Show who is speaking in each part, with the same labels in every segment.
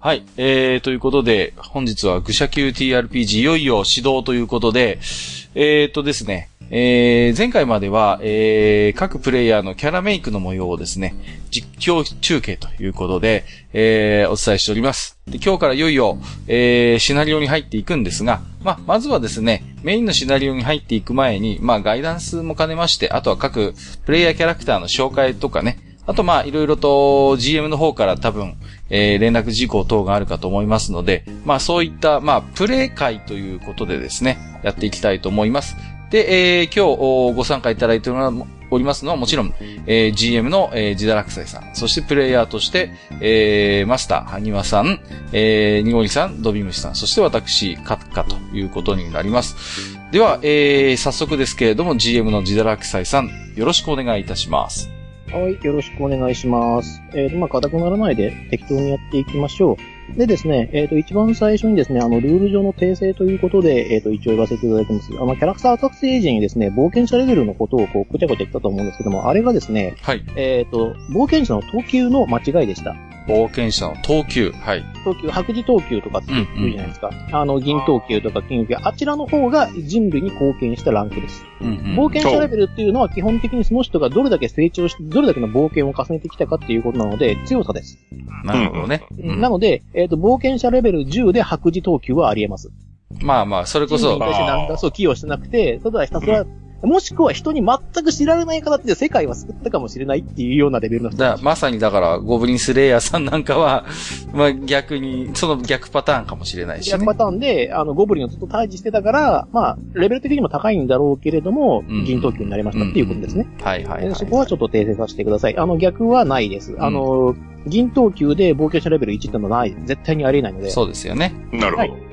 Speaker 1: はい。えー、ということで、本日は愚者級 TRPG いよいよ始動ということで、えーとですね、えー、前回までは、えー、各プレイヤーのキャラメイクの模様をですね、実況中継ということで、えー、お伝えしております。で今日からいよいよ、えー、シナリオに入っていくんですが、まあ、まずはですね、メインのシナリオに入っていく前に、まあ、ガイダンスも兼ねまして、あとは各プレイヤーキャラクターの紹介とかね、あとまあ、いろいろと GM の方から多分、えー、連絡事項等があるかと思いますので、まあそういった、まあ、プレイ会ということでですね、やっていきたいと思います。で、えー、今日おご参加いただいておらおりますのはもちろん、えー、GM の、えー、ジダラクサイさん、そしてプレイヤーとして、えー、マスター、ハニワさん、えー、ニゴリさん、ドビムシさん、そして私、カッカということになります。では、えー、早速ですけれども、GM のジダラクサイさん、よろしくお願いいたします。
Speaker 2: はい、よろしくお願いします。えっ、と、まあ、硬くならないで適当にやっていきましょう。でですね、えっ、と、一番最初にですね、あの、ルール上の訂正ということで、えっ、と、一応言わせていただきます。あの、キャラクター作成時にですね、冒険者レベルのことをこう、ごちゃごちゃ言ったと思うんですけども、あれがですね、
Speaker 1: はい。
Speaker 2: えっ、と、冒険者の等級の間違いでした。
Speaker 1: 冒険者の等級。はい。
Speaker 2: 等級、白磁等級とかって言うじゃないですか。あの、銀等級とか金級、あちらの方が人類に貢献したランクです。
Speaker 1: うんうん
Speaker 2: 冒険者レベルっていうのは基本的にその人がどれだけ成長し、どれだけの冒険を重ねてきたかっていうことなので、強さです。
Speaker 1: なるほどね。うん
Speaker 2: なので、えっ、と、冒険者レベル10で白磁等級はあり得ます。
Speaker 1: まあまあ、それこ
Speaker 2: 人
Speaker 1: そ
Speaker 2: 類に、対して何かそう寄与してなくて、ただひたすら、もしくは人に全く知られない形で世界は救ったかもしれないっていうようなレベルの人。
Speaker 1: だまさにだから、ゴブリンスレイヤーさんなんかは、 まあ逆に、その逆パターンかもしれないし
Speaker 2: 逆
Speaker 1: ね。
Speaker 2: パターンで、あの、ゴブリンをずっと退治してたから、まあ、レベル的にも高いんだろうけれども、
Speaker 1: うん
Speaker 2: 銀等級になりましたっていうことですね。
Speaker 1: はいはいは
Speaker 2: そこ
Speaker 1: い。
Speaker 2: はちょっと訂正させてください。あの、逆はないです。あの、銀等級で冒険者レベル1ってのはない。絶対にありえないので、そ
Speaker 1: そうですよね。
Speaker 3: なるほど。
Speaker 2: はい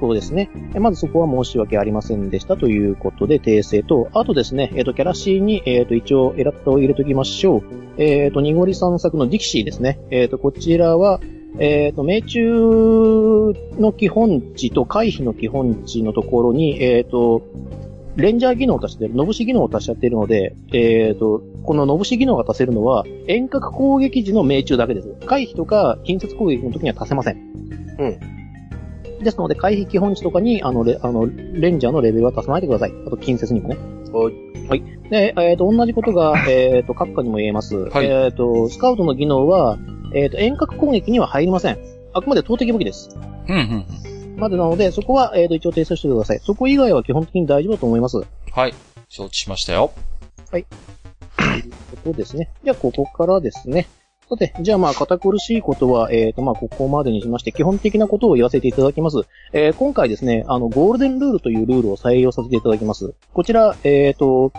Speaker 2: こですね。えまずそこは申し訳ありませんでしたということで訂正と、あとですね、えっ、と、キャラ C に、えっ、と、一応、エラットを入れときましょう。えっ、と、ニゴリさん作のディキシーですね。えっ、と、こちらは、えっ、と、命中の基本値と回避の基本値のところに、えっ、と、レンジャー技能を足してる、のぶし技能を足しちゃってるので、えっ、と、こののぶし技能が足せるのは、遠隔攻撃時の命中だけです。回避とか、近接攻撃の時には足せません。うん。ですので、回避基本値とかに、あの、レあのレンジャーのレベルは足さないでください。あと、近接にもね。。
Speaker 3: はい
Speaker 2: はい。で、えっ、と、同じことが、えっ、と、各下にも言えます。
Speaker 1: はい
Speaker 2: えっ、と、スカウトの技能は、えっ、と、遠隔攻撃には入りません。あくまで投擲武器です。
Speaker 1: うんうん。
Speaker 2: までなので、そこは、えっ、と、一応訂正しておいてください。そこ以外は基本的に大丈夫だと思います。
Speaker 1: はい。承知しましたよ。
Speaker 2: そうですね。じゃあ、ここからですね。さて、じゃあまあ、堅苦しいことは、えっ、とまあ、ここまでにしまして、基本的なことを言わせていただきます。えー今回ですね、あの、ゴールデンルールというルールを採用させていただきます。こちら、えっ、と、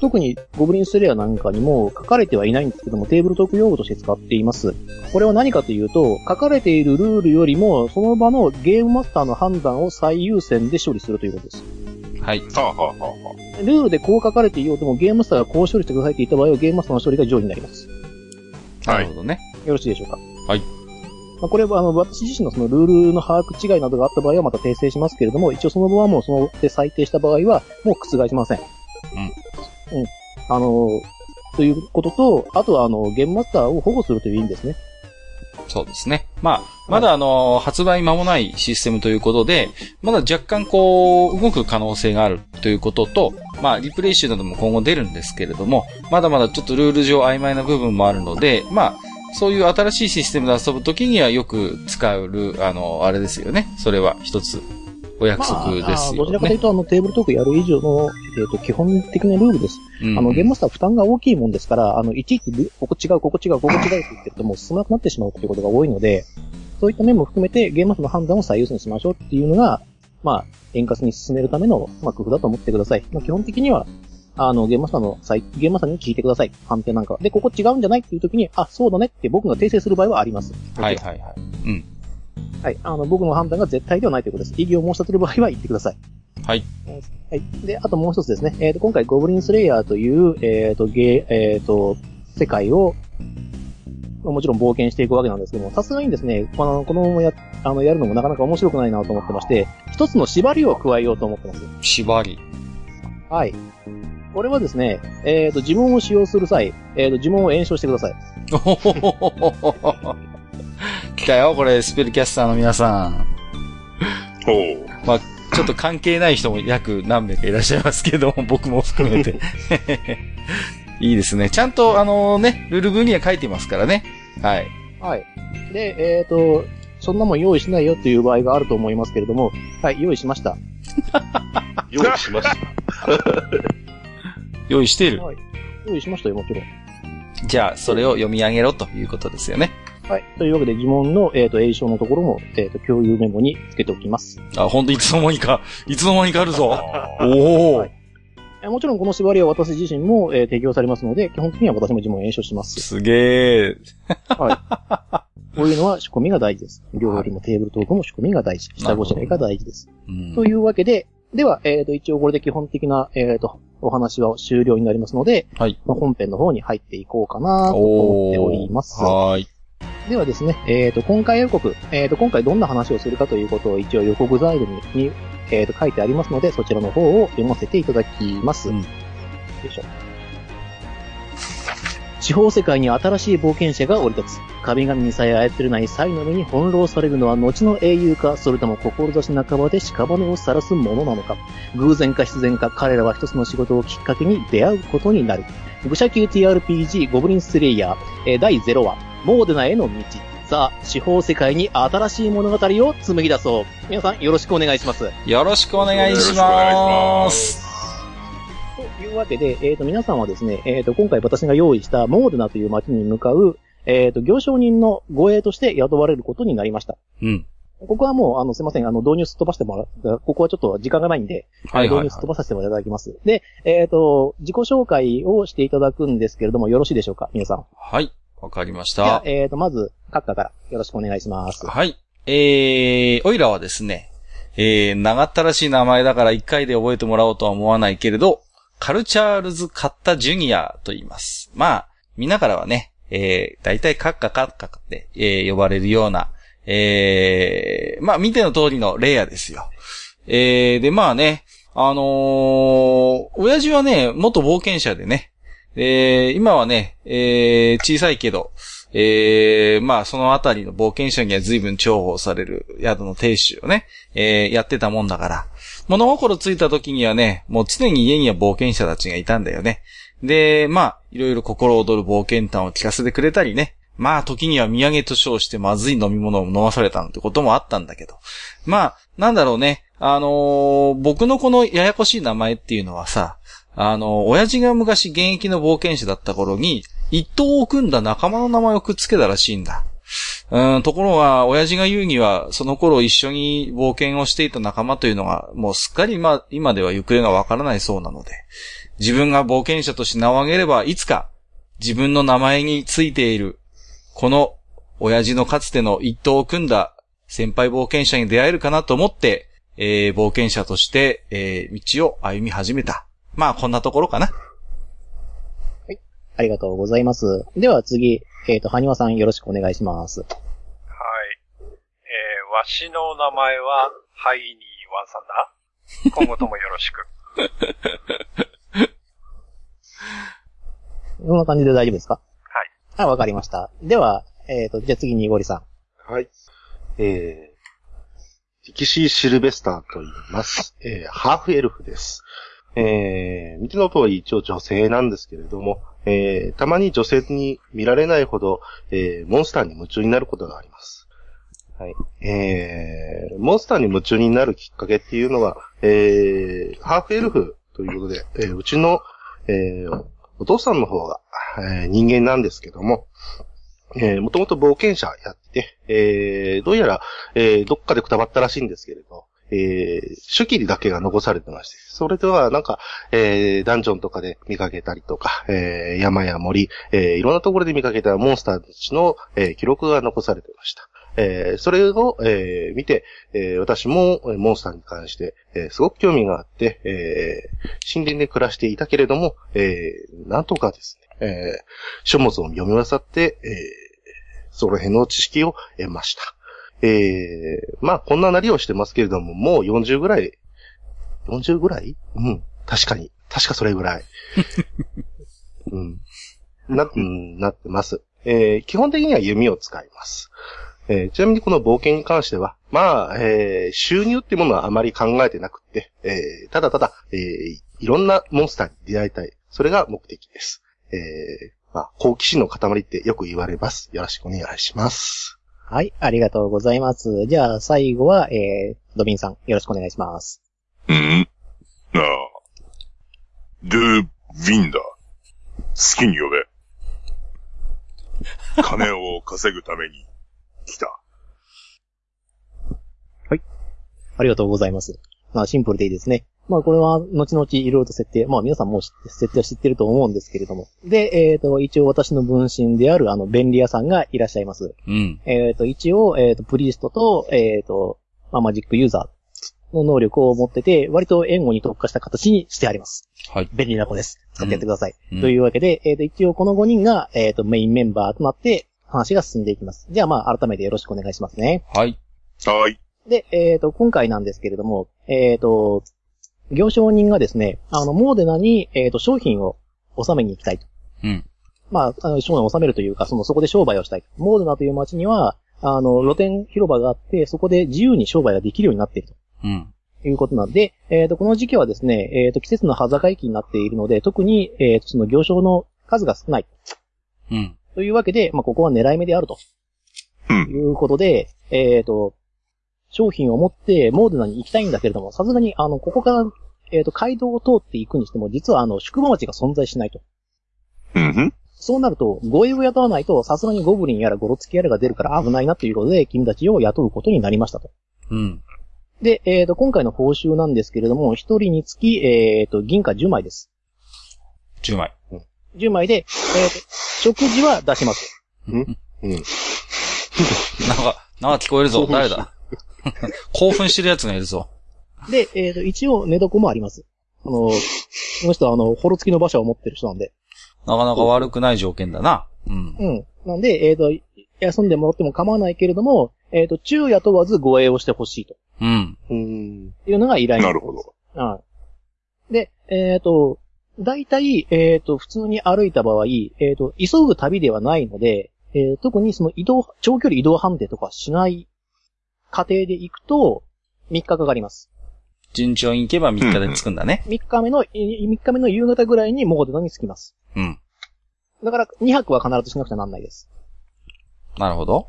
Speaker 2: 特にゴブリンスレイヤーなんかにも書かれてはいないんですけども、テーブルトーク用語として使っています。これは何かというと、書かれているルールよりも、その場のゲームマスターの判断を最優先で処理するということです。
Speaker 1: はい。
Speaker 3: はあ、はあはあは
Speaker 2: ルールでこう書かれていようともゲームマスターがこう処理してくださいって言った場合はゲームマスターの処理が上位になります。よ
Speaker 1: な
Speaker 3: はい
Speaker 1: るほどね。
Speaker 2: ろしいでしょうか
Speaker 1: はい。
Speaker 2: まあ、これはあの私自身のそのルールの把握違いなどがあった場合はまた訂正しますけれども、一応その場はもうそので裁定した場合はもう覆しません。うん。うん。あの、ということと、あとはあの、ゲームマスターを保護するという意味ですね。
Speaker 1: そうですね。まあ、まだあの、発売間もないシステムということで、まだ若干こう、動く可能性があるということと、まあ、リプレイ集なども今後出るんですけれども、まだまだちょっとルール上曖昧な部分もあるので、まあ、そういう新しいシステムで遊ぶときにはよく使うル、あの、あれですよね。それは一つ、お約束です
Speaker 2: ど
Speaker 1: よ
Speaker 2: ちらかと
Speaker 1: ね
Speaker 2: いう。とあの、テーブルトークやる以上の、えっ、と、基本的なルールです。
Speaker 1: うん
Speaker 2: あの、ゲームマスター負担が大きいもんですから、あの、いちいちル、ここ違う、ここ違う、ここ違うって言ってるともう進まなくなってしまうっていうことが多いので、そういった面も含めて、ゲームマスターの判断を最優先にしましょうっていうのが、まあ、円滑に進めるための、まあ、工夫だと思ってください。まあ、基本的には、あの、ゲームマスターの最、ゲームマスターに聞いてください。判定なんかは。で、ここ違うんじゃないっていう時に、あ、そうだねって僕が訂正する場合はあります。
Speaker 1: はいはいはい。
Speaker 2: はい。あの、僕の判断が絶対ではないということです。異議を申し立てる場合は言ってください。
Speaker 1: はい。
Speaker 2: はい。で、あともう一つですね。えっ、と、今回、ゴブリンスレイヤーという、えっ、と、ゲー、えっ、と、世界を、まあもちろん冒険していくわけなんですけども、さすがにですね、この、このままや、あの、やるのもなかなか面白くないなと思ってまして、一つの縛りを加えようと思ってます。
Speaker 1: 縛り。
Speaker 2: はい。これはですね、えっ、と、呪文を使用する際、えっ、と、呪文を延焼してください。
Speaker 1: おほほほほほほ 来たよ、これ、スペルキャスターの皆さん。
Speaker 3: ほう。
Speaker 1: まあ、ちょっと関係ない人も約何名かいらっしゃいますけども、僕も含めて。 いいですね。ちゃんと、あのね、ルール文には書いてますからね。はい。
Speaker 2: はい。で、えっ、と、そんなもん用意しないよっていう場合があると思いますけれども、はい、用意しました。
Speaker 3: 用意しました。
Speaker 1: 用意している。
Speaker 2: はい。用意しましたよ、もちろん。
Speaker 1: じゃあ、それを読み上げろということですよね。
Speaker 2: はい。というわけで、疑問の、えっ、と、栄称のところも、えっ、と、共有メモにつけておきます。
Speaker 1: あ、ほんといつの間にか、いつの間にかあるぞ。
Speaker 3: あー
Speaker 1: おお
Speaker 2: は、いえもちろん、この縛りは私自身も、えー提供されますので、基本的には私も自問を栄称します。
Speaker 1: すげえ。
Speaker 2: はい。こういうのは仕込みが大事です。料理もテーブルトークも仕込みが大事。下ごしらえが大事です。
Speaker 1: うん
Speaker 2: というわけで、では、えっ、と、一応これで基本的な、えっ、と、お話は終了になりますので、
Speaker 1: はい
Speaker 2: まあ本編の方に入っていこうかなと思っております。
Speaker 1: はーい。
Speaker 2: ではですね、えっ、と、今回予告、えっ、と、今回どんな話をするかということを一応予告材料に、にえっ、と、書いてありますので、そちらの方を読ませていただきます。
Speaker 1: うん
Speaker 2: よいしょ。地方世界に新しい冒険者が降り立つ。神々にさえ操れないサイの目に翻弄されるのは後の英雄か、それとも志半ばで屍を晒すものなのか。偶然か必然か、彼らは一つの仕事をきっかけに出会うことになる。武者級 TRPG ゴブリンスレイヤー、えー第0話、モーデナへの道。さあ、司法世界に新しい物語を紡ぎ出そう。皆さんよろしくお願いします。
Speaker 1: よろしくお願いし
Speaker 3: よ
Speaker 1: ま
Speaker 3: ろ
Speaker 1: す。
Speaker 2: というわけで、えっ、と、皆さんはですね、えっ、と、今回私が用意したモーデナという町に向かう、えっ、と、行商人の護衛として雇われることになりました。
Speaker 1: うん。
Speaker 2: ここはもう、あの、すいません、あの、導入すっ飛ばしてもらった、ここはちょっと時間がないんで、
Speaker 1: はい
Speaker 2: 導
Speaker 1: はい、
Speaker 2: 入
Speaker 1: は
Speaker 2: すっ飛ばさせてもいただきます。で、えっ、と、自己紹介をしていただくんですけれども、よろしいでしょうか、皆さん。
Speaker 1: い。はい。わかりまし
Speaker 2: じゃあ
Speaker 1: た、。
Speaker 2: えっ、と、まず、閣下からよろしくお願いします。
Speaker 1: はい。えー、オイラはですね、えー、長ったらしい名前だから一回で覚えてもらおうとは思わないけれど、カルチャールズ・カッタ・ジュニアと言います。まあ、みんなからはね、えー、大体カッカカッカって、えー呼ばれるような、えー、まあ見ての通りのレイヤーですよ。えー、で、まあね、あのー親父はね、元冒険者でね、えー、今はね、えー、小さいけど、えー、まあ、そのあたりの冒険者には随分重宝される宿の亭主をね、えー、やってたもんだから、物心ついた時にはね、もう常に家には冒険者たちがいたんだよね。で、まあ、いろいろ心躍る冒険譚を聞かせてくれたりね、まあ、時には土産と称してまずい飲み物を飲まされたなんてこともあったんだけど、まあ、なんだろうね、あのー僕のこのややこしい名前っていうのはさ、あのー親父が昔現役の冒険者だった頃に、一等を組んだ仲間の名前をくっつけたらしいんだ。うん、ところが、親父が言うには、その頃一緒に冒険をしていた仲間というのが、もうすっかり今、今では行方がわからないそうなので、自分が冒険者として名を挙げれば、いつか、自分の名前についている、この、親父のかつての一等を組んだ先輩冒険者に出会えるかなと思って、えー、冒険者として、えー、道を歩み始めた。まあ、こんなところかな。
Speaker 2: ありがとうございます。では次、えっ、と、はにわさんよろしくお願いします。
Speaker 4: はい。えー、わしの名前は、ハイニーワンさんだ。今後ともよろしく。
Speaker 2: こんな感じで大丈夫ですか
Speaker 4: はい。
Speaker 2: あ、わかりました。では、えっ、と、じゃあ次にゴリさん。
Speaker 5: はい。えー、ティキシー・シルベスターと言います。えー、ハーフエルフです。えー、見ての通り一応女性なんですけれども、えー、たまに女性に見られないほど、えー、モンスターに夢中になることがあります。はい。えー、モンスターに夢中になるきっかけっていうのは、えー、ハーフエルフということで、えー、うちの、えー、お父さんの方が、えー人間なんですけども、えー、もともと冒険者やってて、えー、どうやら、えー、どっかでくたばったらしいんですけれど、えー、手切りだけが残されてまして、それではなんか、えー、ダンジョンとかで見かけたりとか、えー、山や森、えー、いろんなところで見かけたモンスターたちの、えー記録が残されてました。えー、それを、えー、見て、えー、私も、えーモンスターに関して、えー、すごく興味があって、えー、神殿で暮らしていたけれども、えー、なんとかですね、えー、書物を読み漁って、えーその辺の知識を得ました。えーまあこんななりをしてますけれども、もう40ぐらい、40ぐらいうん、確かに。確かそれぐらい。うん。な、うん、なってます。えー基本的には弓を使います。えーちなみにこの冒険に関しては、まあ、えー収入ってものはあまり考えてなくって、えーただただ、えーいろんなモンスターに出会いたい。それが目的です。えーまあ、好奇心の塊ってよく言われます。よろしくお願いします。
Speaker 2: はい、ありがとうございます。じゃあ、最後は、えー、ドビンさん、よろしくお願いします。
Speaker 3: うんああ。ドゥ・ヴィンダー。好きに呼べ。金を稼ぐために来た。
Speaker 2: ありがとうございます。まあ、シンプルでいいですね。まあ、これは、後々いろいろと設定、まあ、皆さんもう知って設定は知ってると思うんですけれども。で、えっ、と、一応私の分身である、あの、便利屋さんがいらっしゃいます。
Speaker 1: うん。
Speaker 2: えっ、と、一応、えっ、と、プリストと、えっ、と、まあ、マジックユーザーの能力を持ってて、割と援護に特化した形にしてあります。
Speaker 1: はい。
Speaker 2: 便利な子です。使ってやってください。
Speaker 1: うん
Speaker 2: というわけで、えっ、と、一応この5人が、えっ、と、メインメンバーとなって、話が進んでいきます。じゃあ、まあ、改めてよろしくお願いしますね。
Speaker 1: はい。
Speaker 3: はい。
Speaker 2: で、えっ、と、今回なんですけれども、えっ、と、行商人がですね、あの、モーデナに、えっ、と、商品を納めに行きたいと。
Speaker 1: うん。
Speaker 2: まあ、あの商品を納めるというか、その、そこで商売をしたい。モーデナという町には、あの、露店広場があって、そこで自由に商売ができるようになっていると。
Speaker 1: うん。
Speaker 2: いうことなんで、えっ、と、この時期はですね、えっ、と、季節の端境期になっているので、特に、えっ、と、その行商の数が少ない。
Speaker 1: うん。
Speaker 2: というわけで、まあ、ここは狙い目であると。
Speaker 3: うん
Speaker 2: いうことで、えっ、と、商品を持ってモーデナに行きたいんだけれども、さすがに、あの、ここから、えっ、と、街道を通っていくにしても、実は、あの、宿場町が存在しないと。
Speaker 3: うんふん。
Speaker 2: そうなると、護衛を雇わないと、さすがにゴブリンやらゴロツキやらが出るから危ないなということで、君たちを雇うことになりましたと。
Speaker 1: うん。
Speaker 2: で、えっ、と、今回の報酬なんですけれども、一人につき、えっ、と、銀貨10枚です。
Speaker 1: 10枚。
Speaker 2: 10枚で、えっ、と、食事は出します。
Speaker 1: なんか、なんか聞こえるぞ。
Speaker 5: 興奮
Speaker 1: 誰
Speaker 5: して
Speaker 1: だ 興奮してる奴がいるぞ。
Speaker 2: で、えっ、と、一応寝床もあります。あの、この人はあの、ホロ付きの馬車を持ってる人なんで。
Speaker 1: なかなか悪くない条件だな。うん。
Speaker 2: うん。なんで、えっ、と、休んでもらっても構わないけれども、えっ、と、昼夜問わず護衛をしてほしいと
Speaker 1: うん。
Speaker 5: うーん。
Speaker 2: いうのが依頼。
Speaker 3: なるほど。
Speaker 2: はい。で、えっ、と、大体、えっ、と、普通に歩いた場合、えっ、と、急ぐ旅ではないので、えー特にその移動、長距離移動判定とかしない過程で行くと、3日かかります。
Speaker 1: 順調に行けば3日で着くんだね。
Speaker 2: 3日目の、3日目の夕方ぐらいにモーデナに着きます。
Speaker 1: うん。
Speaker 2: だから、2泊は必ずしなくちゃなんないです。
Speaker 1: なるほど。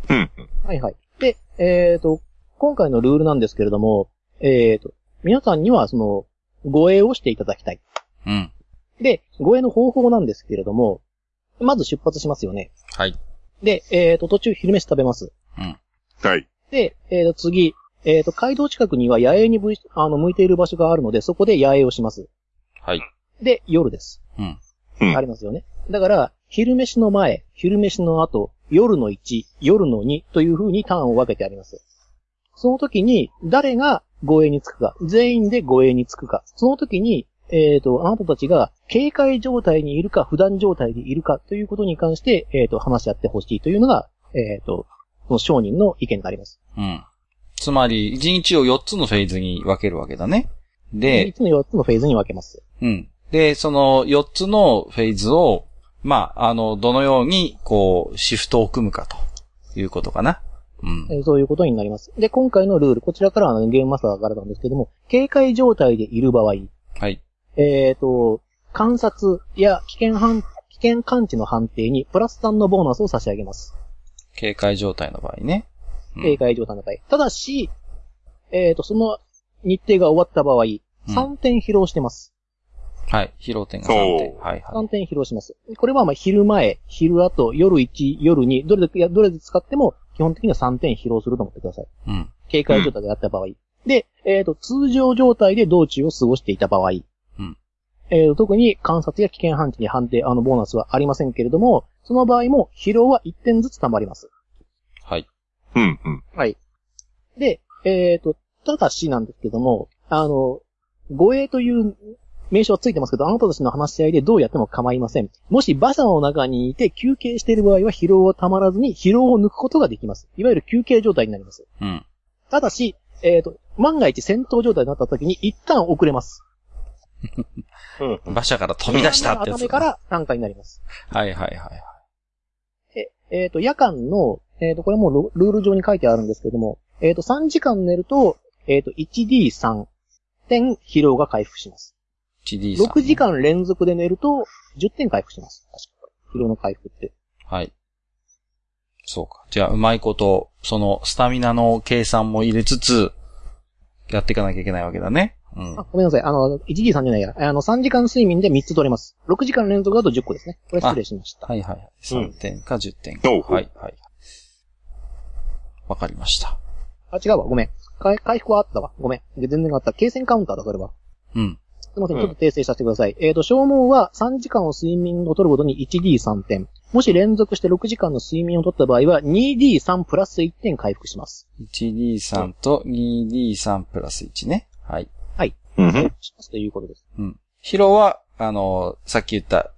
Speaker 2: はいはい。で、えっ、と、今回のルールなんですけれども、えっ、と、皆さんにはその、護衛をしていただきたい。
Speaker 1: うん。
Speaker 2: で、護衛の方法なんですけれども、まず出発しますよね。
Speaker 1: はい。
Speaker 2: で、えっ、と、途中昼飯食べます。
Speaker 3: はい。
Speaker 2: で、えっ、と、次、えっ、と、街道近くには野営にぶいあの向いている場所があるので、そこで野営をします。
Speaker 1: はい。
Speaker 2: で、夜です。
Speaker 1: うん。
Speaker 3: うん
Speaker 2: ありますよね。だから、昼飯の前、昼飯の後、夜の1、夜の2という風にターンを分けてあります。その時に、誰が護衛につくか、全員で護衛につくか、その時に、えっ、と、あなたたちが警戒状態にいるか、普段状態にいるかということに関して、えっ、と、話し合ってほしいというのが、えっ、と、この商人の意見になります。
Speaker 1: うん。つまり、1日を4つのフェーズに分けるわけだね。で、
Speaker 2: 3つの4つのフェーズに分けます。
Speaker 1: うん。で、その4つのフェーズを、まあ、あの、どのように、こう、シフトを組むかということかな。うん。
Speaker 2: えーそういうことになります。で、今回のルール、こちらからはあのゲームマスターからなんですけども、警戒状態でいる場合、
Speaker 1: はい。
Speaker 2: えっ、と、観察や危険判、危険感知の判定にプラス3のボーナスを差し上げます。
Speaker 1: 警戒状態の場合ね。うん
Speaker 2: 警戒状態の場合。ただし、えっ、と、その日程が終わった場合、3点疲労してます。
Speaker 1: はい。疲労点が3点。
Speaker 3: おー
Speaker 1: はいは
Speaker 2: 3点疲労します。これはまあ昼前、昼後、夜1、夜2、どれで、いやどれで使っても基本的には3点疲労すると思ってください。
Speaker 1: い。うん。
Speaker 2: 警戒状態であった場合。で、えっ、と、通常状態で道中を過ごしていた場合。
Speaker 1: ん
Speaker 2: えっ、と、特に観察や危険判知に判定、あの、ボーナスはありませんけれども、その場合も疲労は1点ずつ溜まります。
Speaker 1: はい。
Speaker 3: うんうん。
Speaker 2: はい。で、えっ、と、ただしなんですけども、あの、護衛という名称はついてますけど、あなたたちの話し合いでどうやっても構いません。もし馬車の中にいて休憩している場合は疲労は溜まらずに疲労を抜くことができます。いわゆる休憩状態になります。
Speaker 1: うん。
Speaker 2: ただし、えっ、と、万が一戦闘状態になった時に一旦遅れます。
Speaker 5: うん。
Speaker 1: 馬車から飛び出したってや
Speaker 2: 頭
Speaker 1: つ。
Speaker 2: から参加になります。
Speaker 1: はいはいはい。
Speaker 2: でえっ、と、夜間の、えっ、と、これもうルルール上に書いてあるんですけども、えっ、と、3時間寝ると、えっ、と、1D3 点疲労が回復します。
Speaker 1: 1D さん。
Speaker 2: 6時。間連続で寝ると、10点回復します。確か。疲労の回復って。
Speaker 1: はい。そうか。じゃあ、うまいこと、その、スタミナの計算も入れつつ、やっていかなきゃいけないわけだね。うん。
Speaker 2: あ、ごめんなさい。あの、1D3 じゃないや。あの、3時間睡眠で3つ取れます。6時間連続だと10個ですね。これ失礼しました。
Speaker 1: はいはい。3点か10点か。
Speaker 3: おう
Speaker 1: はいはい。わかりました。
Speaker 2: あ、違うわ。ごめん。回回復はあったわ。ごめん。で全然あった。継戦カウンターだ、それは。
Speaker 1: うん。
Speaker 2: すみません。
Speaker 5: うん
Speaker 2: ちょっと訂正させてください。えっ、と、消耗は3時間を睡眠を取るごとに 1D3 点。もし連続して6時間の睡眠を取った場合は 2D3 プラス1点回復します。
Speaker 1: 1D3 と 2D3 プラス1ね。はい。
Speaker 3: うんふ
Speaker 2: 回
Speaker 3: ん。
Speaker 2: 復しますということです。
Speaker 1: うん。疲労は、あのーさっき言った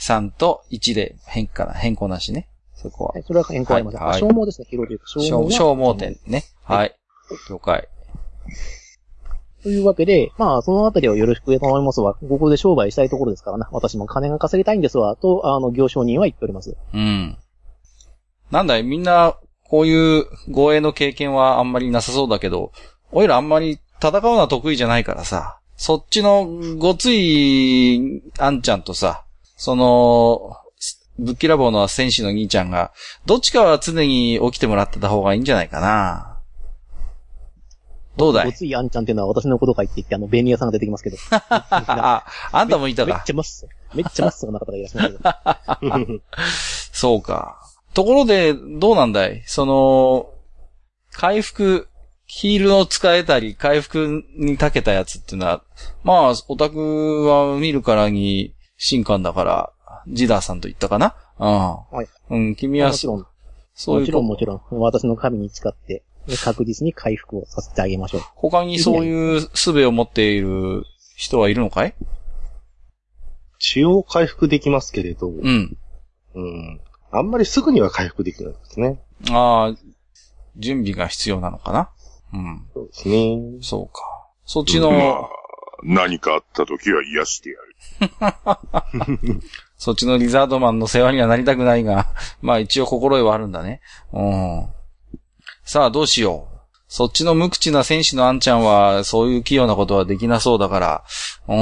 Speaker 1: 3と1で変化な、変更なしね。そこは
Speaker 2: はい。。それは変更ありません。
Speaker 1: はいはい
Speaker 2: あ消耗ですね。疲労というか消
Speaker 1: 消
Speaker 2: 耗。
Speaker 1: 消耗。点ね。はい。了解。
Speaker 2: というわけで、まあ、そのあたりをよろしく頼みますわ。ここで商売したいところですからな。私も金が稼ぎたいんですわ。と、あの、行商人は言っております。
Speaker 1: うん。なんだい、みんな、こういう護衛の経験はあんまりなさそうだけど、おいらあんまり戦うのは得意じゃないからさ、そっちのごつい、あんちゃんとさ、その、ぶっきらぼうの戦士の兄ちゃんが、どっちかは常に起きてもらってた方がいいんじゃないかな。どうだ
Speaker 2: ご
Speaker 1: い
Speaker 2: ついあんちゃんっていうのは私のことか言って言って、あの、便利屋さんが出てきますけど。
Speaker 1: あ、あんたもいた
Speaker 2: めっ
Speaker 1: か。
Speaker 2: ちゃマッソ。めっちゃマッソな方がいらっしゃいますけど。
Speaker 1: そうか。ところで、どうなんだいその、回復、ヒールを使えたり、回復に長けたやつっていうのは、まあ、オタクは見るからに、新刊だから、ジダーさんと言ったかなうん。
Speaker 2: はい
Speaker 1: うん、君
Speaker 2: も
Speaker 1: は、
Speaker 2: ちろん、
Speaker 1: そう
Speaker 2: も
Speaker 1: いう
Speaker 2: ち
Speaker 1: こ
Speaker 2: ろ
Speaker 1: と、
Speaker 2: んもちろん。私の神に誓 って、ね確実に回復をさせてあげましょう。
Speaker 1: 他にそういう術を持っている人はいるのかい
Speaker 5: 血を回復できますけれど、う
Speaker 1: うん。
Speaker 5: ん。あんまりすぐには回復できないですね。
Speaker 1: ああ、準備が必要なのかなうん。
Speaker 5: そうですね。
Speaker 1: そうか。そっち
Speaker 3: ま
Speaker 1: の
Speaker 3: あ、、何かあった時は癒してやる。
Speaker 1: そっちのリザードマンの世話にはなりたくないが、 まあ一応心得はあるんだね。うん。さあどうしよう。そっちの無口な戦士のあんちゃんは、そういう器用なことはできなそうだから。う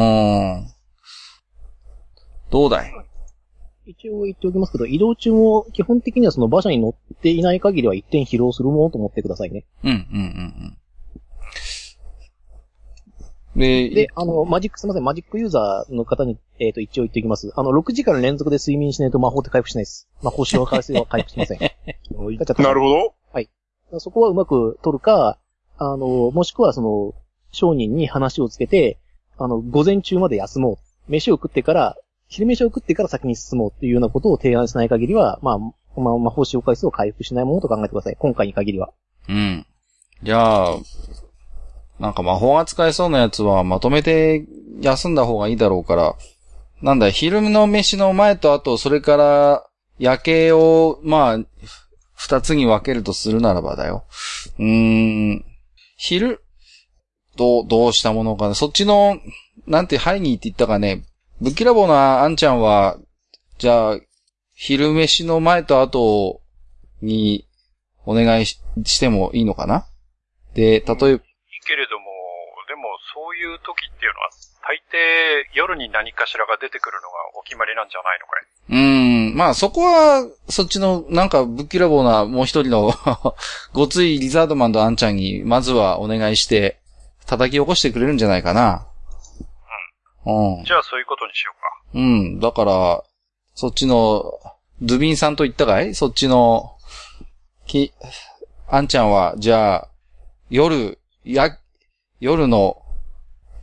Speaker 1: ん。どうだい
Speaker 2: 一応言っておきますけど、移動中も基本的にはその馬車に乗っていない限りは一点疲労するものと思ってくださいね。
Speaker 1: うん、うん、うん、うん。で、
Speaker 2: で、あの、マジック、すみません、マジックユーザーの方に、えっ、と、一応言っておきます。あの、6時間連続で睡眠しないと魔法って回復しないです。魔法使用回数は回復しま せん。
Speaker 3: なる
Speaker 2: ほ
Speaker 3: ほど。
Speaker 2: ど。そこはうまく取るか、あの、もしくはその、商人に話をつけて、あの、午前中まで休もう。飯を食ってから、昼飯を食ってから先に進もうっていうようなことを提案しない限りは、まあ、まあ、魔法使用回数を回復しないものと考えてください。今回に限りは。
Speaker 1: うん。じゃあ、なんか魔法が使えそうなやつはまとめて休んだ方がいいだろうから、なんだ、昼の飯の前と後、それから夜景を、まあ、二つに分けるとするならばだよ。うーん。昼、どう、どうしたものかな。そっちの、なんて、ハイニーって言ったかね。ぶっきらぼうなあんちゃんは、じゃあ、昼飯の前と後にお願いししてもいいのかなで、例えば、
Speaker 4: いいけれども、でもそういう時っていうのは、大抵夜に何かしらが出てくるのがお決まりなんじゃないのかい。
Speaker 1: うーん、まあそこは、そっちの、なんか、ぶっきらぼうな、もう一人の、 ごついリザードマンとアンちゃんに、まずはお願いして、叩き起こしてくれるんじゃないかな。うん。
Speaker 4: じゃあそういうことにしようか。
Speaker 1: うん。だから、そっちの、ドゥビンさんと言ったかいそっちの、き、あんちゃんは、じゃあ、夜、や、夜の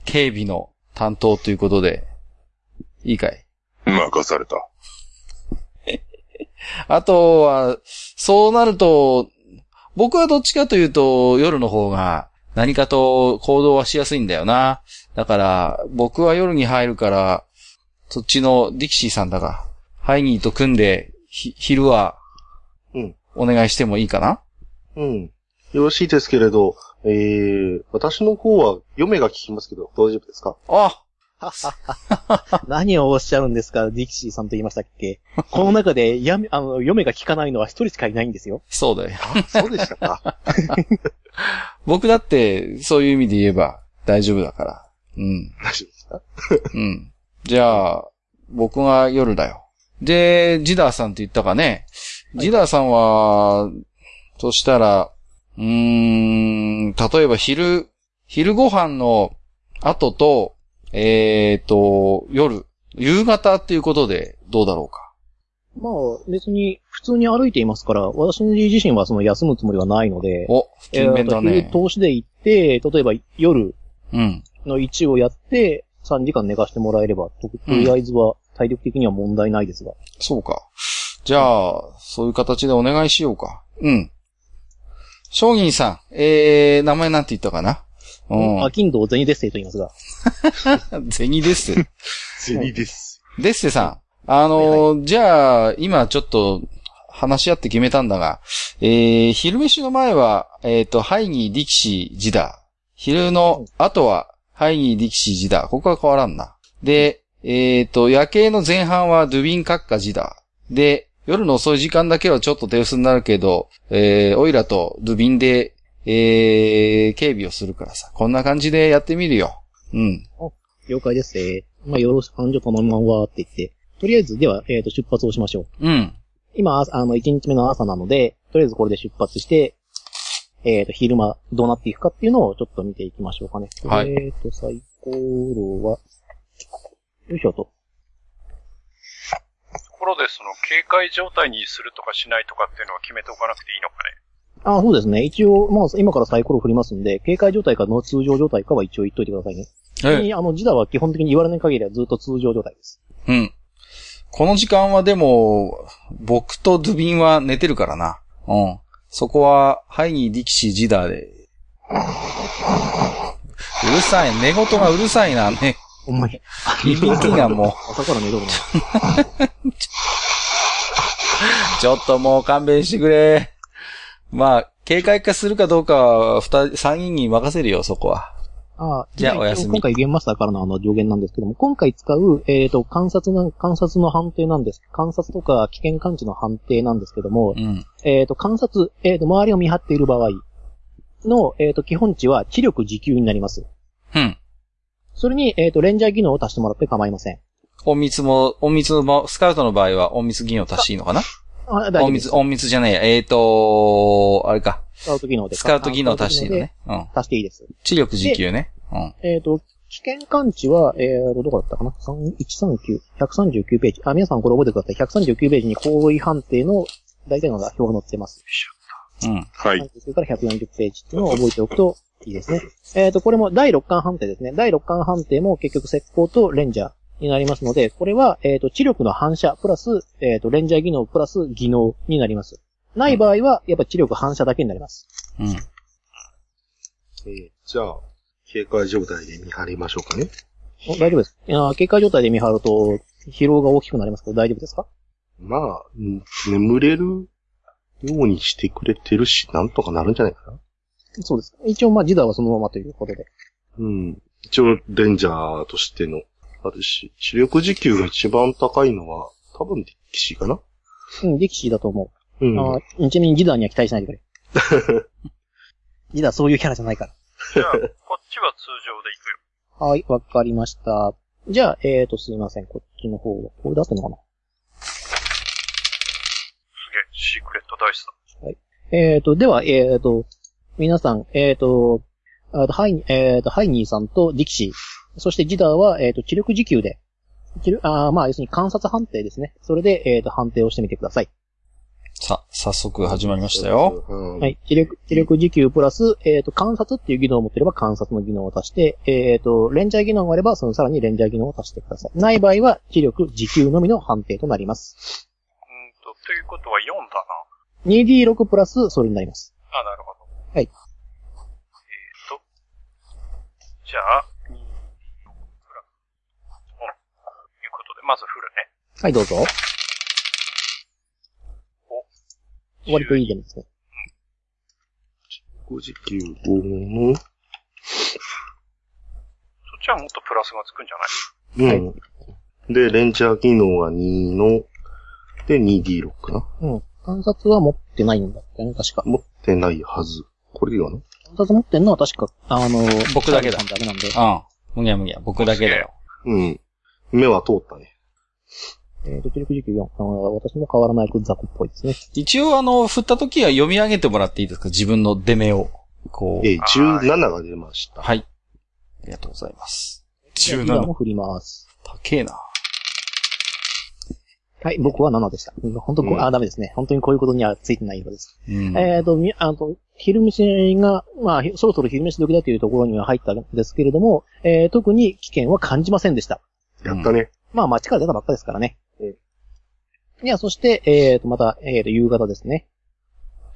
Speaker 1: 警備の担当ということで、いいかい
Speaker 3: 任された。
Speaker 1: あとは、そうなると、僕はどっちかというと、夜の方が何かと行動はしやすいんだよな。だから、僕は夜に入るから、そっちのディキシーさんだが、ハイニーと組んで、ひ昼は
Speaker 5: うん、
Speaker 1: お願いしてもいいかな、
Speaker 5: うん。よろしいですけれど、えー、私の方は、嫁が聞きますけど、大丈夫ですか
Speaker 1: あ、
Speaker 2: 何をおっしゃるんですか、ディキシーさんと言いましたっけ この中で、やめ、あの、嫁が聞かないのは一人しかいないんですよ。
Speaker 1: そうだよ。
Speaker 5: あ、そうでしたか。
Speaker 1: 僕だって、そういう意味で言えば大丈夫だから。うん。
Speaker 5: 大丈夫ですか
Speaker 1: うん。じゃあ、僕が夜だよ。で、ジダーさんって言ったかね。ジダーさんは、そしたら、うーん、例えば昼、昼ご飯の後と、えっ、と、夜、夕方っていうことでどうだろうか。
Speaker 2: まあ、別に、普通に歩いていますから、私自身はその休むつもりはないので、
Speaker 1: お、勤勉だ
Speaker 2: えー
Speaker 1: ね。
Speaker 2: と、通しで行って、例えば夜
Speaker 1: うん。
Speaker 2: の1をやって、3時間寝かしてもらえれば、ととりあえずは体力的には問題ないですが。
Speaker 1: そうか。じゃあ、そういう形でお願いしようか。うん。商人さん、えー、名前なんて言ったかなうん
Speaker 2: あ、。金土銭デッセイと言いますが。
Speaker 1: ゼニデッ セ。
Speaker 5: 銭です。
Speaker 1: デッセさん。あのじゃあ、今ちょっと話し合って決めたんだが、えー、昼飯の前は、えっ、と、ハイギー、ディキシー、ジダー。昼の後は、ハイギー、ディキシー、ジダー。ここは変わらんな。で、えっ、と、夜景の前半はドゥビン閣下、ジダー。で、夜の遅い時間だけはちょっと手薄になるけど、えー、オイラとドゥビンで、えー、警備をするからさ。こんな感じでやってみるよ。うん。
Speaker 2: 了解です、えーまあ、よろしく、繁盛頼むわーって言って。とりあえず、では、えっ、と、出発をしましょう。
Speaker 1: うん。
Speaker 2: 今、ああの、1日目の朝なので、とりあえずこれで出発して、えっ、と、昼間どうなっていくかっていうのをちょっと見ていきましょうかね。
Speaker 1: はい
Speaker 2: えっ、と、最高炉は、よいしょと。
Speaker 4: ところで、その、警戒状態にするとかしないとかっていうのは決めておかなくていいのかね。
Speaker 2: あ、そうですね。一応、まあ、今からサイコロ振りますんで、警戒状態かの通常状態かは一応言っといてくださいね。
Speaker 1: え
Speaker 2: ちなみにあの、ジダは基本的に言われない限りはずっと通常状態です。
Speaker 1: うん。この時間はでも、僕とドゥビンは寝てるからな。うん。そこは、ハイニー、ディキシー、ジダーで。うるさい。寝言がうるさいな。 ね。
Speaker 2: ほんまに。
Speaker 1: ビビりがも
Speaker 2: 朝から 寝とるな。
Speaker 1: う、ちょっともう勘弁してくれ。まあ、警戒化するかどうかは、二人、三人に任せるよ、そこは。
Speaker 2: ああ、
Speaker 1: じゃあおやすみ
Speaker 2: 一応今回ゲームマスターからのあの上限なんですけども、今回使う、えっ、と、観察な、観察の判定なんです。観察とか危険感知の判定なんですけども
Speaker 1: う、ん。
Speaker 2: えっ、と、観察、えっ、と、周りを見張っている場合の、えっ、と、基本値は知力時給になります。
Speaker 1: うん。
Speaker 2: それに、えっ、と、レンジャー技能を足してもらって構いません。
Speaker 1: 隠密も、隠密の場、スカウトの場合は、隠密銀を足していいのかな
Speaker 2: あ、大丈
Speaker 1: 隠
Speaker 2: 夫です
Speaker 1: 密、。隠密じゃねえ。えーと、あれか。
Speaker 2: スカウト技能で。
Speaker 1: スカウト技能足していいの
Speaker 2: ス
Speaker 1: ね。うん。
Speaker 2: カウト技能で足していいです。
Speaker 1: 知力時給ね。うん。
Speaker 2: えっ、と、危険感知は、えっ、と、どこだったかな ?3、139、139ページ。あ、皆さんこれ覚えてください。139ページに行為判定の大体のが表が載ってます。
Speaker 1: うん。
Speaker 3: はい。
Speaker 2: 139から140ページっていうのを覚えておくといいですね。えっ、と、これも第6巻判定ですね。第6巻判定も結局石膏とレンジャーになりますので、これは、えっ、と、知力の反射プラス、えっ、と、レンジャー技能プラス技能になります。ない場合は、やっぱ知力反射だけになります。
Speaker 1: うん。
Speaker 5: えーじゃあ、警戒状態で見張りましょうかね。
Speaker 2: お大丈夫です。いやー警戒状態で見張ると、疲労が大きくなりますけど大丈夫ですか
Speaker 5: まあ、うん眠れるようにしてくれてるし、なんとかなるんじゃないかな。
Speaker 2: そうです。一応、まあ、ジダはそのままということで。
Speaker 5: うん。一応、レンジャーとしての、あるし、視力時給が一番高いのは、多分、ディキシーかな
Speaker 2: うん、力士だと思
Speaker 5: う
Speaker 2: う。
Speaker 5: ん。
Speaker 2: あーちなみにジダには期待しないでくれ。 ジダそういうキャラじゃないから。
Speaker 4: じゃあ、こっちは通常で行くよ。
Speaker 2: はい、わかりました。じゃあ、えーと、すいません。こっちの方は、これ出すのかな
Speaker 4: すげえ、シークレットダイスだ。
Speaker 2: えーと、では、えーと、皆さん、えーと、あとハイ、えーと、ハイニーさんとディキシー、そしてジダーは、えーと、知力時給で、知力あーまあ、要するに観察判定ですね。それで、えーと、判定をしてみてください。
Speaker 1: さ、早速始まりましたよ。
Speaker 5: うん。
Speaker 2: はい。知力、知力時給プラス、えっ、と、観察っていう技能を持ってれば観察の技能を足して、えっ、と、レンジャー技能があれば、そのさらにレンジャー技能を足してください。ない場合は、知力時給のみの判定となります。
Speaker 4: うーんと、ということは4だな。
Speaker 2: 2D6 プラス、それになります。
Speaker 4: あ、なるほど。
Speaker 2: はい
Speaker 4: えーと、じゃあ、2、フラ。うん。ということで、まずフルね。
Speaker 2: はい、どうぞ。割といいゲームですね。
Speaker 5: 5時給5
Speaker 4: そ
Speaker 5: の、
Speaker 4: っちしたらもっとプラスがつくんじゃない
Speaker 5: うん。で、レンジャー技能が2の、で、2D6 かな
Speaker 2: うん。観察は持ってないんだったよね、確か。
Speaker 5: 持ってないはず。これでいいかな
Speaker 2: 観察持ってんのは確か、あの、
Speaker 1: 僕だけだ
Speaker 2: ダメなんで。
Speaker 1: うん。むぎゃむぎゃ、僕だけだよ。
Speaker 5: うん。目は通ったね。
Speaker 2: えっと、力19、4。あの私も変わらないく雑魚っぽいですね。
Speaker 1: 一応、あの、振った時は読み上げてもらっていいですか自分の出目を。こう。
Speaker 5: えー、17が出ました。
Speaker 1: はい。ありがとうございます。
Speaker 2: リバーも
Speaker 1: 17。
Speaker 2: 振ります。
Speaker 1: 高えな。
Speaker 2: はい、僕は7でした。本当、こう
Speaker 5: うん
Speaker 2: あ、ダメですね。本当にこういうことにはついてないようです。
Speaker 1: うん。
Speaker 2: えっ、と、みあの、昼飯が、まあ、ひそろそろ昼飯時だというところには入ったんですけれども、えー特に危険は感じませんでした。
Speaker 5: やったね。
Speaker 2: まあ、街から出たばっかですからね。いや、そして、えっ、と、また、えっ、と、夕方ですね。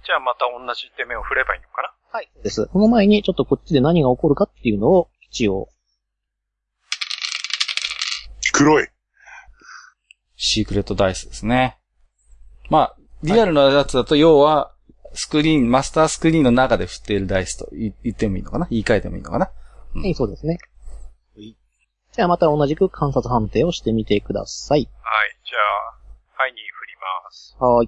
Speaker 4: じゃあまた同じ手目を振ればいいのかな
Speaker 2: はい。です。この前に、ちょっとこっちで何が起こるかっていうのを、一応。
Speaker 3: 黒い。
Speaker 1: シークレットダイスですね。まあ、リアルなやつだと、要は、スクリーン、マスタースクリーンの中で振っているダイスと言言ってもいいのかな言い換えてもいいのかなうん
Speaker 2: はい、そうですね
Speaker 5: はい。
Speaker 2: じゃあ、また同じく観察判定をしてみてください。
Speaker 4: はい、じゃあ、はいに振ります。
Speaker 2: はい。
Speaker 4: え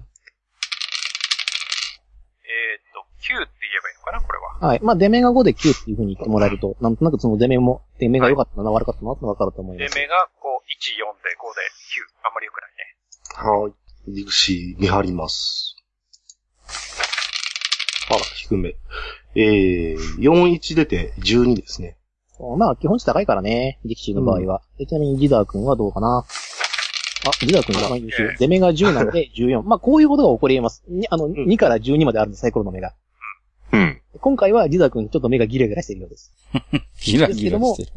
Speaker 4: ーっと、9って言えばいいのかなこれは。
Speaker 2: はい。まあ、出目が5で9っていう風に言ってもらえると、なんとなくその出目も、出目が良かったな、悪かったなってわかると思い
Speaker 4: 出
Speaker 2: ます。
Speaker 4: 目がこう、1、4で、5で、9。あんまり良くないね。
Speaker 5: はい。ディクシー見張ります。あら、低め。えー、41出て12ですね。
Speaker 2: まあ、基本値高いからね、力士の場合は。でちなみにギダー君はどうかな。あ、ギダー君が、まあ、優秀
Speaker 4: ええ
Speaker 2: 出目が10なんで14。まあ、こういうことが起こり得ます。にあの、
Speaker 5: ん
Speaker 2: 2から12まであるんです、サイコロの目が。
Speaker 3: うん。
Speaker 2: 今回はギダー君ちょっと目がギラギラしてるようです。
Speaker 1: ギラギラしてる。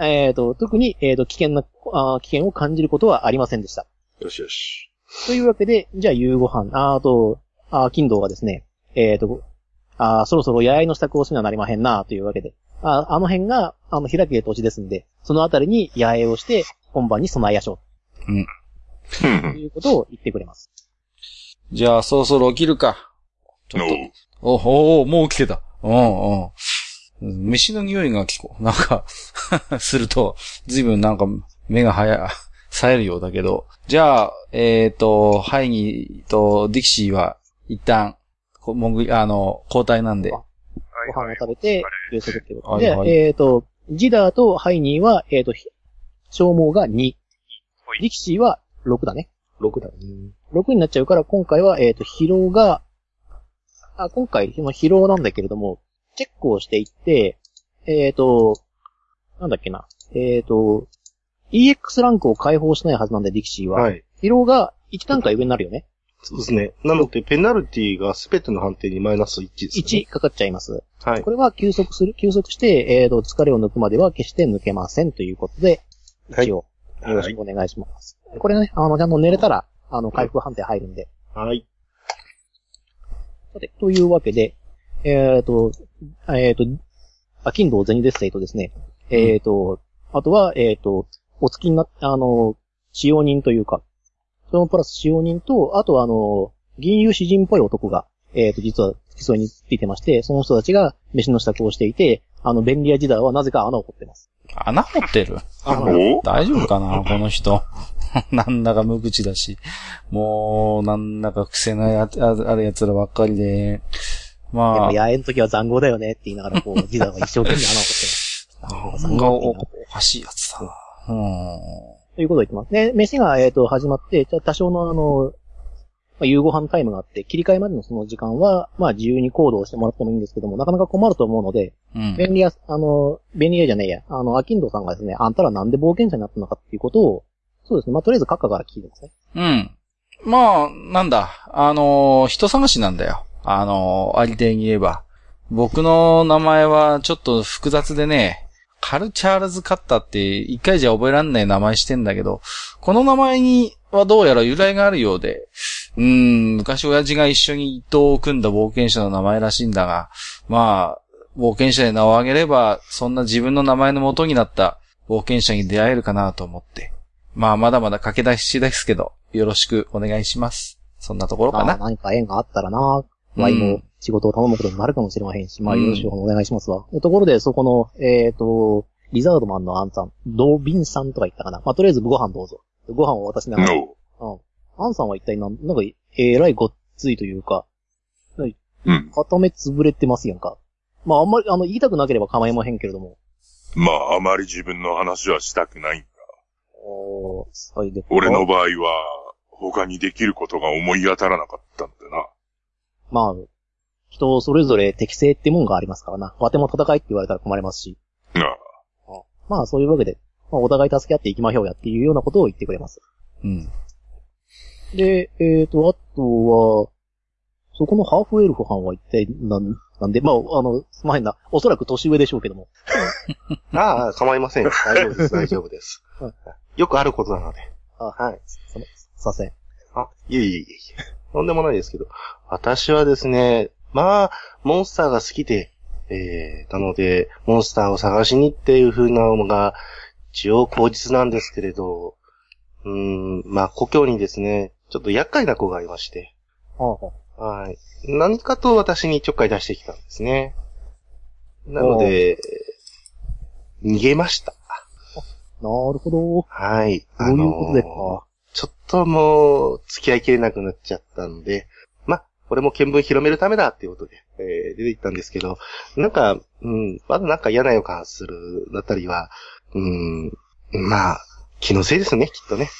Speaker 2: えっ、と、特に、えっ、と、危険な、あー危険を感じることはありませんでした。
Speaker 5: よしよし。
Speaker 2: というわけで、じゃあ夕ご飯、あーあと、あー金堂がですね、えっ、と、あーそろそろ八重の支度をしななりまへんな、というわけで。あーあの辺が、あの、開け土地ですんで、そのあたりに八重をして、本番に備えやしょ
Speaker 3: う
Speaker 2: う、と
Speaker 3: ん。
Speaker 2: いうことを言ってくれます。
Speaker 1: じゃあ、そろそろ起きるか。ちょっと
Speaker 3: おう
Speaker 1: お、おおもう起きてた。うん、うん。飯の匂いが聞こう。なんか、 すると、ずいぶんなんか、目が早、冴えるようだけど。じゃあ、えっ、と、ハイニーとディキシーは、一旦、こもぐ、あの、交代なんで。
Speaker 4: はい、
Speaker 2: ご飯を
Speaker 4: はい。
Speaker 2: 食べて、休息っていうことで、
Speaker 1: はいはい
Speaker 2: えっ、と、ジダーとハイニーは、えっ、と、ひ消耗が2
Speaker 4: ほい。
Speaker 2: 力士は6だね。
Speaker 5: 6だね。
Speaker 2: 6になっちゃうから、今回は、えっ、と、疲労が、あ、今回、その疲労なんだけれども、チェックをしていって、えっ、と、なんだっけな、えっ、と、EX ランクを解放しないはずなんで、ディキシーは。
Speaker 5: はい。
Speaker 2: 疲労が1段階上になるよね。
Speaker 5: そうですね。なので、ペナルティが全ての判定にマイナス1です、ね。
Speaker 2: 1かかっちゃいます。
Speaker 5: はい
Speaker 2: こ。れは休息する、休息して、えっ、と、疲れを抜くまでは決して抜けませんということで、
Speaker 5: はい
Speaker 2: 一応、よろしくお願いします。
Speaker 5: い
Speaker 2: これね、あの、ちゃんと寝れたら、あの、回復判定入るんで。
Speaker 5: はい。
Speaker 2: さて、というわけで、えっ、と、えっ、と、あ、金土銭ですとですね、えっ、と、あとは、えっ、と、お付きになっあの、使用人というか、そのプラス使用人と、あとはあの、銀融詩人っぽい男が、えっ、と、実は付き添いについてまして、その人たちが飯の支度をしていて、あの、便利屋時代はなぜか穴を掘ってます。
Speaker 1: 穴掘ってる
Speaker 5: あ
Speaker 3: おう
Speaker 1: 大丈夫かなこの人。 なんだか無口だし。もう、なんだか癖ないああある奴らばっかりで。
Speaker 2: やっ
Speaker 1: まあ
Speaker 2: ぱ、八重の時は残酷だよねって言いながら、こう、時代は一生懸命穴を掘ってます。
Speaker 1: なんかおおかしいやつだな。うん。
Speaker 2: ということを言ってます。で、飯が、えっ、と、始まって、じゃあ多少のあの、まあ、夕ご飯タイムがあって、切り替えまでのその時間は、まあ自由に行動してもらってもいいんですけども、なかなか困ると思うので、
Speaker 1: うん。
Speaker 2: 便利屋、あの、便利屋じゃねえや、あの、アキンドさんがですね、あんたらなんで冒険者になったのかっていうことを、そうですね、まあとりあえず閣下から聞いてますね。
Speaker 1: うん。まあ、なんだ。あのー人探しなんだよ。あのーありていに言えば。僕の名前はちょっと複雑でね、カルチャールズカッターって一回じゃ覚えらんない名前してんだけど、この名前にはどうやら由来があるようで、うーん、昔親父が一緒に伊藤を組んだ冒険者の名前らしいんだが、まあ、冒険者で名を挙げれば、そんな自分の名前の元になった冒険者に出会えるかなと思って。まあ、まだまだ駆け出しですけど、よろしくお願いします。そんなところか
Speaker 2: まあ
Speaker 1: な。
Speaker 2: 何か縁があったらな、ワイも仕事を頼むことになるかもしれまへんし、まあよろしくお願いしますわ。でところで、そこの、えっ、と、リザードマンのアンさん、ドビンさんとか言ったかな。まあ、とりあえずご飯どうぞ。ご飯を渡しながら。
Speaker 3: No.
Speaker 2: アンさんは一体なん、なんか、えらいごっついというか、
Speaker 3: うん。
Speaker 2: 片目潰れてますやんか。まあ、あんまり、あの、言いたくなければ構いまへんけれども。
Speaker 3: まあ、あまり自分の話はしたくない。
Speaker 2: おー、それで。
Speaker 3: 俺の。場合は、他にできることが思い当たらなかったんだな。
Speaker 2: まあ、人それぞれ適性ってもんがありますからな。わても戦いって言われたら困りますし。
Speaker 3: なあ。
Speaker 2: まあ、そういうわけで、まあ、お互い助け合っていきましょうやっていうようなことを言ってくれます。
Speaker 1: うん。
Speaker 2: で、えーと、あとは、そこのハーフエルフ班は一体なん、なんで、まあ、あの、すまへんな。おそらく年上でしょうけども。
Speaker 5: ああ、構いませんよ。大丈夫 です、大丈夫です
Speaker 2: うん。
Speaker 5: よくあることなので。
Speaker 2: あ
Speaker 5: はい。
Speaker 2: その、させん。
Speaker 5: あ、いえいえいえいえ。 とんでもないですけど。私はですね、まあ、モンスターが好きで、えー、なので、モンスターを探しにっていう風なのが、一応口実なんですけれど、うーん、まあ、故郷にですね、ちょっと厄介な子がいまして、
Speaker 2: はあは
Speaker 5: はい。何かと私にちょっかい出してきたんですね。なので、逃げました。
Speaker 2: あ、なるほど。
Speaker 5: はい。
Speaker 2: そういうことでか。
Speaker 5: あのーちょっともう、付き合いきれなくなっちゃったんで、ま、これも見聞広めるためだっていうことで、えー出て行ったんですけど、なんか、うん、まだなんか嫌な予感するあたりは、うん、まあ、気のせいですね、きっとね。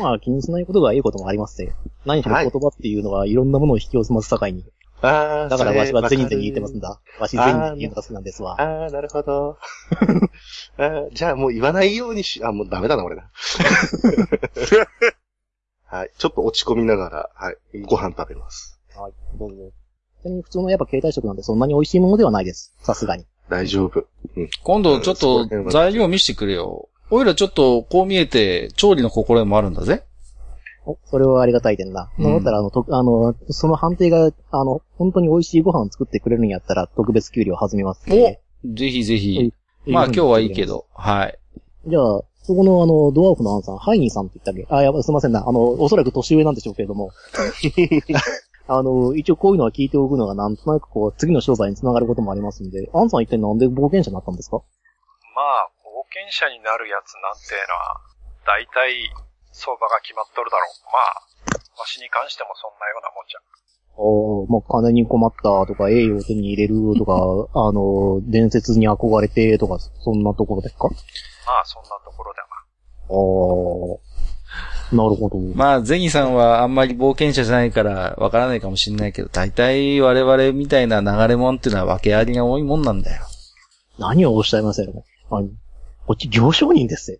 Speaker 2: まあ、気にしないことがいいこともありますね。何しろ
Speaker 5: はい
Speaker 2: 言葉っていうのはいろんなものを引き寄せます境に。
Speaker 5: ああ、
Speaker 2: だから
Speaker 5: それ
Speaker 2: わしはゼニゼニ言ってますん。
Speaker 5: わ
Speaker 2: だ。わしゼニっていうのが好きなんです
Speaker 5: か
Speaker 2: わ。
Speaker 5: るああ、なるほど。 あーじゃあもう言わないようにし、あ、もうダメだな、俺な。 はい。ちょっと落ち込みながら、はい。ご飯食べます。
Speaker 2: はい、どうぞ。ちなみに普通のやっぱ携帯食なんでそんなに美味しいものではないです。さすがに。
Speaker 5: 大丈夫。
Speaker 1: 今度ちょっ
Speaker 5: うんそこら辺
Speaker 1: と
Speaker 5: は
Speaker 1: 材料見せてくれよ。おいらちょっとこう見えて調理の心得もあるんだぜ。
Speaker 2: お、それはありがたい点だ。
Speaker 1: うん
Speaker 2: だったら、あの、と、あの、その判定が、あの、本当に美味しいご飯を作ってくれるんやったら、特別給料弾みます、
Speaker 1: おぜひぜひ。まあ今日はいいけ。ど。はい。
Speaker 2: じゃあ、そこの、あの、ドワーフのアンさん、ハイニーさんって言ったっけあ、やば、すいませんな。あの、おそらく年上なんでしょうけれども。あの、一応こういうのは聞いておくのが、なんとなくこう、次の商材につながることもありますんで、アンさん一体なんで冒険者になったんですか
Speaker 4: まあ、冒険者になるやつなんてのは、大体、相場が決まっとるだろう。まあ、わしに関してもそんなようなもんじゃ。
Speaker 2: ああ、まあ、金に困ったとか、栄養を手に入れるとか、あの、伝説に憧れてとか、そんなところですか
Speaker 4: まあ、そんなところだな。
Speaker 2: ああ、なるほど。
Speaker 1: まあゼニさんはあんまり冒険者じゃないからわからないかもしれないけど、大体我々みたいな流れもんっていうのは訳ありが多いもんなんだよ。
Speaker 2: 何をおっしゃいますよ、ね。あのこっち行商人ですよ。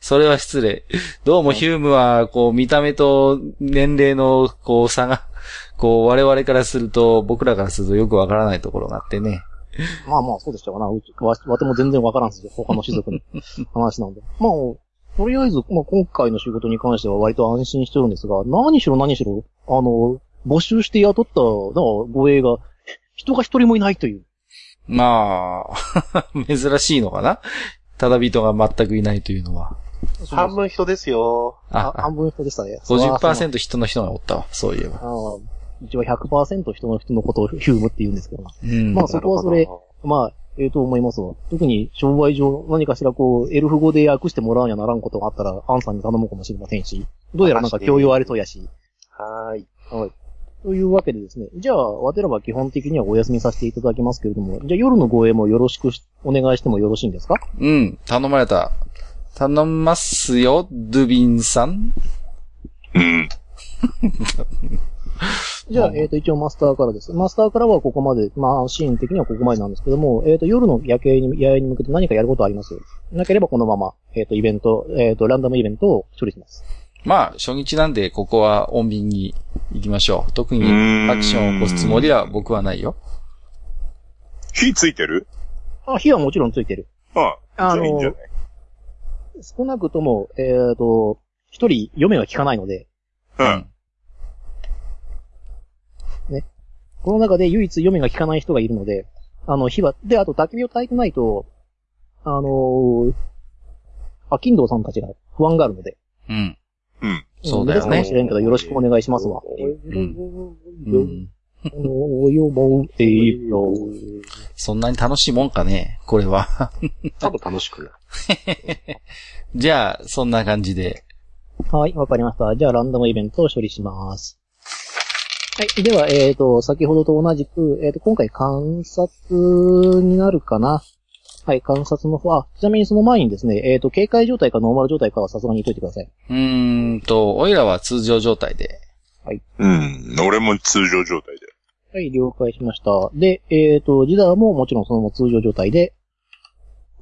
Speaker 1: それは失礼。どうもヒュームは、こう、見た目と年齢の、こう、差が、こう、我々からすると、僕らからするとよくわからないところがあってね。
Speaker 2: まあまあ、そうでしたかな。うちわ、わても全然わからんすよ。他の種族の 話なんで。まあ、とりあえず、まあ今回の仕事に関しては割と安心してるんですが、何しろ何しろ、あの、募集して雇った、だから、護衛が、人が一人もいないという。
Speaker 1: まあ、 珍しいのかなただ人が全くいないというのは。
Speaker 5: 半分人ですよ。
Speaker 2: あ
Speaker 1: あ、
Speaker 2: 半分人でしたね。
Speaker 1: 50%人の人がおったわ、そういえば。
Speaker 2: ああ一応100%人の人のことを ヒュームって言うんですけどな。
Speaker 1: うん。
Speaker 2: まあそこはそ
Speaker 5: な
Speaker 2: れ
Speaker 5: るほ
Speaker 2: まあ、ええと思いますわ。特に商売上何かしらこう、エルフ語で訳してもらうんやならんことがあったら、アンさんに頼むかもしれませんし、どうやらなんか教養ありそうやし。
Speaker 5: ど。はーい。
Speaker 2: というわけでですね。じゃあ、わてらは基本的にはお休みさせていただきますけれども、じゃあ夜の護衛もよろしくしお願いしてもよろしいんですか
Speaker 1: うん、頼まれた。頼ますよ、ドゥビンさん。
Speaker 3: うん。
Speaker 2: じゃあ
Speaker 1: う、ん
Speaker 2: えっ、と、一応マスターからです。マスターからはここまで、まあ、シーン的にはここまでなんですけども、えっ、と、夜の夜景に、野営に向けて何かやることはありますなければこのまま、えっ、と、イベント、えっ、と、ランダムイベントを処理します。
Speaker 1: まあ、初日なんで、ここは穏便に行きましょう。特に
Speaker 3: うーん
Speaker 1: アクションを起こすつもりは僕はないよ。
Speaker 3: 火ついてる
Speaker 2: あ、火はもちろんついてる。
Speaker 3: ああ。
Speaker 2: あ
Speaker 3: じゃあいいんじゃ
Speaker 2: の、
Speaker 3: ない
Speaker 2: 少なくとも、えっ、と、一人、嫁が聞かないので、
Speaker 3: う
Speaker 1: うん
Speaker 3: ん。
Speaker 2: この中で唯一嫁が聞かない人がいるので、あの、火は、で、あと焚き火を焚いてないと、あのー、あ、金堂さんたちが不安があるので、
Speaker 1: うん。
Speaker 3: うん。
Speaker 1: そうだよ
Speaker 2: うん皆さんかも
Speaker 1: ね
Speaker 2: し。れんけどよろしくお願いしますわ。っていう
Speaker 1: うん。うん。
Speaker 2: お呼ぼう、えいよ。
Speaker 1: そんなに楽しいもんかね、これは。
Speaker 5: 多分楽しくない。
Speaker 1: じゃあ、そんな感じで。
Speaker 2: はい、わかりました。じゃあ、ランダムイベントを処理します。はい。では、えっ、と、先ほどと同じく、えっ、と、今回観察になるかな。はい、観察の方、あ、ちなみにその前にですね、えっ、と、警戒状態かノーマル状態かはさすがに言っといてください。
Speaker 1: うーんと、オイラは通常状態で。
Speaker 3: うん。俺も通常状態で。
Speaker 2: はい、了解しました。で、えっ、と、ジダーももちろんそのまま通常状態で、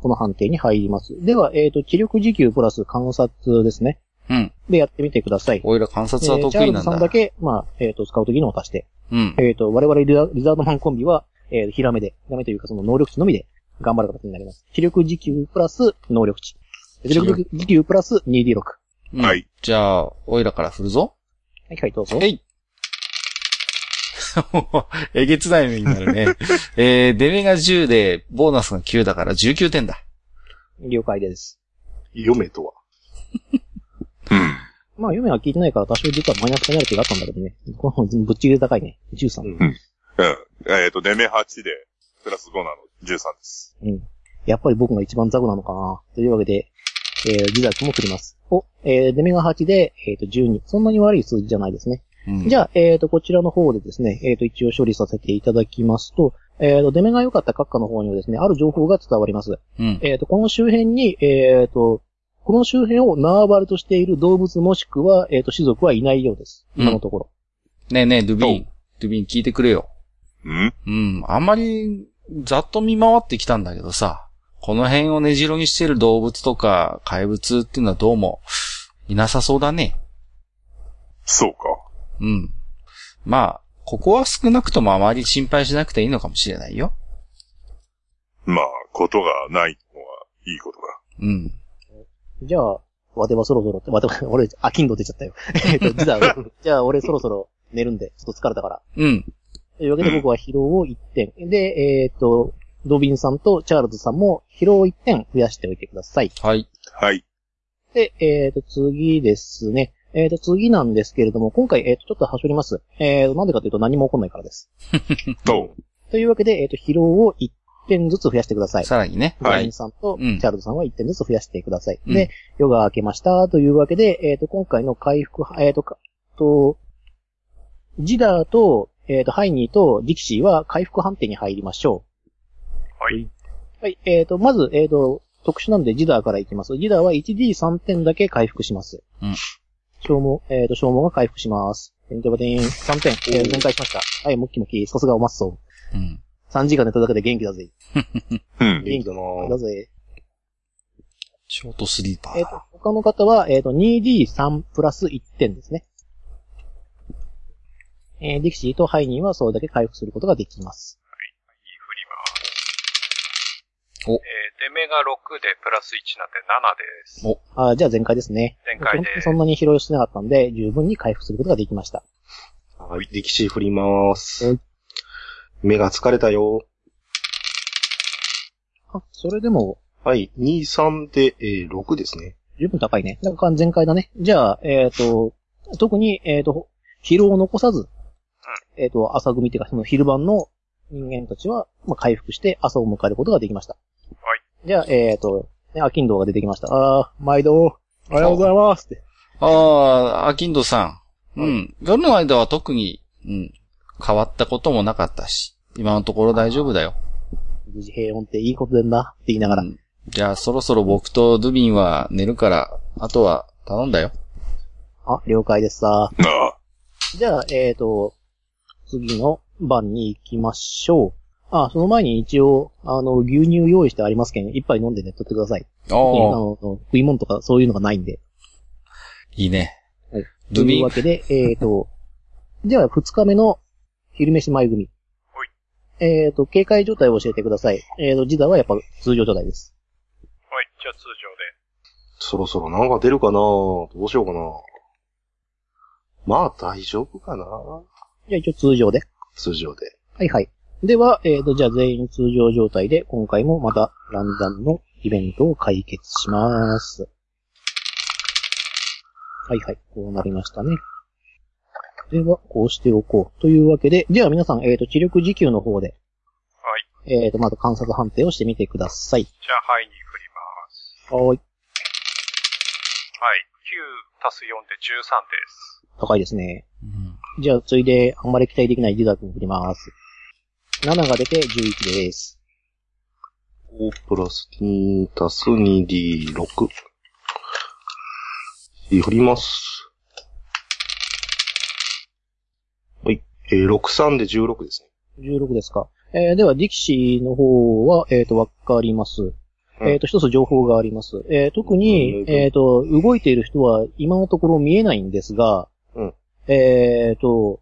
Speaker 2: この判定に入ります。では、えっ、と、知力時給プラス観察ですね。
Speaker 1: うん。
Speaker 2: で、やってみてください。
Speaker 1: オイラ観察は
Speaker 2: えー
Speaker 1: 得
Speaker 2: チャー
Speaker 1: 意
Speaker 2: ル
Speaker 1: な
Speaker 2: ズ
Speaker 1: んだ。
Speaker 2: さんだけ、まあ、えっ、と、使うときのを足して。
Speaker 1: うん。
Speaker 2: えっ、と、我々リザリザードマンコンビは、えー、ヒラメで、ヒラメというかその能力値のみで頑張る形になります。気力時給プラス能力値。気力時給プラス 2D6。は
Speaker 1: うん
Speaker 3: はい。
Speaker 1: じゃあ、オイラから振るぞ。
Speaker 2: い、はい、どうぞ。
Speaker 1: えい えげつない目になるね。 えー、出目が10で、ボーナスが9だから19点だ。
Speaker 2: 了解です。
Speaker 5: 嫁とは。
Speaker 3: うん。
Speaker 2: まあ、嫁は聞いてないから多少実はマイナスペナルティがあったんだけどね。このぶっちぎり高いね。13。
Speaker 3: うん。えっ、と、出目8で、プラス5なの、13です。
Speaker 2: うん。やっぱり僕が一番雑魚なのかな。というわけで、えー、自宅も振ります。お、えー、デメが8で、えっ、と、12。そんなに悪い数字じゃないですね。
Speaker 1: うん
Speaker 2: じゃあ、えー、と、こちらの方でですね、えー、と、一応処理させていただきますと、えー、と、出目が良かった閣下の方にはですね、ある情報が伝わります。
Speaker 1: うん。
Speaker 2: えー、と、この周辺に、えー、と、この周辺を縄張りとしている動物もしくは、えー、と、種族はいないようです。
Speaker 1: うん
Speaker 2: 今のところ。
Speaker 1: ねえねえ、ドゥビン。ドゥビン聞いてくれよ。
Speaker 3: うん
Speaker 1: うん。あんまり、ざっと見回ってきたんだけどさ、この辺を根城にしてる動物とか怪物っていうのはどうも、いなさそうだね。
Speaker 3: そうか。
Speaker 1: うん。まあ、ここは少なくともあまり心配しなくていいのかもしれないよ。
Speaker 3: まあ、ことがないのはいいことだ。
Speaker 1: うん。
Speaker 2: じゃあ、わてはそろそろって、わては、 俺、あ、金土出ちゃったよ。 えー、と、実は、 じゃあ、俺そろそろ寝るんで、ちょっと疲れたから。
Speaker 1: うん。
Speaker 2: というわけで
Speaker 3: うん
Speaker 2: 僕は疲労を1点。で、えっ、と、ドビンさんとチャールズさんも疲労を1点増やしておいてください。
Speaker 1: はい。
Speaker 3: はい。
Speaker 2: で、えっ、と、次ですね。えっ、と、次なんですけれども、今回、えっ、と、ちょっと端折ります。えっ、と、なんでかというと何も起こんないからです。
Speaker 3: ど
Speaker 2: というわけで、えっ、と、疲労を1点ずつ増やしてください。
Speaker 1: さらにね。
Speaker 2: ド
Speaker 3: はい
Speaker 2: ビンさんと
Speaker 1: う
Speaker 2: チ
Speaker 1: ん
Speaker 2: ャールズさんは1点ずつ増やしてください。
Speaker 1: うん
Speaker 2: で、夜が明けました。というわけで、えっ、と、今回の回復、えっ、と、かと、ジダーと、えっ、と、ハイニーとディキシーは回復判定に入りましょう。
Speaker 4: はい。
Speaker 2: はい、えっ、と、まず、えっ、と、特殊なんでジダーからいきます。ジダーは 1D3 点だけ回復します。
Speaker 1: うん
Speaker 2: 消耗、えっ、と、消耗が回復します。てんてばてん、3点、えー、全開しました。はい、もっきもき、さすがおまっそう。
Speaker 1: うん。
Speaker 2: 3時間寝ただけで元気だぜ。
Speaker 3: う。うん。
Speaker 2: 元気
Speaker 5: だなぁ
Speaker 2: だぜ。
Speaker 1: ショートスリーパー
Speaker 2: えっ、と、他の方は、えっ、と、2D3 プラス1点ですね。えー、ディキシーとハイニーはそれだけ回復することができます。
Speaker 4: 振ります。
Speaker 1: お
Speaker 4: えー、出目が6でプラス1なんで7です。
Speaker 1: お
Speaker 2: あーじゃあ全開ですね。
Speaker 4: 全開です
Speaker 2: そんなに疲労してなかったんで、十分に回復することができました。
Speaker 5: はい、力士振りまー
Speaker 2: は
Speaker 5: す
Speaker 2: い。
Speaker 5: 目が疲れたよ。
Speaker 2: あ、それでも、
Speaker 5: はい、2、3で、えー6ですね。
Speaker 2: 十分高いね。だから全開だね。じゃあ、えっ、と、特に、えっ、と、疲労を残さず、えっ、と、朝組っていうか、その昼晩の人間たちは、まあ、回復して朝を迎えることができました。はい。じゃあ、えっ、と、ね、アキンドウが出てきました。ああ、毎度、おはようございますって。
Speaker 1: ああ、アキンドさん。うん。夜の間は特に、うん。変わったこともなかったし、今のところ大丈夫だよ。
Speaker 2: 無事平穏っていいことでんな、って言いながら。
Speaker 1: うんじゃあ、そろそろ僕とドゥビンは寝るから、あとは頼んだよ。
Speaker 2: あ、了解ですさ。
Speaker 3: なあ。
Speaker 2: じゃあ、えっ、と、次の番に行きましょう。あ、その前に一応、あの、牛乳用意してありますけん、一杯飲んで寝とってください。あ
Speaker 1: ああ、
Speaker 2: の、食い物とかそういうのがないんで。
Speaker 1: いいね。
Speaker 2: はい
Speaker 1: ドゥ
Speaker 2: とい
Speaker 1: ビ
Speaker 2: う
Speaker 1: ン
Speaker 2: わ、けで、 えっ、と、では二日目の昼飯前組。。
Speaker 4: はい
Speaker 2: えっ、と、警戒状態を教えてください。えっ、と、ジダはやっぱ通常状態です。
Speaker 4: はい、じゃあ通常で。
Speaker 5: そろそろなんか出るかなどうしようかなまあ大丈夫かな
Speaker 2: じゃあ一応通常で。
Speaker 5: 通常で。
Speaker 2: はいはい。では、えっ、と、じゃあ全員通常状態で、今回もまたランダムのイベントを解決します。はいはい。こうなりましたね。では、こうしておこう。というわけで、では皆さん、えっ、と、知力時給の方で、
Speaker 4: はい。
Speaker 2: えっ、と、まず観察判定をしてみてください。
Speaker 4: じゃあ、はいに振ります。
Speaker 2: はい。
Speaker 4: はい。9足す4で13です。
Speaker 2: 高いですね。じゃあ、ついで、あんまり期待できないギザ君振ります。7が出て11です。
Speaker 5: 5プラス2足す 2D6。振ります。はい。えー、63で16ですね。
Speaker 2: 16ですか。えーでは、ディキシーの方は、えっ、と、わかります。
Speaker 5: うん
Speaker 2: えっ、と、一つ情報があります。えー特に
Speaker 5: う、ん
Speaker 2: えっ、と、動いている人は今のところ見えないんですが、
Speaker 5: うん
Speaker 2: えっ、と、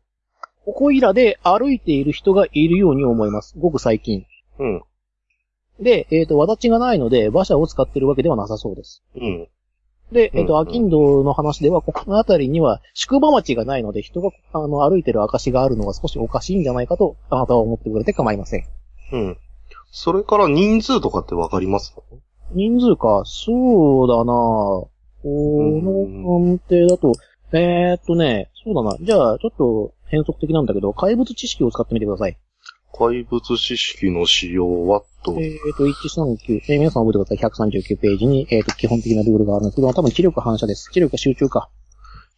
Speaker 2: ここいらで歩いている人がいるように思います。ごく最近。
Speaker 5: うん。
Speaker 2: で、えっ、と、わだちがないので、馬車を使ってるわけではなさそうです。
Speaker 5: うん。
Speaker 2: で、えっ、
Speaker 5: うん
Speaker 2: と、
Speaker 5: う
Speaker 2: ア
Speaker 5: ん
Speaker 2: キンドの話では、ここの辺りには宿場町がないので、人が、あの、歩いてる証があるのが少しおかしいんじゃないかと、あなたは思ってくれて構いません。
Speaker 5: うん。それから人数とかってわかります
Speaker 2: 人数か、そうだなこの判定だと、えーっとね、そうだな。じゃあ、ちょっと変則的なんだけど、怪物知識を使ってみてください。
Speaker 5: 怪物知識の使用は
Speaker 2: え
Speaker 5: と、
Speaker 2: ーっと、139、えー皆さん覚えてください。139ページに、えーっと、基本的なルールがあるんですけど、多分知力反射です。知力集中か。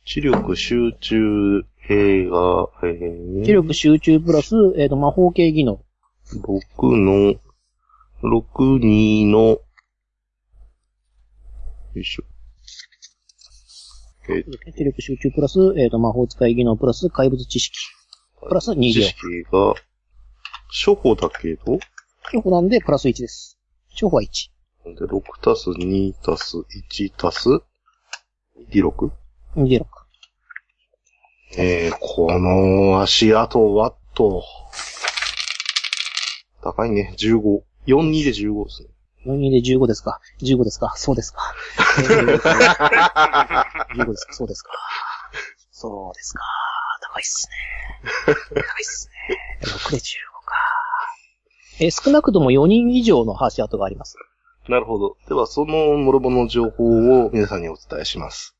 Speaker 5: 知力集中兵が、えー、
Speaker 2: 知力集中プラス、えーっと、魔法系技能。
Speaker 5: 6の、6、2の、よいしょ。え
Speaker 2: 知力集中プラス、えーっと、魔法使い技能プラス怪物知識。プラス2
Speaker 5: 知
Speaker 2: 行。
Speaker 5: 識が、初歩だけど、
Speaker 2: 初歩なんで、プラス1です。初歩は1。
Speaker 5: で、6たす2たす1たす D6?
Speaker 2: 26。
Speaker 5: えー、この足跡はと、高いね、15。42で15ですね。
Speaker 2: 42で15ですか ?15 ですかそうですか。 えー15ですかそうですか。そうですか。高いっすね。高いっすね。6で15か。えー少なくとも4人以上の橋跡があります。
Speaker 5: なるほど。では、その諸々の情報を皆さんにお伝えします。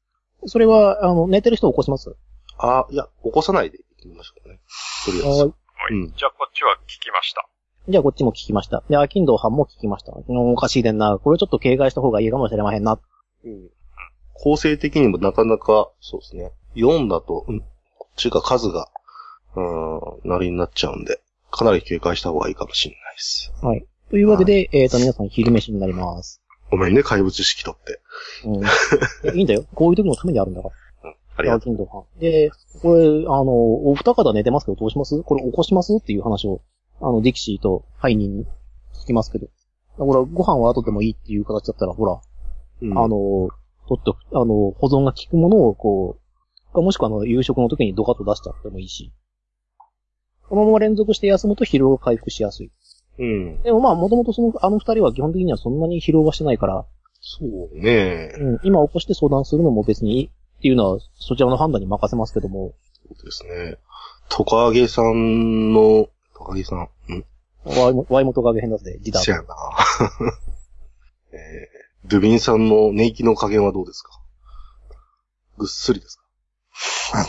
Speaker 2: それは、あの、寝てる人を起こします。
Speaker 5: あ、いや、起こさないで行きましょうかね。とりあえず。
Speaker 4: はい。
Speaker 5: うん
Speaker 4: じゃあ、こっちは聞きました。
Speaker 2: じゃあこっちも聞きました。で、アキンドウハンも聞きました。うんおかしいでんな。これちょっと警戒した方がいいかもしれまへんな。
Speaker 5: 構成的にもなかなか、そうですね。4だと、うん、こっちが数が、うーん、なりになっちゃうんで、かなり警戒した方がいいかもしれないです。
Speaker 2: はい。というわけで、えっ、と、皆さん昼飯になります。
Speaker 5: ごめんね、怪物知識取って。
Speaker 2: うん。いやいいんだ よ。こういう時のためにあるんだから。
Speaker 5: ありがと
Speaker 2: キンドさん。で、これ、あの、お二方寝てますけどどうしますこれ起こしますっていう話を、あの、ディキシーとハイニーに聞きますけど。ほら、ご飯は後でもいいっていう形だったら、ほら、
Speaker 5: う。うん
Speaker 2: あの、取っとく、あの、保存が効くものをこう、もしくはあの、夕食の時にドカッと出しちゃってもいいし。このまま連続して休むと疲労が回復しやすい。
Speaker 5: うん。
Speaker 2: でもまあ、もともとその、あの二人は基本的にはそんなに疲労はしてないから、
Speaker 5: そうね。
Speaker 2: うん、今起こして相談するのも別にいいっていうのは、そちらの判断に任せますけども、
Speaker 5: そうですね。トカゲさんの、トカゲさん、うん
Speaker 2: ワイモ、ワイモトカゲ編だぜ、ギタ
Speaker 5: せ
Speaker 2: ー。
Speaker 5: やな。 えー、ドゥビンさんの寝息の加減はどうですかぐっすりですか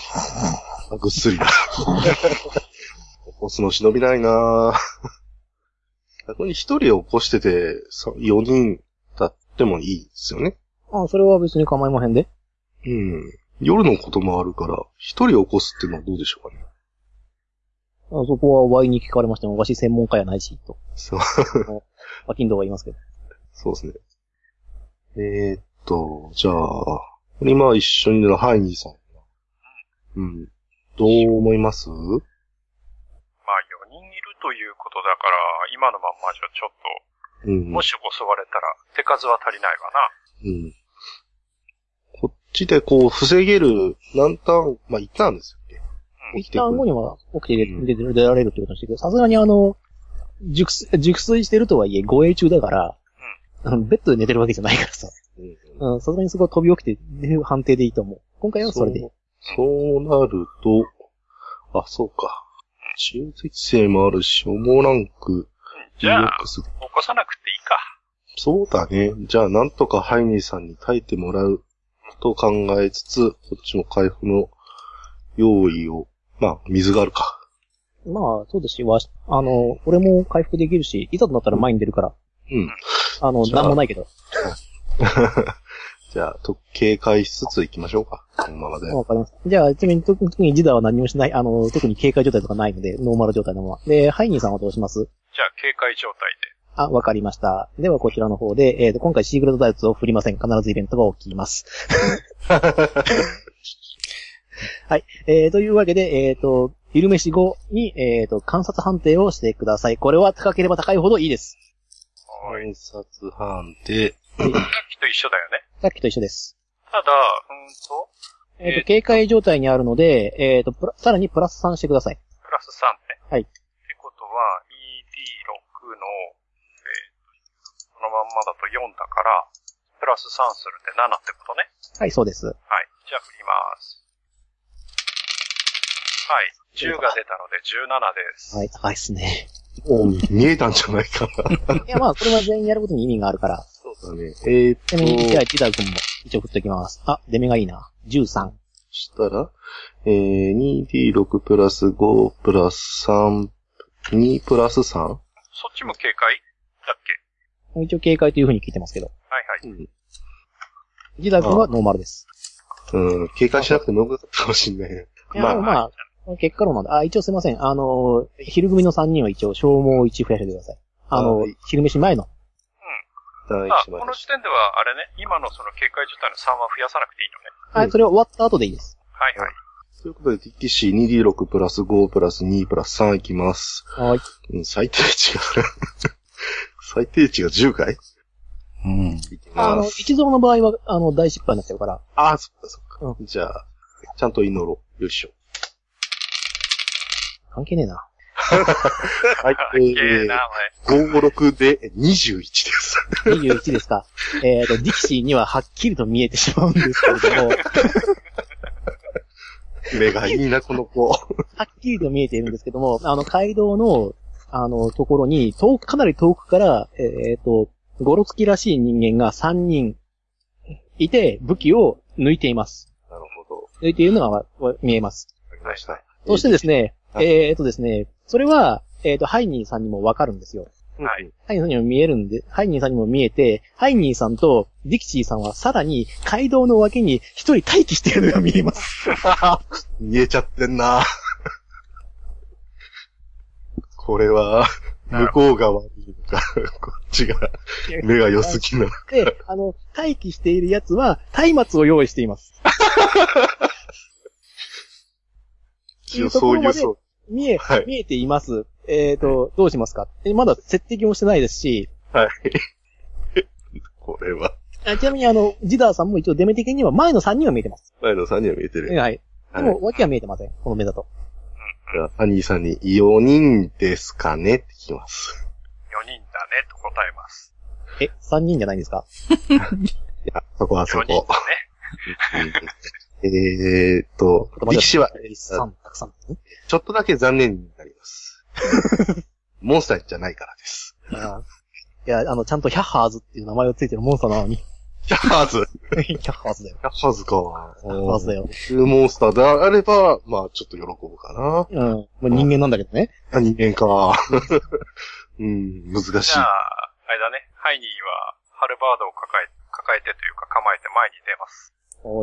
Speaker 5: あぐっすりだ。 起こすの忍びないな逆に一人起こしてて、さ四人だってもいいですよね。
Speaker 2: あ、それは別に構いまへんで。
Speaker 5: うん。夜のこともあるから、一人起こすっていうのはどうでしょうかね。
Speaker 2: あそこはワイに聞かれましても、わし専門家やないし、と。
Speaker 5: そう
Speaker 2: アキンドが言いますけど。
Speaker 5: そうですね。えーっと、じゃあ、今一緒にいるのはハイニーさん。うん。どう思います
Speaker 4: まあ、4人いるということだから、今のまんまじゃちょっ
Speaker 5: うん
Speaker 4: と、もし襲われたら、手数は足りないわな。
Speaker 5: うん。こっちでこう、防げる、何ターン、まあ、一ターンですよね。
Speaker 2: 一旦後には起きて
Speaker 5: うん
Speaker 2: 出て出られるということにしてるけど、さすがにあの、熟睡、熟睡してるとはいえ、護衛中だから、あのベッドで寝てるわけじゃないからさ。
Speaker 5: うん
Speaker 2: うん、さすがにそこは飛び起きて、判定でいいと思う。今回はそれでいい。
Speaker 5: そうなると、あ、そうか。中絶性もあるし、オモランク、
Speaker 4: じゃあ、
Speaker 5: DX
Speaker 4: 起こさなくていいか。
Speaker 5: そうだね。じゃあ、なんとかハイニーさんに耐えてもらうことを考えつつ、こっちも回復の用意を、まあ、水があるか。
Speaker 2: まあ、そうですし、わし、あの、俺も回復できるし、いざとなったら前に出るから。
Speaker 5: うん。
Speaker 2: あの、
Speaker 5: じゃあ
Speaker 2: なんもないけど。
Speaker 5: じゃあ、特警戒しつつ行きましょうか。このままで。
Speaker 2: わかります。じゃあ、ちなみに特特にジダは何もしない、あの、特に警戒状態とかないので、ノーマル状態のまま。で、ハイニーさんはどうします
Speaker 4: じゃあ、警戒状態で。
Speaker 2: あ、わかりました。では、こちらの方で、えっ、と、今回シークレットダイツを振りません。必ずイベントが起きます。はい。えー、というわけで、えっ、と、昼飯後に、えっ、と、観察判定をしてください。これは高ければ高いほどいいです。
Speaker 4: はい。
Speaker 5: 印刷判定。
Speaker 4: さっきと一緒だよね。
Speaker 2: さっきと一緒です。
Speaker 4: ただ、うーんと、
Speaker 2: えっ、
Speaker 4: えー
Speaker 2: と、警戒状態にあるので、えっ、とプラ、さらにプラス3してください。
Speaker 4: プラス3ね。
Speaker 2: はい
Speaker 4: ってことは、2D6 の、えーこのまんまだと4だから、プラス3するって7ってことね。
Speaker 2: はい、そうです。
Speaker 4: はい。じゃあ振ります。はい。10が出たので17です。
Speaker 2: はい、高いですね。
Speaker 5: お見えたんじゃないかな。
Speaker 2: いや、まあ、これは全員やることに意味があるから。
Speaker 5: そうだね。えー、っ
Speaker 2: ちなみに、じゃあ、
Speaker 5: と、
Speaker 2: ジダ君も一応振っときます。あ、出目がいいな。13。
Speaker 5: したら、えー、2D6 プラス5プラス3、2プラス 3?
Speaker 4: そっちも警戒だっけ
Speaker 2: 一応警戒という風に聞いてますけど。
Speaker 4: はいはい。
Speaker 2: ジダ君はノーマルです。
Speaker 5: うん、警戒しなくてもよかったかもしんないね。
Speaker 2: いや、まあ、まあ、結果論なんで。あ、一応すいません。あの、昼組の3人は一応消耗を1増やしてください。あの、
Speaker 5: はい
Speaker 2: 昼飯前の。
Speaker 5: 期
Speaker 4: あ、
Speaker 5: し
Speaker 4: こ
Speaker 5: ま
Speaker 4: の
Speaker 5: し
Speaker 4: 時点では、あれね、今のその警戒状態の3は増やさなくていいのね。
Speaker 2: は
Speaker 5: う
Speaker 2: い、
Speaker 5: ん
Speaker 2: それは終わった後でいいです。
Speaker 4: はいはい。
Speaker 5: た。ということで、ティッキッシー 2D6 プラス5プラス2プラス3いきます。
Speaker 2: はい。
Speaker 5: うん、最低値が、最低値が10回
Speaker 1: うん。
Speaker 5: いき
Speaker 2: あ
Speaker 5: ま
Speaker 2: の、
Speaker 5: す。
Speaker 2: 一蔵の場合は、あの、大失敗になっちゃうから。
Speaker 5: ああ、そっかそっ
Speaker 2: う
Speaker 5: か。じゃあ、ちゃんと祈ろう。よいしょ。
Speaker 2: 関係ねえ な。
Speaker 5: はい
Speaker 4: あ、
Speaker 5: え
Speaker 4: いけー
Speaker 5: ー
Speaker 4: な、
Speaker 5: 556で21です。
Speaker 2: 21ですか。えっと、ディキシーにははっきりと見えてしまうんですけれども、
Speaker 5: 目がいいな、この子。
Speaker 2: はっきりと見えているんですけども、あの、街道の、あの、ところに、遠く、かなり遠くから、えっ、と、ゴロつきらしい人間が3人いて、武器を抜いています。
Speaker 5: なるほど。
Speaker 2: 抜いているのがわわ見えます。
Speaker 5: わかりました。
Speaker 2: そしてですね、
Speaker 5: はい
Speaker 2: えっ、とですね、それは、えっ、と、ハイニーさんにもわかるんですよ。
Speaker 5: うん、
Speaker 4: はい
Speaker 5: うん。
Speaker 2: ハイニーさんにも見えるんで、ハイニーさんにも見えて、ハイニーさんとディキシーさんはさらに街道の脇に一人待機している のが見えます。
Speaker 5: 見えちゃってんな。これは、
Speaker 4: なる
Speaker 5: 向こうが悪いのか、こっちが、目が良すぎなのか。
Speaker 2: で、あの、待機しているやつは、松明を用意しています。
Speaker 5: 一応そういうそう。
Speaker 2: 見え、
Speaker 5: はい
Speaker 2: 見えています。えっ、と、どうしますかえまだ設定もしてないですし、
Speaker 5: はい。これは、
Speaker 2: あちなみにあの、ジダーさんも一応デメ的には前の3人は見えてます。
Speaker 5: 前野さんには見えてる。
Speaker 2: はい。で
Speaker 5: はい
Speaker 2: も、脇は見えてません。この目だと。
Speaker 5: ハニーさんに、4人ですかねって聞きます。
Speaker 4: 4人だね、と答えます。
Speaker 2: え、3人じゃないんですか
Speaker 5: いや、そこはそ
Speaker 4: 4人
Speaker 5: こ。
Speaker 4: だね。
Speaker 5: えーっと、力士は、
Speaker 2: ?3、たくさん。
Speaker 5: ちょっとだけ残念になります。モンスターじゃないからです。
Speaker 2: あいや、あの、ちゃんとヒャッハーズっていう名前をついてるモンスターなの に。
Speaker 5: キャハーズ。
Speaker 2: ヒャッハーズだよ。
Speaker 5: キャハーズか。
Speaker 2: ヒャッハーズだよ。
Speaker 5: モンスターであれば、まあ、ちょっと喜ぶかな。
Speaker 2: うん。もう人間なんだけどね。
Speaker 5: あ、人間か。うん、難し
Speaker 4: じ
Speaker 5: い
Speaker 4: ゃ。あ、あれだね。ハイニーは、ハルバードを抱え、抱えてというか構えて前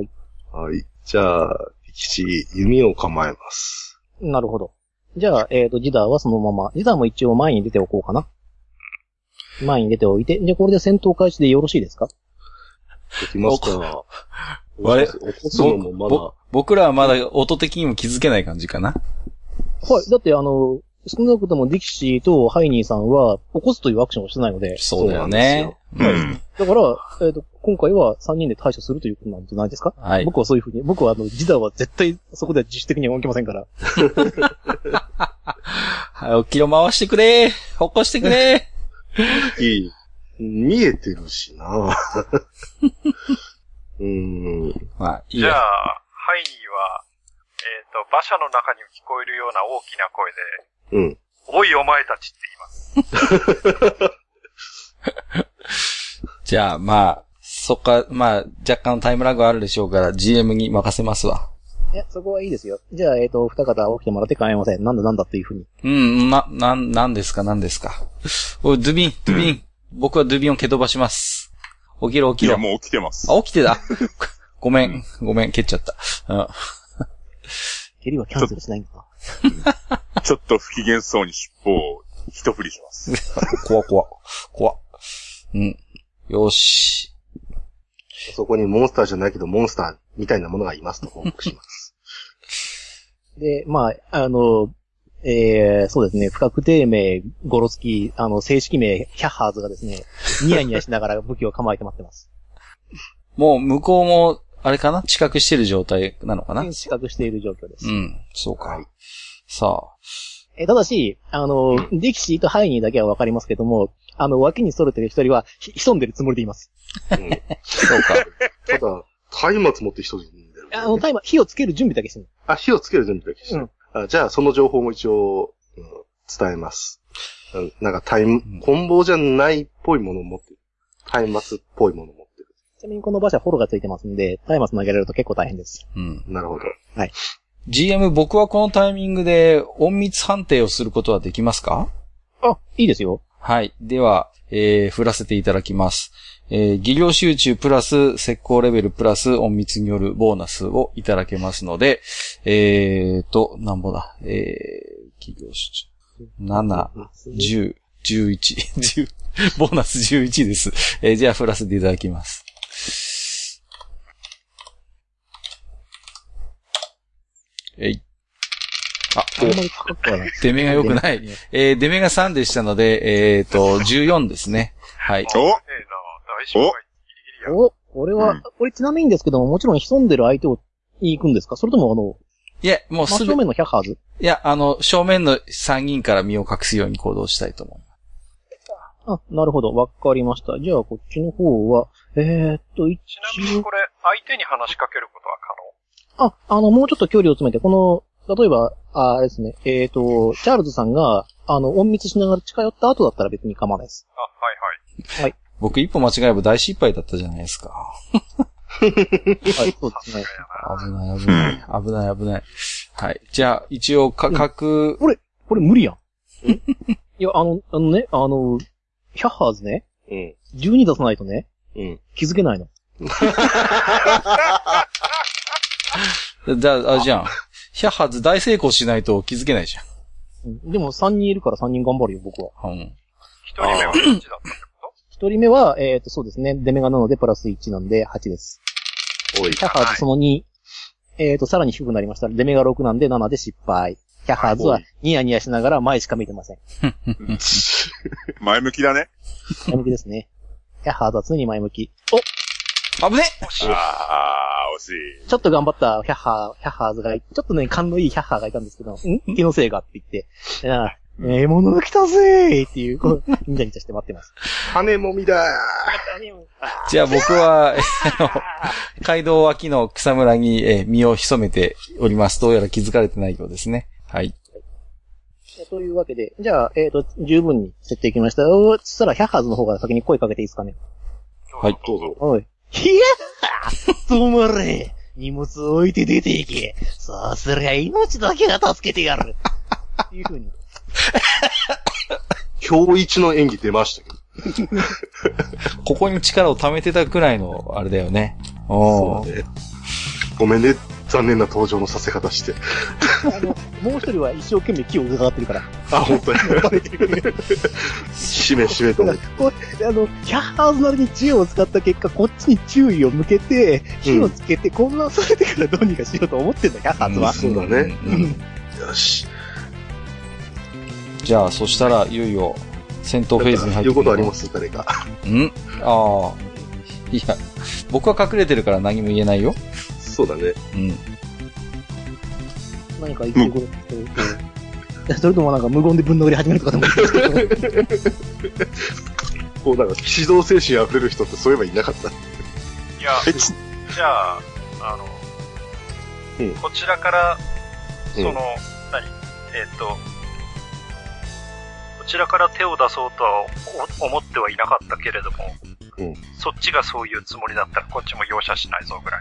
Speaker 4: に出ます。
Speaker 2: はい。
Speaker 5: はい。じゃあ、力士、弓を構えます。
Speaker 2: なるほど。じゃあ、えっ、と、ジダーはそのまま。ジダーも一応前に出ておこうかな。前に出ておいて。じゃあ、これで戦闘開始でよろしいですか
Speaker 5: できますか
Speaker 1: あれ
Speaker 5: 起こすのもまだ
Speaker 1: ぼ。僕らはまだ音的にも気づけない感じかな。
Speaker 2: はい。だって、あの、少なくともディキシーとハイニーさんは起こすというアクションをしてないので、
Speaker 1: そうだよね。
Speaker 3: う
Speaker 1: うん
Speaker 3: ん。
Speaker 2: だから、えっ、と、今回は3人で対処するということなんじゃないですか
Speaker 1: はい。
Speaker 2: 僕はそういうふうに、僕はあの、ジダーは絶対そこでは自主的には動きませんから。
Speaker 1: はい、おキロ回してくれ起こしてくれ
Speaker 5: いい見えてるしな うーん。
Speaker 1: まあ、いい
Speaker 4: じゃ
Speaker 1: や。
Speaker 4: あ、ハイニーは、えっ、と、馬車の中に聞こえるような大きな声で、
Speaker 5: うん。
Speaker 4: おいお前たちって言います。
Speaker 1: じゃあ、まあ、そっか、まあ、若干タイムラグあるでしょうから、GM に任せますわ。
Speaker 2: いや、そこはいいですよ。じゃあ、えっ、と、お二方起きてもらって構いません。なんだなんだっていうふうに。
Speaker 1: うん、な、なん、なんですか、なんですか。おい、ドゥビン、ドゥビン。僕はドゥビンを蹴飛ばします。起きろ、
Speaker 3: い
Speaker 1: 起きろ
Speaker 3: や、。もう起きてます。
Speaker 1: あ、起きてた。 ごめん、ごめん、蹴っちゃった。うん
Speaker 2: 蹴りはキャンセルしないんだな。
Speaker 3: ちょっと不機嫌そうに尻尾を一振りします。
Speaker 1: 怖怖怖うん。よし。
Speaker 5: そこにモンスターじゃないけど、モンスターみたいなものがいますと報告します。
Speaker 2: で、まあ、あの、えー、そうですね、不確定名、ゴロツキ、あの、正式名、キャッハーズがですね、ニヤニヤしながら武器を構えて待ってます。
Speaker 1: もう、向こうも、あれかな知覚してる状態なのかなう
Speaker 2: 資格している状況です。
Speaker 1: ん、そうか。さ
Speaker 2: えただし、あの、ディキシーとハイニーだけはわかりますけども、あの、脇にそれてる一人は、ひ潜んでるつもりでいます。
Speaker 5: うん、そうか。ただ、松明持って一人でんだよね、
Speaker 2: あの、タイマー、火をつける準備だけしてる。
Speaker 5: あ、火をつける準備だけしてる、あじゃあ、その情報も一応、うん伝えます。うんなんか、タイム
Speaker 1: ん、
Speaker 5: 棍棒じゃないっぽいものを持ってる。松明っぽいものを持ってる。
Speaker 2: ちなみにこの馬車フォローがついてますんで、タイマー投げられると結構大変です。
Speaker 1: あ、うん。
Speaker 5: なるほど。
Speaker 1: GM、僕はこのタイミングで、隠密判定をすることはできますか
Speaker 2: あ、いいですよ。
Speaker 1: はい。では、えー、振らせていただきます。えー、技量集中プラス、石膏レベルプラス、隠密によるボーナスをいただけますので、えーと、なんぼだ、えー、技量集中。7、10、11、10、ボーナス11です。えーじゃあ振らせていただきます。えい。あ、
Speaker 2: あんまり高くはない。
Speaker 1: 出目が良くない。 えー、出目が3でしたので、えっ、と、14ですね。はい。
Speaker 4: ええ
Speaker 3: お
Speaker 4: な、大失敗。ギリギリや。
Speaker 2: お、俺は、これちなみにですけども、もちろん潜んでる相手を、に行くんですかそれともあの、
Speaker 1: いや、もう
Speaker 2: 真
Speaker 1: すぐ、
Speaker 2: 正
Speaker 1: い
Speaker 2: 面の100ハーズ
Speaker 1: や、あの、正面の3人から身を隠すように行動したいと思う。
Speaker 2: あ、なるほど。わかりました。じゃあ、こっちの方は、えー、っと、一
Speaker 4: ちなみにこれ、相手に話しかけることは可能
Speaker 2: あ、あの、もうちょっと距離を詰めて、この、例えば、ああれですね、えー、っと、チャールズさんが、あの、隠密しながら近寄った後だったら別に構わないです。
Speaker 4: あ、はいはい。
Speaker 1: 僕一歩間違えれば大失敗だったじゃないですか。
Speaker 2: はい、そうですね。
Speaker 1: 危ない、危ない、危ない、危ない。はい。じゃあ、一応、か、角、
Speaker 2: これ無理やん。 いや、あの、あのね、あの、100ハーズね、
Speaker 5: うん。
Speaker 2: 12出さないとね、
Speaker 5: うん。
Speaker 2: 気づけないの。
Speaker 1: じゃあ、あじゃあ、ヒャッハーズ大成功しないと気づけないじ
Speaker 2: うんでも、3人いるから3人頑張るよ、僕は。
Speaker 1: ゃん。うん。
Speaker 4: 一人目は1だったってこと
Speaker 2: 1人目は、えー、っと、そうですね、デメガなので、プラス1なんで、8です。
Speaker 5: おい。
Speaker 2: キャハーズその2、えーと、さらに低くなりました。デメが6なんで7で失敗。キャハーズはニヤニヤしながら前しか見てません。
Speaker 3: 前向きだね。
Speaker 2: 前向きですね。キャハーズは常に前向き。
Speaker 1: 危ね
Speaker 3: あー、惜しい。
Speaker 2: ちょっと頑張ったキャハー、キャハーズが、ちょっとね、勘のいいキャハーがいたんですけど、ん気のせいがって言って、なあええものが来たぜーっていう、こう、ニヤニヤして待ってます。
Speaker 5: 羽もみだ
Speaker 1: じゃあ僕は、 えあの、街道脇の草むらに、えー身を潜めております。どうやら気づかれてないようですね。はい。
Speaker 2: えというわけで、じゃあ、えーと、十分に設定きました。そしたら、キャハーズの方から先に声かけていいですかね。
Speaker 1: はい。
Speaker 3: どうぞ。
Speaker 2: おい。ひやー止まれ荷物を置いて出ていけそうすりゃ命だけは助けてやるっていう風に。
Speaker 5: 今日一の演技出ましたけど。
Speaker 1: ここに力を貯めてたくらいの、あれだよね。おー
Speaker 5: ね。ごめんね。残念な登場のさせ方して。
Speaker 2: あの、もう一人は一生懸命気を伺ってるから。
Speaker 5: あ、本 当に。しめしめと思って。
Speaker 2: こうあの、キャッハーズなりに知恵を使った結果、こっちに注意を向けて、火をつけて混乱されてからどうにかしようと思ってんだ、キャッハーズは。
Speaker 5: そうだね
Speaker 1: んうん
Speaker 5: よし。
Speaker 1: じゃあ、そしたら、いよいよ、戦闘フェーズに入って。
Speaker 5: 言うことありますす誰か。
Speaker 1: んああ。いや、僕は隠れてるから何も言えないよ。
Speaker 5: そうだね。
Speaker 1: うん。
Speaker 2: 何か言ってること えそれともなんか無言でぶん殴り始めるとかでもいいですけど。
Speaker 5: こう、なんか、指導精神溢れる人ってそういえばいなかった。
Speaker 4: い や、
Speaker 5: え、ち、
Speaker 4: じゃあ、あの、
Speaker 5: うん
Speaker 4: こちらから、その、
Speaker 5: うん
Speaker 4: 何えーっ、と、こちらから手を出そうとはお思ってはいなかったけれども、
Speaker 5: うん
Speaker 4: そっちがそういうつもりだったらこっちも容赦しないぞぐらい。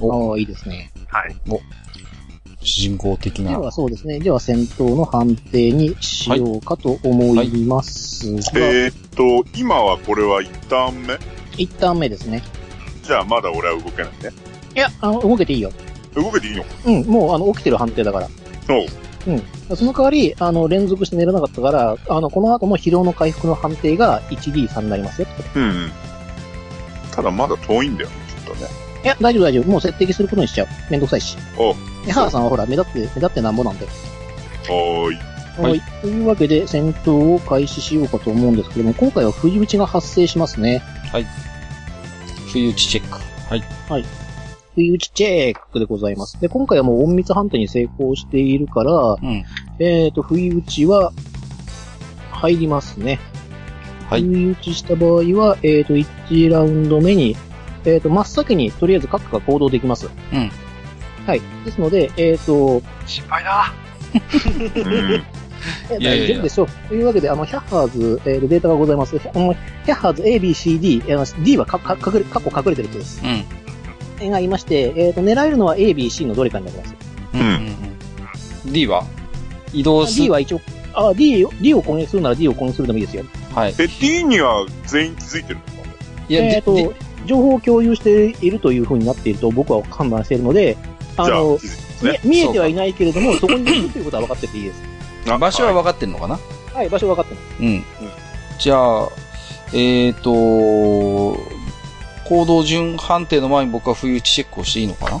Speaker 1: お
Speaker 2: ああ、いいですね。
Speaker 4: はい。
Speaker 1: 主人公的
Speaker 2: で
Speaker 1: な。
Speaker 2: はそうですね。では戦闘の判定にしようかと思いますが、
Speaker 3: えーっと、今はこれは一旦目
Speaker 2: 一旦目ですね。
Speaker 3: じゃあまだ俺は動けないね。
Speaker 2: いや、あの、動けていいよ。
Speaker 3: 動けていいの
Speaker 2: うん、もうあの、起きてる判定だから。
Speaker 3: おう
Speaker 2: うん。その代わり、あの、連続して寝れなかったから、あの、この後も疲労の回復の判定が 1D3 になりますよ。
Speaker 3: うんうん。ただまだ遠いんだよね、きっとね。
Speaker 2: いや、大丈夫大丈夫。もう設定することにしちゃう。めんどくさいし。
Speaker 3: おう
Speaker 2: で、ハーさんはほら、目立って、目立ってなんぼなんで。
Speaker 3: おーい。
Speaker 1: はい
Speaker 2: はい。というわけで、戦闘を開始しようかと思うんですけども、今回は冬打ちが発生しますね。
Speaker 1: 冬打ちチェック。はい。
Speaker 2: 冬打ちチェックでございます。で、今回はもう隠密判定に成功しているから、
Speaker 1: うん。
Speaker 2: えーと、不意打ちは、入りますね。
Speaker 1: はい
Speaker 2: 不意打ちした場合は、えーと、1ラウンド目に、えーと、真っ先に、とりあえず各が行動できます。
Speaker 1: うん
Speaker 2: はい。ですので、えーと、
Speaker 4: 心配だ。
Speaker 3: うん。
Speaker 2: え
Speaker 1: いやいやいや
Speaker 2: 大丈夫でしょう。というわけで、あの、ヒャッハーズ、えーと、データがございます。あの、ヒャッハーズ A, B, C, D、あの D はか、か、隠れ、過去隠れてる人です。
Speaker 1: うん。
Speaker 2: がいまして、えーと、狙えるのは A, B, C のどれかになります。
Speaker 1: う
Speaker 3: うんん
Speaker 1: うん。D は移動す
Speaker 2: D
Speaker 1: る。
Speaker 2: は一応、あ、D を、D を攻撃するなら D を攻撃するでもいいですよ。
Speaker 1: はい。
Speaker 3: え、D には全員気づいてるのか
Speaker 1: いや、
Speaker 2: え
Speaker 1: D-
Speaker 2: っ、と、情報を共有しているというふうになっていると僕は判断しているので、あ
Speaker 3: じゃあ、気
Speaker 2: の、
Speaker 3: づいてる
Speaker 2: 見
Speaker 3: ね。
Speaker 2: 見えてはいないけれども、そこにいるということは分かってていいです。
Speaker 1: D
Speaker 3: あ
Speaker 1: 場所は分かってんのかな
Speaker 2: はい、場所分かってます。
Speaker 1: うん。じゃあ、えっ、と、行動順判定の前に僕は冬打ちチェックをしていいのかな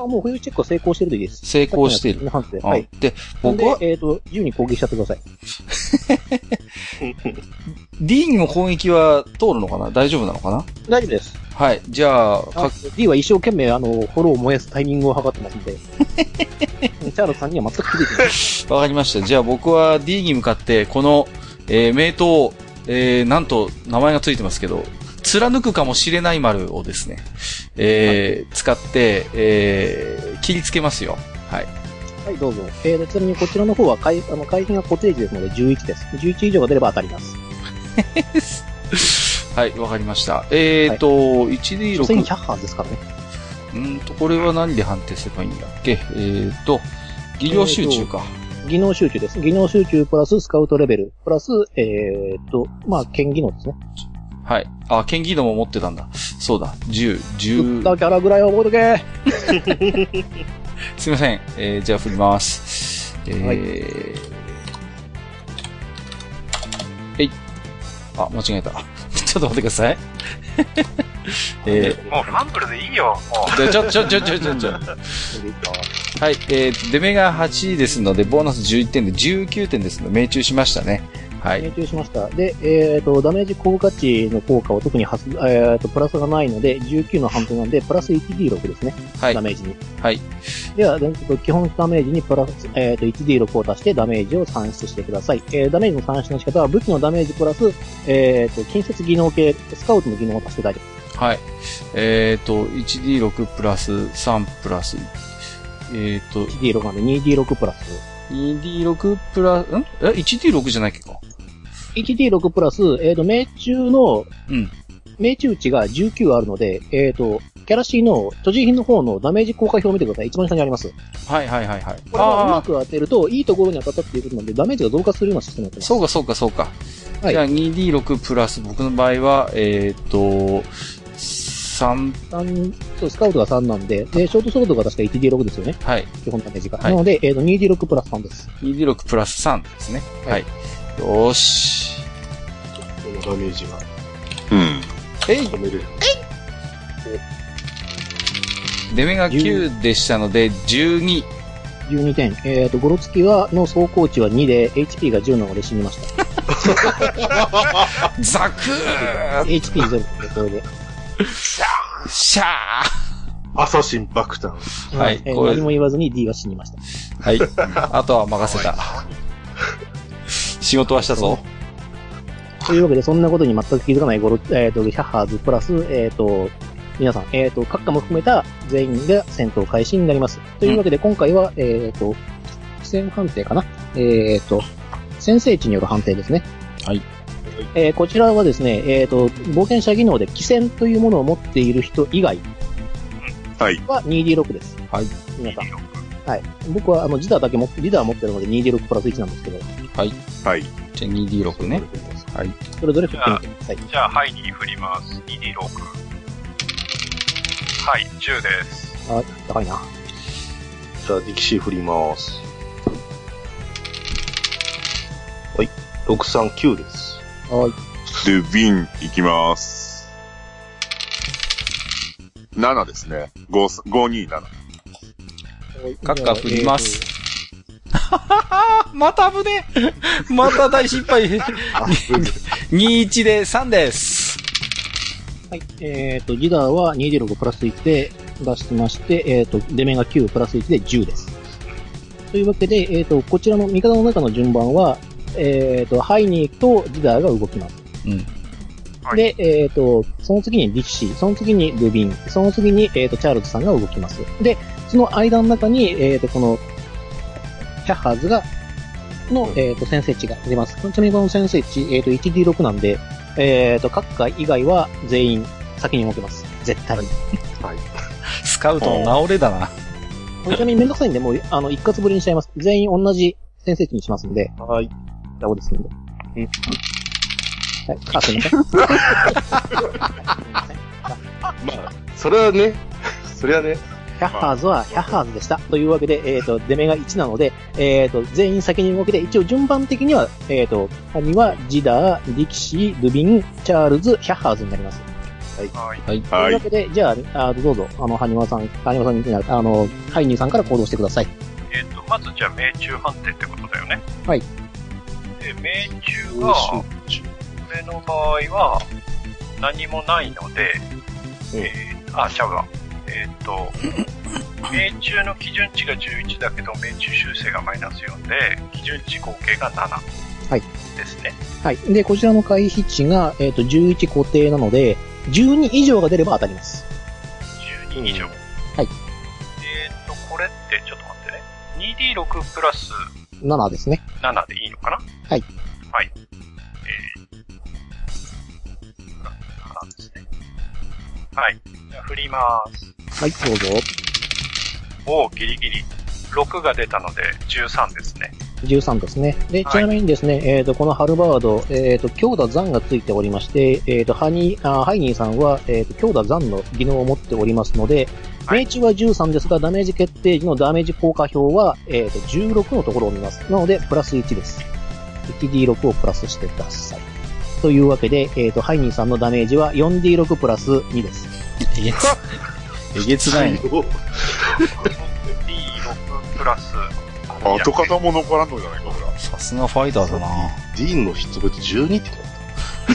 Speaker 2: あもう冬チェックは成功してるといいです。
Speaker 1: 成功してる。
Speaker 2: さっきのやつ
Speaker 1: うん
Speaker 2: はい。
Speaker 1: で、
Speaker 2: 僕
Speaker 1: 僕
Speaker 2: は
Speaker 1: は、
Speaker 2: えっ、と、自由に攻撃しちゃってください。
Speaker 1: D にも攻撃は通るのかな大丈夫なのかな
Speaker 2: 大丈夫です。
Speaker 1: はい。じゃあ、
Speaker 2: あ
Speaker 1: か
Speaker 2: D は一生懸命、あの、フォローを燃やすタイミングを測ってます んで。うんチャールズさんには全く気づいてない。
Speaker 1: わかりました。じゃあ僕は D に向かって、この、えー名刀を、えーなんと名前がついてますけど、貫くかもしれない丸をですね、えー使って、えー切りつけますよ。はい。
Speaker 2: はい、どうぞ。えーと、ちなみにこちらの方は、かいあの、回避が固定値ですので11です。11以上が出れば当たります。
Speaker 1: はい、わかりました。えっ、ー、と、
Speaker 2: 所詮
Speaker 1: 1D6。
Speaker 2: 100ハーですからね。
Speaker 1: うーんと、これは何で判定すればいいんだっけえっ、ー、と、技量集中か。
Speaker 2: 技能集中です。技能集中プラススカウトレベル、プラス、えーっと、まあ、剣技能ですね。
Speaker 1: はい。あ、剣技能も持ってたんだ。そうだ。10、
Speaker 2: 打った
Speaker 1: 10。
Speaker 2: キャラぐらいは覚えとけ
Speaker 1: すいません。えー、じゃあ振ります。えー、
Speaker 2: は
Speaker 1: えい。あ、間違えた。 ちょっと待ってくだ さい。え
Speaker 4: もうファンブルでいいよ。もう。
Speaker 1: ー、じゃあちょ、ちょ、ちょ、ちょ、ちょ、ちょ。はい、えー、出目が8ですので、ボーナス11点で19点ですので、命中しましたね。はい。
Speaker 2: 命中しました。で、えーっと、ダメージ効果値の効果は特に発、えーっと、プラスがないので、19の判定なんで、プラス 1D6 ですね。
Speaker 1: はい
Speaker 2: ダ。メージに。
Speaker 1: はい。
Speaker 2: では、連続基本ダメージにプラス、えーっと、1D6 を足してダメージを算出してください。えー、ダメージの算出の仕方は、武器のダメージプラス、えーっと、近接技能系、スカウトの技能を足して大丈夫です。
Speaker 1: はい。えっ、ー、と、1D6 プラス3プラス、えっ、ー、と、
Speaker 2: 1D6 なんで 2D6 プラス。
Speaker 1: 2D6 プラス、んえ ?1D6 じゃないっけか。
Speaker 2: 1D6 プラス、えっ、と、命中の、
Speaker 1: うん
Speaker 2: 命中値が19あるので、えっ、と、キャラ C の所持品の方のダメージ効果表を見てください。一番下にあります。
Speaker 1: はいはいはいはい。
Speaker 2: これはう
Speaker 1: あ
Speaker 2: ま
Speaker 1: あ
Speaker 2: く当てると、いいところに当たったっていうことなんで、ダメージが増加するようなシステムになって
Speaker 1: ー、
Speaker 2: ます。
Speaker 1: そうかそうかそうか。
Speaker 2: はい
Speaker 1: じゃあ 2D6 プラス、僕の場合は、えっ、ー、と、3、
Speaker 2: 三そう、スカウトが3なんで、で、ショートソードが確か 1D6 ですよね。
Speaker 1: はい。
Speaker 2: 基本ダメージが。
Speaker 1: はい
Speaker 2: なので、えっ、と、2D6 プラス3です。
Speaker 1: 2D6 プラス3ですね。
Speaker 2: は
Speaker 1: はいい。よーし。
Speaker 5: このダメージが
Speaker 3: うん。
Speaker 1: えい
Speaker 5: 止めれる。
Speaker 1: 出目が9でしたので、12。
Speaker 2: 12点。えっ、と、ゴロツキは、の走行値は2で、HP が10なので死にました。
Speaker 1: ザク
Speaker 2: HP0 で、これで。
Speaker 1: ーシャー
Speaker 5: アサシン爆弾。
Speaker 1: はい
Speaker 2: えー
Speaker 1: これ
Speaker 2: 何も言わずに D は死にました。
Speaker 1: はい。 あとは任せた。仕事はしたぞ。
Speaker 2: というわけで、そんなことに全く気づかないゴロ、えっ、と、シャッハーズプラス、えっ、と、皆さん、えっ、と、各家も含めた全員が戦闘開始になります。というわけで、今回は、えっ、と、苦戦判定かなえっ、と、先制値による判定ですね。
Speaker 1: はい。
Speaker 2: えーこちらはですね、えっ、と、冒険者技能で、奇戦というものを持っている人以外、
Speaker 3: はい。
Speaker 2: は 2D6 です。
Speaker 1: はい。
Speaker 2: 皆さん。はい。僕は、あの、ジダーだけ持って、リダー持ってるので 2D6 プラス1なんですけど、
Speaker 3: はい。
Speaker 1: じゃあ 2D6 ね。はい。
Speaker 2: それぞれ振ってみてください。
Speaker 4: じゃあ、はいに振ります。2D6。はい、10です。
Speaker 2: あ、高いな。
Speaker 5: じゃあ、ディキシー振ります。はい。639です。
Speaker 2: はい。
Speaker 3: で、ビン行きます。7ですね。5、527。
Speaker 1: カッカ振ります。あ、また危ねえまた大失敗。21で3です。
Speaker 2: はい。えっ、と、ギダーは 2D6 プラス1で出してまして、えっ、と、出目が9プラス1で10です。というわけで、えっ、と、こちらの味方の中の順番は、えっ、と、ハイニーとギダーが動きます。
Speaker 1: うん。
Speaker 2: で、えっ、と、その次にディキシー、その次にルビン、その次に、えっ、と、チャールズさんが動きます。で、その間の中に、えっ、と、この、キャッハーズが、の、えっ、と、先生値が出ます。ちなみにこの先生値、えっ、と、1D6 なんで、えっ、と、各界以外は全員先に動けます。絶対に。
Speaker 1: スカウトの治れだな。
Speaker 2: これちなみにめんどくさいんで、もう、あの、一括ぶりにしちゃいます。全員同じ先生値にしますんで、
Speaker 5: はい。
Speaker 2: ダボですんで。はい。あ、すいません。
Speaker 5: まあ、 それはね、それはね、
Speaker 2: キャッハーズは、キャッハーズでした。というわけで、えっ、と、出目が1なので、えっ、と、全員先に動けて、一応順番的には、えっ、と、他には、ジダー、ディキシー、ルビン、チャールズ、キャッハーズになります。
Speaker 4: はい。
Speaker 2: と
Speaker 3: は
Speaker 2: いうわ
Speaker 3: い。
Speaker 2: けで、じゃあ、あどうぞ、あの、ハニワさん、ハニワさんに、あの、ハイニーさんから行動してください。
Speaker 4: えっ、と、まずじゃあ、命中判定ってことだよね。
Speaker 2: はい。
Speaker 4: で、命中が、俺の場合は、何もないので、
Speaker 5: うん
Speaker 4: えー、あ、ちゃうわ。えーっ と、命中の基準値が11だけど、命中修正がマイナス4で、基準値合計が7。
Speaker 2: はい
Speaker 4: ですね。
Speaker 2: はい。で、こちらの回避値が、えっ、と、11固定なので、12以上が出れば当たります。
Speaker 4: 12以上。
Speaker 2: はい。
Speaker 4: えーっと、これって、ちょっと待ってね。2D6 プラス
Speaker 2: 7ですね。
Speaker 4: 7でいいのかな
Speaker 2: はい。
Speaker 4: はい。えー、7ですね。はい。じゃあ振ります。
Speaker 2: はい、どうぞ。
Speaker 4: おギリギリ。6が出たので13ですね。
Speaker 2: 13ですね。で、
Speaker 4: はい
Speaker 2: ちなみにですね、えっ、と、このハルバード、えっ、と、強打残がついておりまして、えっ、と、ハニー、あハイニーさんは、えっ、と、強打残の技能を持っておりますので、
Speaker 4: はい
Speaker 2: 命中は13ですが、ダメージ決定時のダメージ効果表は、えっ、と、16のところを見ます。なので、プラス1です。1D6 をプラスしてください。というわけで、えっ、と、ハイニーさんのダメージは 4D6 プラス2です。
Speaker 1: えげつ。えげつない。
Speaker 4: D6 プラス。
Speaker 3: 後方も残らんのじゃないか、ほら。
Speaker 1: さすがファイターだな。
Speaker 5: ディーンの筆部って12ってこ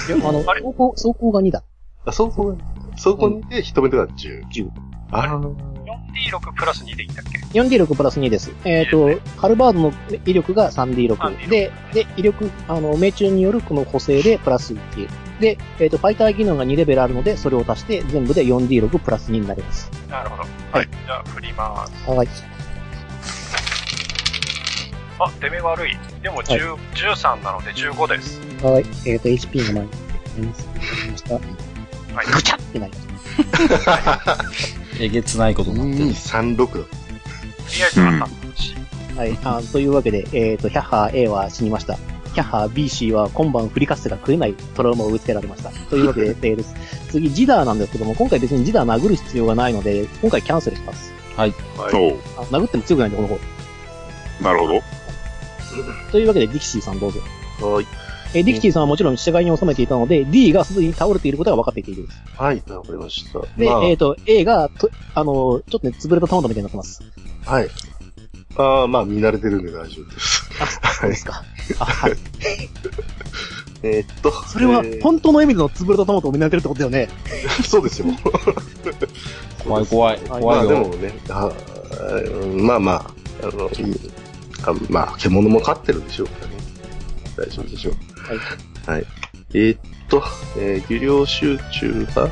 Speaker 2: いやあの、
Speaker 4: あれ
Speaker 2: 走行、走行が2だ。
Speaker 5: とあ、そこ、そこにで、一目でが10。
Speaker 2: 10
Speaker 5: あら、
Speaker 4: 4D6 プラス2でいいんだっけ
Speaker 2: 4D6 プラス2です。えっ、と、ハルバードの威力が 3D6。
Speaker 4: 3D6
Speaker 2: で、で、威力、あの、命中によるこの補正でプラス1。で、えっ、と、ファイター技能が2レベルあるので、それを足して、全部で 4D6 プラス2になります。
Speaker 4: なるほど。
Speaker 2: はい。
Speaker 4: じゃあ振ります。
Speaker 2: はい。
Speaker 4: あ、出目悪い。でも10、13なので15です。
Speaker 2: はい。えっ、と、HP が前にマイナスになりました。
Speaker 4: はい。
Speaker 2: ぐちゃってなりました。
Speaker 1: えげつないことになってる。
Speaker 5: 236だ。
Speaker 4: とりあえず
Speaker 3: う
Speaker 4: 当
Speaker 3: ん
Speaker 4: たったし。
Speaker 2: はい。あというわけで、えっ、と、ヒャッハー A は死にました。ヒャッハー B、C は今晩フリカスが食えないトラウマを植え付けられました。というわけ で、えーです。次、ジダーなんですけども、今回別にジダー殴る必要がないので、今回キャンセルします。
Speaker 3: おう
Speaker 2: あ殴っても強くないんで、この方。
Speaker 3: なるほど。
Speaker 2: というわけで、ディキシーさんどうぞ。
Speaker 5: はい。
Speaker 2: えーディキシーさんはもちろん社外に収めていたので、D がすでに倒れていることが分かっていている。
Speaker 5: はい、わかりました。
Speaker 2: で、
Speaker 5: まあ
Speaker 2: えっ、と、A がと、あのー、ちょっとね、潰れたトマトみたいになってます。
Speaker 5: はい。ああ、まあ、見慣れてるんで大丈夫です。
Speaker 2: そうですか。あ、はい。
Speaker 5: えーっと。
Speaker 2: それは
Speaker 5: え、ー
Speaker 2: 本当の意味での潰れたトマトを見慣れてるってことだよね。
Speaker 5: そう ですよ。
Speaker 1: 怖い怖い。
Speaker 2: はい
Speaker 5: ま
Speaker 1: 怖
Speaker 5: あ
Speaker 1: い
Speaker 5: で
Speaker 1: よ。
Speaker 5: もね、あうんまあまあ、あの、いいあまあ、獣も飼ってるでしょうからね。大丈夫でしょう。はい。えーっと、えー、技量集中が、技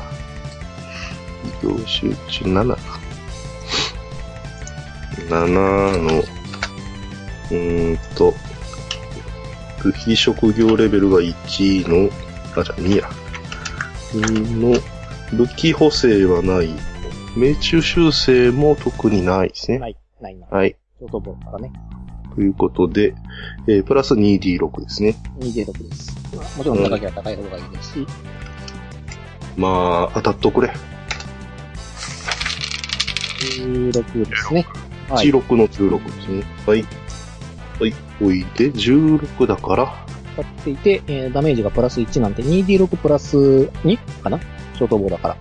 Speaker 5: 量集中7か。7の、うーんと、非職業レベルが1の、あ、じゃあ2や。2の、武器補正はないの命中修正も特にないですね。
Speaker 2: ない、ないな。
Speaker 5: はい。
Speaker 2: ショートボールからね、
Speaker 5: ということで、えープラス 2D6 ですね。
Speaker 2: 26です。もちろん高きは高い方がいいですし、
Speaker 5: まあ、当たっとくれ。
Speaker 2: 16ですね。はい。
Speaker 5: 16の16ですね。はい。はい。おいで、16だから、
Speaker 2: 使っていて、えーダメージがプラス1なんて、2D6 プラス2かなショートボールだから。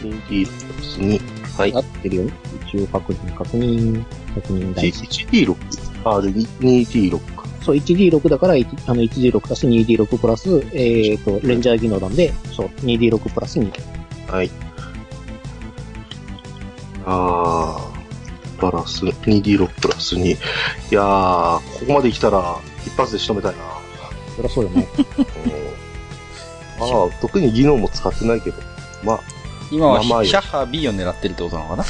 Speaker 5: 2D プラス2。はい
Speaker 2: 合ってるよね。一応確認、確認、確認大事。
Speaker 5: 1D6。あ、で、2D6 か。
Speaker 2: そう、1D6 だから、1あの 1D6 足し 2D6 プラス、えっ、と、レンジャー技能なんで、そう、2D6 プラス2。
Speaker 5: はい。あー、プラス、2D6 プラス2。いやー、ここまで来たら、一発で仕留めたいな。
Speaker 2: そりゃそうよね。
Speaker 5: うんまあ、特に技能も使ってないけど。まあ、
Speaker 1: 今は
Speaker 5: まあまあよ
Speaker 1: シャッハー B を狙ってるってことなのかな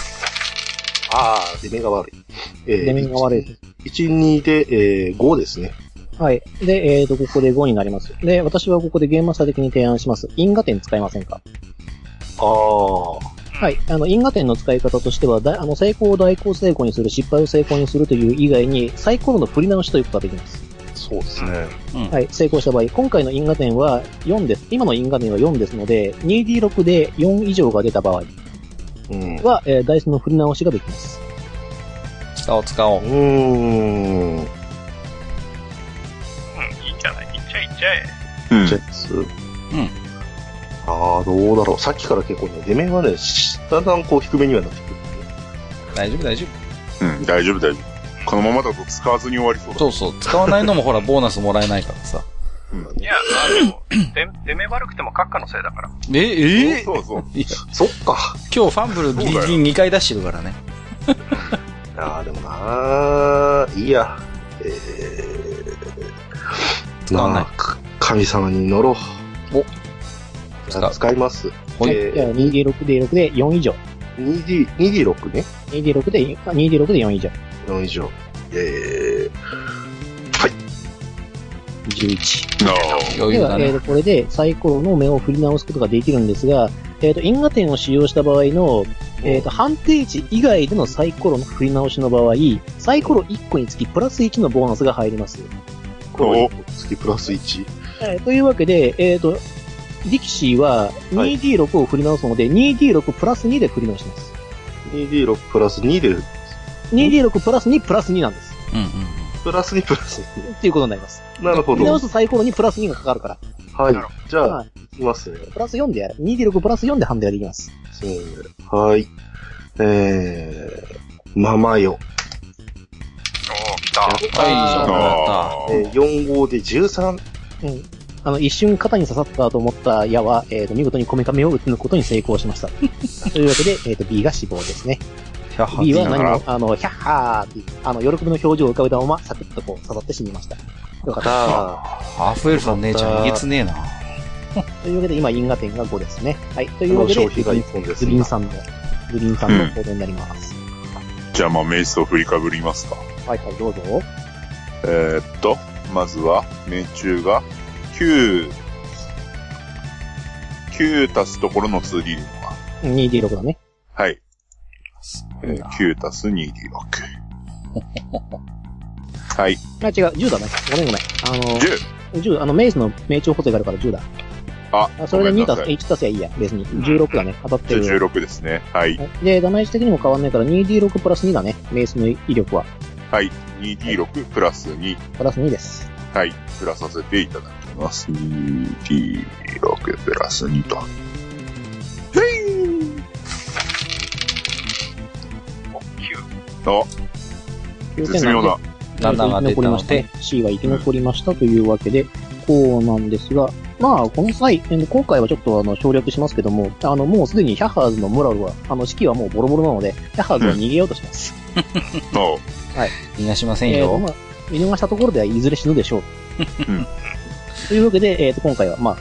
Speaker 5: あー、出目が悪い。え
Speaker 2: 出目が悪い。
Speaker 5: 1、2で、えー、5ですね。
Speaker 2: はい。で、えっ、と、ここで5になります。で、私はここでゲームマスター的に提案します。因果点使いませんか
Speaker 5: あー、
Speaker 2: はい。あの、因果点の使い方としては、だあの成功を大功成功にする、失敗を成功にするという以外に、サイコロの振り直しということができます。
Speaker 5: そうですね。
Speaker 2: はい。成功した場合、今回の因果点は4です。今の因果点は4ですので、2D6 で4以上が出た場合
Speaker 5: うん。う
Speaker 2: は、えーダイスの振り直しができます。
Speaker 1: 使おう、使おう。。
Speaker 5: ーん。
Speaker 4: うん、いいんじゃないいっちゃえいっちゃえ。
Speaker 3: うん
Speaker 5: ジェ。ッツ。うんああ、どうだろう。さっきから結構ね、出面はね、しだんだんこう低めにはなってくる。
Speaker 1: 大丈夫、大丈
Speaker 3: うん、大丈夫、大丈夫。このままだと使わずに終わりそう
Speaker 1: 夫。
Speaker 3: だ。
Speaker 1: そうそう。使わないのもほら、ボーナスもらえないからさ。
Speaker 3: うん
Speaker 4: いや、あの、で、出目悪くても閣下のせいだから。
Speaker 1: え、ええ
Speaker 3: そうそう。
Speaker 1: いや
Speaker 5: そっか。
Speaker 1: 今日ファンブルギリギリ2回出してるからね。
Speaker 5: ああ、でもなーいいや。えー、
Speaker 1: 使わない
Speaker 5: まあか神様に乗ろう。
Speaker 1: お
Speaker 5: じゃあ使います。
Speaker 1: ほい
Speaker 5: え
Speaker 2: はい。じゃあ
Speaker 5: ー、
Speaker 2: 2D6 で6で4以上。
Speaker 5: 2D、2D6 ね。
Speaker 2: 2D6 で、あ 2D6 で4以上。
Speaker 5: 4以上。え
Speaker 2: 11。
Speaker 3: な
Speaker 1: 余
Speaker 2: で
Speaker 1: 裕
Speaker 2: は、
Speaker 1: だ
Speaker 2: え
Speaker 1: ね。
Speaker 2: ーとこれでサイコロの目を振り直すことができるんですが、えー、と因果点を使用した場合の、えー、と判定値以外でのサイコロの振り直しの場合、サイコロ1個につきプラス1のボーナスが入ります。
Speaker 5: ー、これ、月プラス1。
Speaker 2: えーというわけで、えー、とディキシーは 2D6 を振り直すので、2D6 プラス2で振り直します。
Speaker 5: 2D6 プラス2で、
Speaker 2: 2D6 プラス2プラス2なんです。
Speaker 1: うんうん。
Speaker 5: プラス2プラス2。
Speaker 2: っていうことになります。
Speaker 5: なるほ
Speaker 2: 振り直
Speaker 5: ど。
Speaker 2: すサイコロにプラス2がかかるから。
Speaker 5: はい。じゃ
Speaker 2: ま
Speaker 5: あ、
Speaker 2: あ
Speaker 5: いきますね。
Speaker 2: プラス4でやる。2D6 プラス4で判定ができます。
Speaker 5: せーのはい。えー、ママよ。
Speaker 4: おー、来た。
Speaker 1: はい、
Speaker 3: あ。
Speaker 1: もらっ
Speaker 3: あ
Speaker 5: えー、4号で13。
Speaker 2: うん。あの、一瞬肩に刺さったと思った矢は、えっ、と、見事にこめかみを打つことに成功しま した。というわけで、えっ、と、B が死亡ですね。
Speaker 1: た。シャッハ
Speaker 2: B は
Speaker 1: ー B
Speaker 2: 何も、あの、ヒャッハーっていう、あの、喜びの表情を浮かべたまま、サクッとこう、刺さって死にました。よかった。
Speaker 5: あ
Speaker 1: ハーフエルフの姉ちゃん、えげつねえな。
Speaker 2: というわけで、今、因果点が5ですね。はい。と
Speaker 5: ー、
Speaker 2: いう
Speaker 5: こ
Speaker 2: わ
Speaker 5: の
Speaker 2: けで、
Speaker 5: 消
Speaker 2: グリ
Speaker 5: 費が
Speaker 2: ー
Speaker 5: 1
Speaker 2: ン
Speaker 5: 本で
Speaker 2: グ
Speaker 5: す
Speaker 2: リーン
Speaker 5: ね。
Speaker 2: さんの、グリーンさんの行動になります。
Speaker 3: じゃあ、まあ、メイスを振りかぶりますか。
Speaker 2: はいはい、どうぞ。
Speaker 3: えーっと、まずは、命中が、9、9足すところの 2D のが、
Speaker 2: 2D6 だね。
Speaker 3: はい。
Speaker 1: す
Speaker 3: え
Speaker 1: ごい
Speaker 3: ー
Speaker 1: な
Speaker 3: 9足す 2D6。はい。
Speaker 2: あ、違う、10だね。ごめんごめん。あの、
Speaker 3: 10。
Speaker 2: 10、あの、メイスの命中補正があるから10だ。
Speaker 3: あ
Speaker 2: あ、それで
Speaker 3: ごめ
Speaker 2: 2
Speaker 3: んな
Speaker 2: 足
Speaker 3: さ
Speaker 2: す、
Speaker 3: い
Speaker 2: 1足せばいいや、別に。16だね。当たって
Speaker 3: じゃあ
Speaker 2: る。
Speaker 3: 16ですね。はい。
Speaker 2: で、ダメージ的にも変わんないから 2D6 プラス2だね。メイスの威力は。
Speaker 3: はい。2D6 プラス2。
Speaker 2: プラス2です。
Speaker 3: はい。プラスさせていただきます。2D6 プラス2と。
Speaker 4: お、9。
Speaker 3: あ、
Speaker 2: 9
Speaker 3: 絶妙だ。
Speaker 1: だんだん上がっていったので
Speaker 2: 生き残りまして、C は生き残りましたというわけで、こうなんですが、まあ、この際、えー今回はちょっとあの省略しますけども、あの、もうすでにヒャッハーズのモラルは、あの、士気はもうボロボロなので、ヒャッハーズは逃げようとします。
Speaker 3: の、
Speaker 1: 逃がしません
Speaker 2: えーと
Speaker 1: よ。
Speaker 2: まあ、見逃したところではいずれ死ぬでしょう。
Speaker 3: うん
Speaker 2: というわけで、えっ、と、今回は、まあ、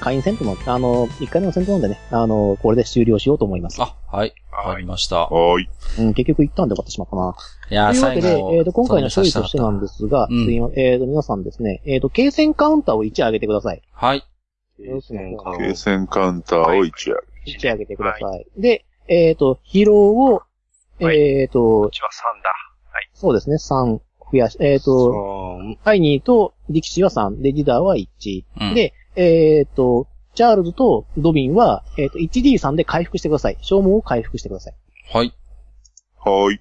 Speaker 2: 会員戦闘も、あの、1回目の戦闘なんでね、あの、これで終了しようと思います。
Speaker 1: あ、はい。わか
Speaker 4: は
Speaker 1: り
Speaker 4: い。
Speaker 1: ました。
Speaker 3: はーい。
Speaker 2: うん、結局一旦で終わってしまったな。
Speaker 1: いやー、
Speaker 2: というわ
Speaker 1: 最
Speaker 2: けで、
Speaker 1: 後。
Speaker 2: えー、と今回の処理としてなんですが、
Speaker 1: うん
Speaker 2: すいまえー、と皆さんですね、えー、と、継戦カウンターを1上げてください。
Speaker 1: はい。
Speaker 5: うん
Speaker 3: 継戦カウンターを1やる。
Speaker 2: 1上げてください。で、えっ、と、疲労を、
Speaker 4: はい
Speaker 2: えっ、
Speaker 4: ことっ、ちは3だ。
Speaker 2: そうですね、3増やし、えっ、と、
Speaker 5: そう
Speaker 2: ハイニーとディキシーは3、で、リダーは1。
Speaker 1: うん
Speaker 2: で、えっ、と、チャールズとドビンは、えっ、と、1D3 で回復してください。消耗を回復してください。
Speaker 1: はい。
Speaker 3: はーい。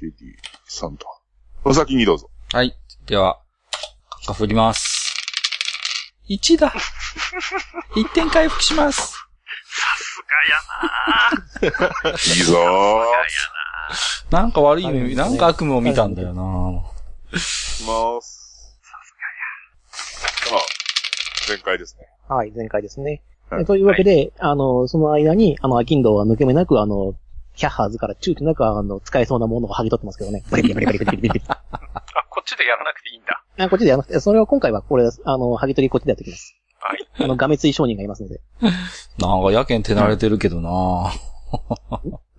Speaker 3: JD さんと。お先にど うぞ。
Speaker 1: はい。では、カッカ振ります。1だ。1点回復します。
Speaker 3: いいぞー。
Speaker 1: なんか悪い
Speaker 2: あるん
Speaker 1: 夢、
Speaker 2: です
Speaker 1: な
Speaker 2: ね
Speaker 1: んか悪夢を見たんだよな
Speaker 3: します。さすがや。あ、全開ですね。
Speaker 2: はい、前回ですね。
Speaker 3: はい
Speaker 2: というわけで、あの、その間に、あの、アキンドウは抜け目なく、あの、キャッハーズから躊躇なく、あの、使えそうなものを剥ぎ取ってますけどね。ブリブリブリブリブリブリブリ。
Speaker 4: あ、こっちでやらなくていいんだ。
Speaker 2: あ、こっちでやらなくて、それは今回はこれです。あの、剥ぎ取りこっちでやってきます。
Speaker 4: はい。
Speaker 2: あの、画滅商人がいますので。
Speaker 1: なんかやけん手慣れてるけどな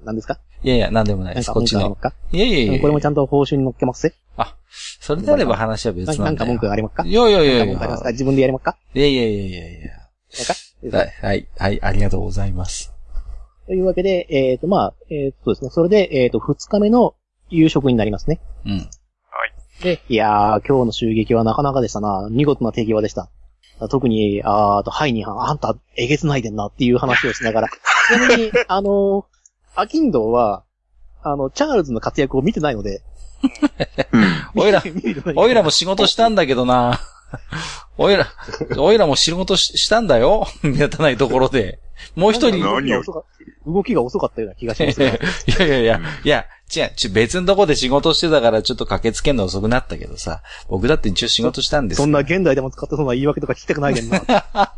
Speaker 2: 何ですか
Speaker 1: いやいや、なんでもない
Speaker 2: な
Speaker 1: で
Speaker 2: ん
Speaker 1: す。
Speaker 2: か
Speaker 1: こっ
Speaker 2: 文
Speaker 1: ち
Speaker 2: 句あ
Speaker 1: の
Speaker 2: りま。すか
Speaker 1: いやいやいや。
Speaker 2: これもちゃんと報酬に乗っけますぜ。
Speaker 1: それであれば話は別
Speaker 2: な
Speaker 1: なんんだよ。
Speaker 2: かなんか文句ありますか
Speaker 1: いやいやいやい
Speaker 2: なんか文句ありますか
Speaker 1: や。
Speaker 2: 自分でやりますか
Speaker 1: いやいやいやいやい
Speaker 2: なんか
Speaker 1: や。はい、はい、はい、ありがとうございます。
Speaker 2: というわけで、えっ、と、まあ、えっ、とですね、それで、えっ、と、二日目の夕食になりますね。
Speaker 1: うん。
Speaker 2: で、いやー、今日の襲撃はなかなかでしたな。見事な手際でした。特に、あーと、ハイニーハン、あんた、えげつないでんなっていう話をしな がら。ちなみに、あのーアキンドーは、あの、チャールズの活躍を見てないので。
Speaker 1: おいら、
Speaker 2: 見てない
Speaker 1: おいらも仕事したんだけどな おいら、おいらも仕事ししたんだよ目立たないところで。もう一人、
Speaker 3: な
Speaker 2: 動
Speaker 3: ん
Speaker 2: きが遅か動きが遅かったような気がしますが。
Speaker 1: いやいやいや、いや、違う、ちょ別のとこで仕事してたからちょっと駆けつけんの遅くなったけどさ、僕だって一応仕事したんです
Speaker 2: そんな現代でも使ってそうな言い訳とか聞きたくないでんな。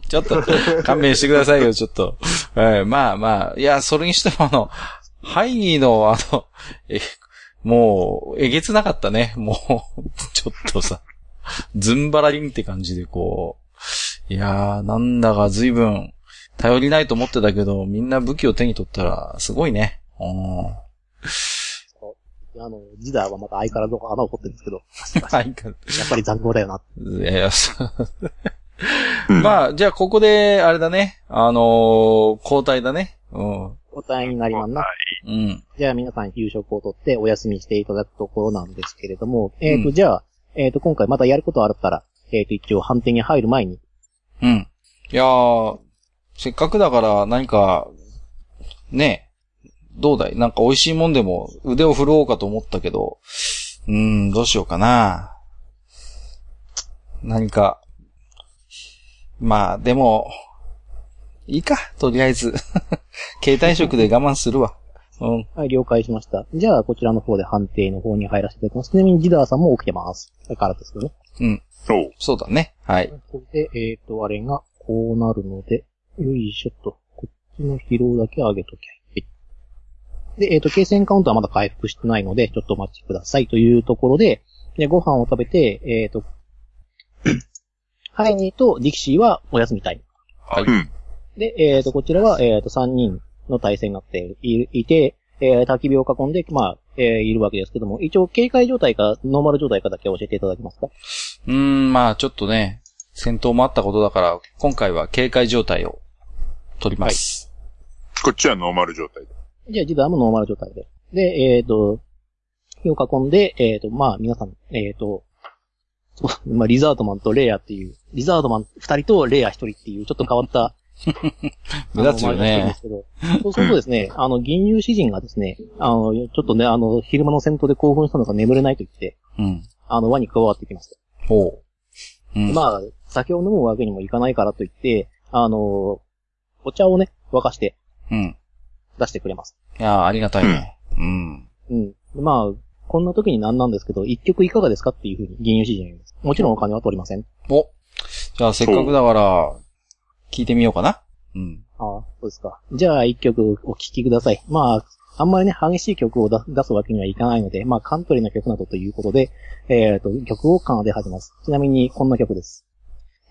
Speaker 1: ちょっと、勘弁してくださいよ、ちょっと。はい、まあまあ、いや、それにしてもあの、ハイニーの、あの、え、もう、えげつなかったね。もう、ちょっとさ、ズンバラリンって感じでこう、いやー、なんだか随分、頼りないと思ってたけど、みんな武器を手に取ったら、すごいね。うん。
Speaker 2: あの、ジダーはまた相変わらず穴を掘ってるんですけど、
Speaker 1: はい、か
Speaker 2: やっぱり残酷だ よな。
Speaker 1: いやいや、そう
Speaker 3: うん
Speaker 1: まあ、じゃあ、ここで、あれだね。あのー交代だね。うん。
Speaker 2: 答えになりまんな。
Speaker 1: うん。
Speaker 2: じゃあ皆さん夕食をとってお休みしていただくところなんですけれども、えっ、と、
Speaker 1: うん
Speaker 2: じゃあ、えっ、と、今回またやることあったら、えっ、と、一応判定に入る前に、
Speaker 1: うん。いやー、せっかくだから何か、ねどうだいなんか美味しいもんでも腕を振ろうかと思ったけど、うーん、どうしようかな。何か、まあ、でも、いいか、とりあえず。 携帯食で我慢するわ。うん。
Speaker 2: はい、了解しました。じゃあ、こちらの方で判定の方に入らせていただきます。ちなみにジダーさんも起きてます。だからですよね。
Speaker 3: おう。
Speaker 1: そうだね。はい。
Speaker 2: これで、えっ、と、あれがこうなるので、よいしょっと、こっちの疲労だけ上げときゃいい。で、えっ、と、経線カウントはまだ回復してないので、ちょっとお待ちくださいというところで、でご飯を食べて、えっ、と、ハイニーとディキシーはお休みタイム。
Speaker 1: はい。
Speaker 3: うん。
Speaker 2: で、えっ、と、こちらは、えっ、と、3人の対戦になっていいて、えー焚き火を囲んで、まあ、えーいるわけですけども、一応警戒状態か、ノーマル状態かだけ教えていただけますか
Speaker 1: うーん、まあ、ちょっとね、戦闘もあったことだから、今回は警戒状態を取ります。
Speaker 3: こっちはノーマル状態で。
Speaker 2: じゃあ、ジダーもノーマル状態で。で、えっ、と、火を囲んで、えっ、と、まあ、皆さん、えっ、と、 そうまあ、リザードマンとレイヤーっていう、リザードマン二人とレイヤー一人っていう、ちょっと変わった。
Speaker 1: 目立つよね
Speaker 2: あの。周りの人ですけどそうするとで すね、あの、銀融詩人がですね、あの、ちょっとね、あの、昼間の戦闘で興奮したのか眠れないと言って、
Speaker 1: うん。
Speaker 2: あの、輪に加わってきました。
Speaker 1: ほう。うん。
Speaker 2: まあ、酒を飲むわけにもいかないからと言って、あの、お茶をね、沸かして
Speaker 1: うん。
Speaker 2: 出してくれます。
Speaker 1: いやー、ありがたいね。うん。
Speaker 2: うん。まあ、こんな時になんなんですけど、一曲いかがですかっていうふうに銀融詩人に言います。もちろんお金は取りません。
Speaker 1: おじゃあ、せっかくだから、聞いてみようかな。うん。
Speaker 2: ああ、そうですか。じゃあ一曲お聴きください。まあ、あんまりね、激しい曲を出出すわけにはいかないので、まあ、カントリーな曲などということで、えっ、と、曲を奏で始めます。ちなみに、こんな曲です。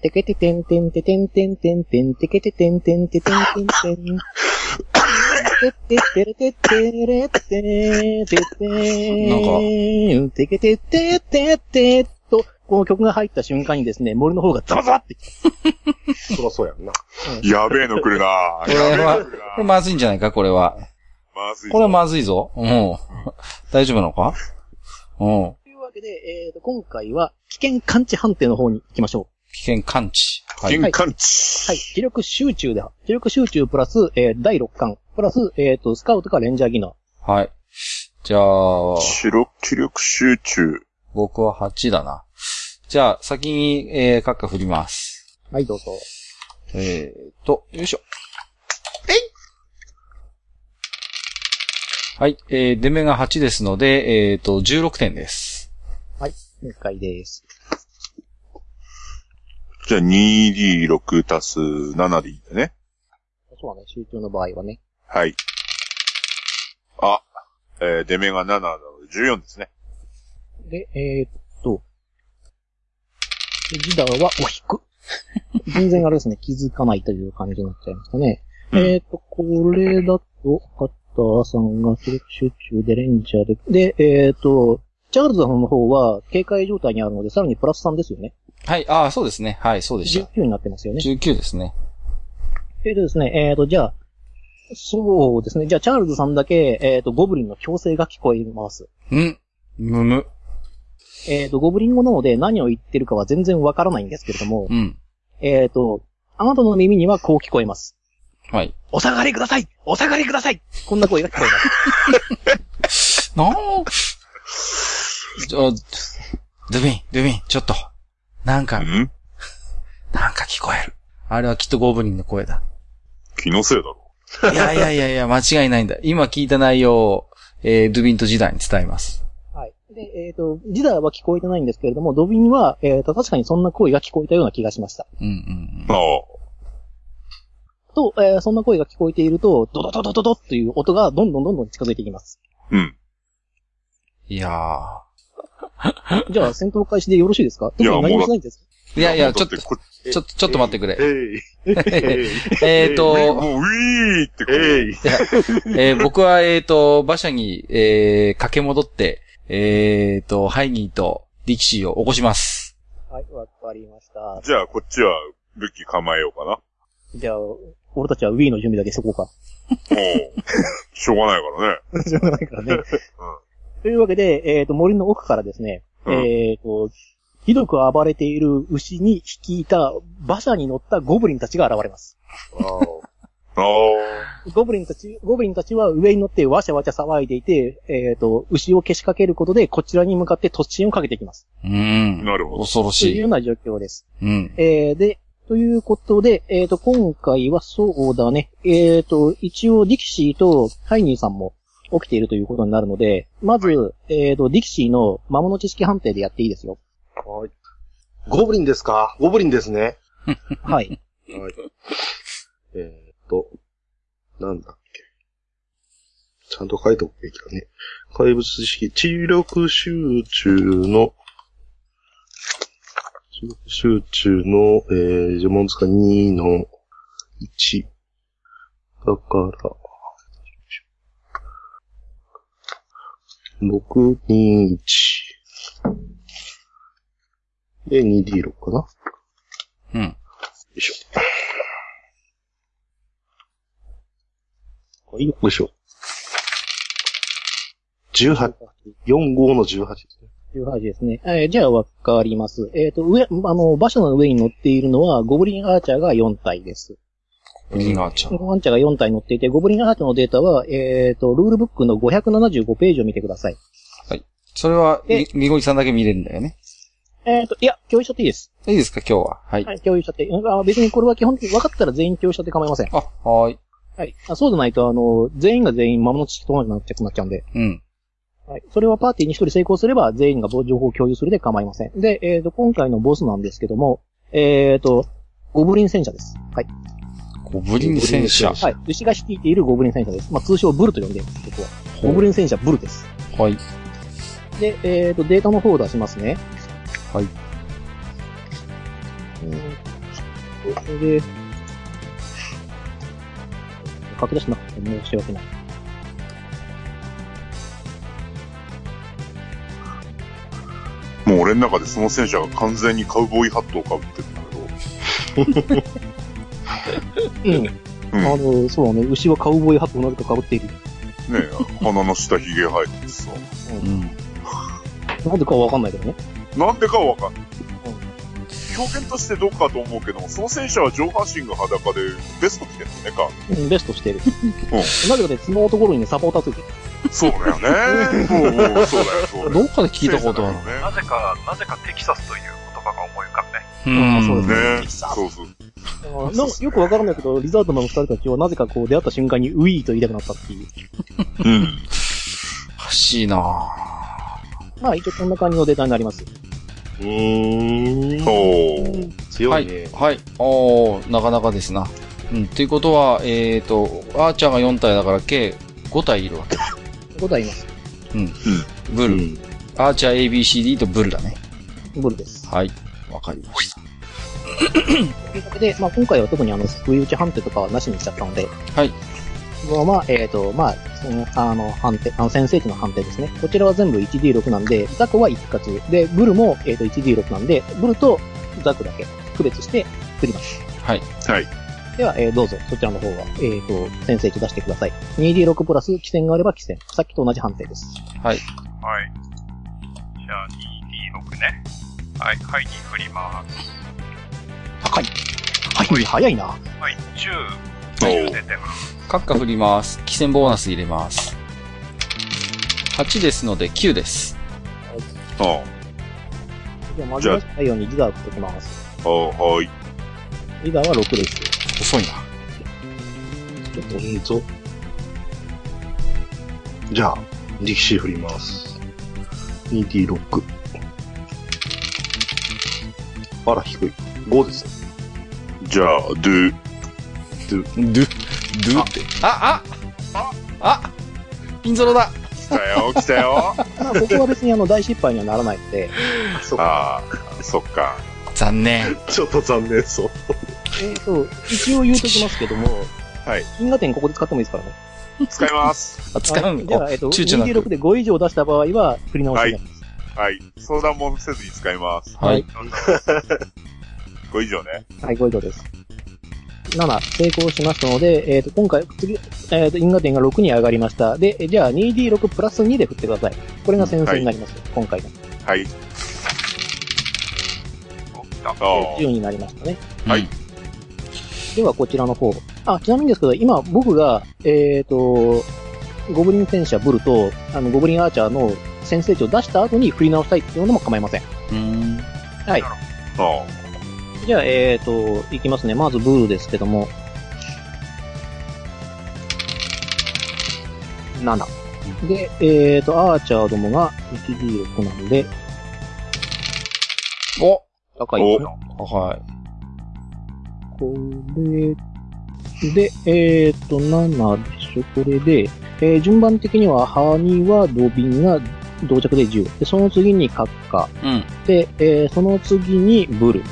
Speaker 2: てけててんてんててんてんてんてん、てけててんてんててんてんてん。てってれてってれってててんてけてってってってと、この曲が入った瞬間にですね、森の方がザバザバって、
Speaker 5: そらそうやんな。
Speaker 3: やべえの来るな
Speaker 1: これ
Speaker 3: やべえ
Speaker 1: は
Speaker 3: の来る、
Speaker 1: これ
Speaker 3: な
Speaker 1: まずいんじゃないか、これは。
Speaker 3: まずい。
Speaker 1: これはまずいぞ。うん。 大丈夫なのかうん。
Speaker 2: というわけで、えー、と、今回は危険感知判定の方に行きましょう。
Speaker 1: 危険感知。は
Speaker 3: 玄
Speaker 1: い。
Speaker 3: 関地。
Speaker 2: はい。気力集中だ。気力集中プラス、えー、第6巻。プラス、えっ、と、スカウトかレンジャー技能。
Speaker 1: はい。じゃあ、
Speaker 3: 記録、記力集中。
Speaker 1: 僕は8だな。じゃあ、先に、えー、カッカ振ります。
Speaker 2: はい、どうぞ。
Speaker 1: えーっと、よいしょ。えいはい、えー、出目が8ですので、えーっと、16点です。
Speaker 2: 了解です。
Speaker 3: じゃあ 2D6 足す7でいいんだね。
Speaker 2: そうだね、集中の場合はね。
Speaker 3: はい。あ、えー、出目が7なので14ですね。
Speaker 2: で、えー、っと、でギターは、お引 く。全然あれですね、気づかないという感じになっちゃいましたね。
Speaker 3: うん
Speaker 2: えー、っと、これだと、カッターさんが気力集中でレンジャーで、で、えー、っと、チャールズさんの方は警戒状態にあるので、さらにプラス3ですよね。
Speaker 1: はい、ああ、そうですね。はい、そうでした。
Speaker 2: 19になってますよね。
Speaker 1: 19ですね。
Speaker 2: えーとですね、えーと、じゃあ、そうですね。じゃあ、チャールズさんだけ、えーと、ゴブリンの強制が聞こえます。
Speaker 1: んむむ。
Speaker 2: えーと、ゴブリン語なので何を言ってるかは全然わからないんですけれども
Speaker 1: う、ん。
Speaker 2: えーと、あなたの耳にはこう聞こえます。
Speaker 1: はい。
Speaker 2: お下がりくださいお下がりくださいこんな声が聞こえます。
Speaker 1: なあ。ちょ、ドゥビン、ドゥビン、ちょっと。なんか、
Speaker 3: ん
Speaker 1: なんか聞こえる。あれはきっとゴブリンの声だ。
Speaker 3: 気のせいだろ。
Speaker 1: いやいやいやいや、間違いないんだ。今聞いた内容を、えー、ドゥビント時代に伝えます。
Speaker 2: はい。で、えーと、ジダーは聞こえてないんですけれども、ドビンは、えーと、確かにそんな声が聞こえたような気がしました。
Speaker 1: うんうん
Speaker 3: ああ。
Speaker 2: と、えーそんな声が聞こえていると、ドドドドドドという音がどんどんどんどん近づいていきます。
Speaker 3: うん。
Speaker 1: うん。いや
Speaker 2: じゃあ、戦闘開始でよろしいですか
Speaker 3: いや
Speaker 2: 特に何もしないんです
Speaker 1: ー。いやいや、ちょっと、
Speaker 3: だてこ
Speaker 1: ちょっと、ちょっと待ってくれ。
Speaker 5: えい。えい。
Speaker 1: えっと、
Speaker 3: もう、ウィーってこう、
Speaker 5: えい。
Speaker 1: えー僕は、えっ、と、馬車に、えー、駆け戻って、えっ、と、ハイニーとディキシーを起こします。
Speaker 2: はい、わかりました。
Speaker 3: じゃあこっちは武器構えようかな。
Speaker 2: じゃあ、俺たちは Wii の準備だけしとこうか。
Speaker 3: もう、しょうがないから ね。
Speaker 2: しょうがないからね。というわけで、えっ、と、森の奥からですね、
Speaker 3: うん
Speaker 2: えっ、と、ひどく暴れている牛に率いた馬車に乗ったゴブリンたちが現れます。
Speaker 3: ああ。
Speaker 2: ゴブリンたち、ゴブリンたちは上に乗ってわしゃわしゃ騒いでいて、えっ、と、牛をけしかけることでこちらに向かって突進をかけていきます。
Speaker 1: うーん。
Speaker 3: なるほど。
Speaker 1: 恐ろ
Speaker 2: という
Speaker 1: し
Speaker 2: よ
Speaker 1: い。
Speaker 2: うな状況です。
Speaker 1: うん。
Speaker 2: えー、で、ということで、えっ、と、今回はそうだね。えっ、と、一応、ディキシーとハイニーさんも起きているということになるので、まず、えっ、と、ディキシーの魔物知識判定でやっていいですよ。
Speaker 5: はい。ゴブリンですかゴブリンですね。
Speaker 2: はい。
Speaker 5: はい。えーっと、なんだっけ。ちゃんと書いておくべきだね。怪物知識、知力集中の、知力集中の、えー、呪文塚2の1。だから、6、2、1。で、2D6 かな
Speaker 1: うん。
Speaker 5: よいしょ。はい、よいしょ。18、45の18ですね。
Speaker 2: 18ですね。えーじゃあ、わかります。えっ、と、上、あの、馬車の上に乗っているのは、ゴブリンアーチャーが4体です。
Speaker 1: ブリンガーちゃ
Speaker 2: ゴブ
Speaker 1: ん。
Speaker 2: リンアーチャーが4体乗っていて、ゴブリンアーチャーのデータは、えっ、と、ルールブックの575ページを見てください。
Speaker 1: それは、
Speaker 2: え
Speaker 1: み、みごりさんだけ見れるんだよね。
Speaker 2: えっ、と、いや、共有しちゃっていいです。
Speaker 1: いいですか、今日は。はい。
Speaker 2: はい、共有しちゃって。うんあ別にこれは基本的に分かったら全員共有しちゃって構いません。
Speaker 1: あ、はーい。
Speaker 2: はい。あそうじゃないと、あの、全員が全員魔物知識と同じになっちゃくなっちゃうんで。
Speaker 1: うん。
Speaker 2: はい。それはパーティーに一人成功すれば、全員が情報を共有するで構いません。で、えっ、と、今回のボスなんですけども、えっ、と、ゴブリン戦車です。はい。
Speaker 1: ゴブリン戦車。
Speaker 2: はい。牛が率いているゴブリン戦車です。まあ、通称ブルと呼んでるんです、僕は。ゴブリン戦車ブルです。
Speaker 1: はい。
Speaker 2: で、えっ、と、データの方を出しますね。
Speaker 1: はい
Speaker 2: うん。これで、書き出してなくて申し訳ない。
Speaker 3: もう俺の中でその戦車が完全にカウボーイハットをかぶってるんだけど、
Speaker 2: うん。
Speaker 3: うん
Speaker 2: あの、そうだね。牛はカウボーイハットをなぜか被っている。
Speaker 3: ねえ、鼻の下髭生えててさ、
Speaker 1: うん。
Speaker 2: なんでかはわかんないけどね。
Speaker 3: なんでかはわかんない
Speaker 2: うん。
Speaker 3: 表現としてどっかと思うけども、その戦車は上半身が裸でベスト着てるのねか。
Speaker 2: うん、ベストしてる。なぜかね、そのところにね、サポーターついてる。
Speaker 3: そうだよね。もう、そうだよ、そうだ
Speaker 1: ど
Speaker 3: よ。
Speaker 1: っかで聞いたことある。
Speaker 3: ね
Speaker 4: な。ぜか、なぜかテキサスという言葉が思い浮かぶね。
Speaker 1: う
Speaker 2: あそうです
Speaker 3: ねそうそう。
Speaker 2: あなんかよくわからないけど、リザードマンの二人たちはなぜかこう出会った瞬間にウィーと言いたくなったっていう。
Speaker 3: うん。
Speaker 1: おかしいなぁ
Speaker 2: まあ一応こんな感じのデータになります。
Speaker 5: うーん。
Speaker 3: おー。
Speaker 5: 強
Speaker 1: はいい
Speaker 5: ね。。
Speaker 1: はい。おー、なかなかですな。うん。ということは、えっ、と、あーちゃんが4体だから計5体いるわけ。
Speaker 2: ございます。
Speaker 1: ブ
Speaker 5: う
Speaker 1: ル。
Speaker 5: ん。
Speaker 1: アーチャー ABCD とブルだね。
Speaker 2: ブルです。
Speaker 1: はい。わかりました。
Speaker 2: というわけで、まあ今回は特にあの、不意打ち判定とかはなしにしちゃったので。
Speaker 1: はい。
Speaker 2: まあまあ、えっ、と、まあ、その、あの、判定、あの、先生値の判定ですね。こちらは全部 1D6 なんで、ザクは一括。で、ブルも、えっ、と、1D6 なんで、ブルとザクだけ区別して作ります。
Speaker 1: はい。
Speaker 3: はい。
Speaker 2: では、えーどうぞ、そちらの方は、えっ、と、先生値出してください。2D6 プラス、起点があれば起点。さっきと同じ判定です。
Speaker 1: はい。
Speaker 4: はい。じゃあ、2D6 ね。はい、はい、に振ります。
Speaker 2: 高い。はい、早いな。
Speaker 4: はい、10。
Speaker 3: お
Speaker 4: 10
Speaker 3: ー
Speaker 4: 出てます。
Speaker 1: カッカ振ります。起戦ボーナス入れます。8ですので9です。
Speaker 3: あ
Speaker 2: じゃあ、紛らわしくないようにギガを打っておきます。
Speaker 3: あ、はい。
Speaker 2: ギガは6です。
Speaker 1: 遅いな。
Speaker 5: ちょっといいぞ。じゃあ、力士振ります。2D6。あら、低い。5ですね。
Speaker 3: じゃあ、ドゥ。
Speaker 1: ドゥ、ドゥって。あ、ああピンゾロだ
Speaker 3: 来たよ、来たよ。
Speaker 2: まあ、ここは別にあの、大失敗にはならないので、
Speaker 5: そう
Speaker 3: ああ、そっか。
Speaker 1: 残念。
Speaker 5: ちょっと残念そう。
Speaker 2: えっ、と、一応言うときますけども、
Speaker 3: はい。
Speaker 2: 銀河点ここで使ってもいいですからね。
Speaker 3: 使います。
Speaker 1: あ、使うん
Speaker 2: では、えっ、と、
Speaker 1: 躊躇なく。
Speaker 2: 26で5以上出した場合は、振り直しになります。
Speaker 3: はい。相談もせずに使います。
Speaker 1: はい。
Speaker 3: これ以上ね。
Speaker 2: はい、5以上です。7、成功しましたので、えっ、と、今回、次、えっ、と、因果点が6に上がりました。で、えじゃあ 2D6 プラス2で振ってください。これが先生になります、今回の。
Speaker 3: はい。
Speaker 4: お来た。
Speaker 3: あ
Speaker 2: えー
Speaker 3: ー
Speaker 2: 10になりましたね。
Speaker 3: はい
Speaker 2: では、こちらの方。あ、ちなみにですけど、今、僕が、えっ、と、ゴブリン戦車ブルと、あの、ゴブリンアーチャーの先制値を出した後に振り直したいっていうのも構いません。
Speaker 1: うーん。
Speaker 3: あ
Speaker 2: じゃあ、えっ、と、いきますね。まずブルですけども。7。で、えっ、と、アーチャーどもが 1D6 なんで、
Speaker 1: お
Speaker 2: 高いですね。
Speaker 1: はい。
Speaker 2: これで、えー、と、7でしょ、これで、えー順番的には、ハニワドビンが同着で10。で、その次にカッカ。
Speaker 1: うん。
Speaker 2: で、えーその次にブル。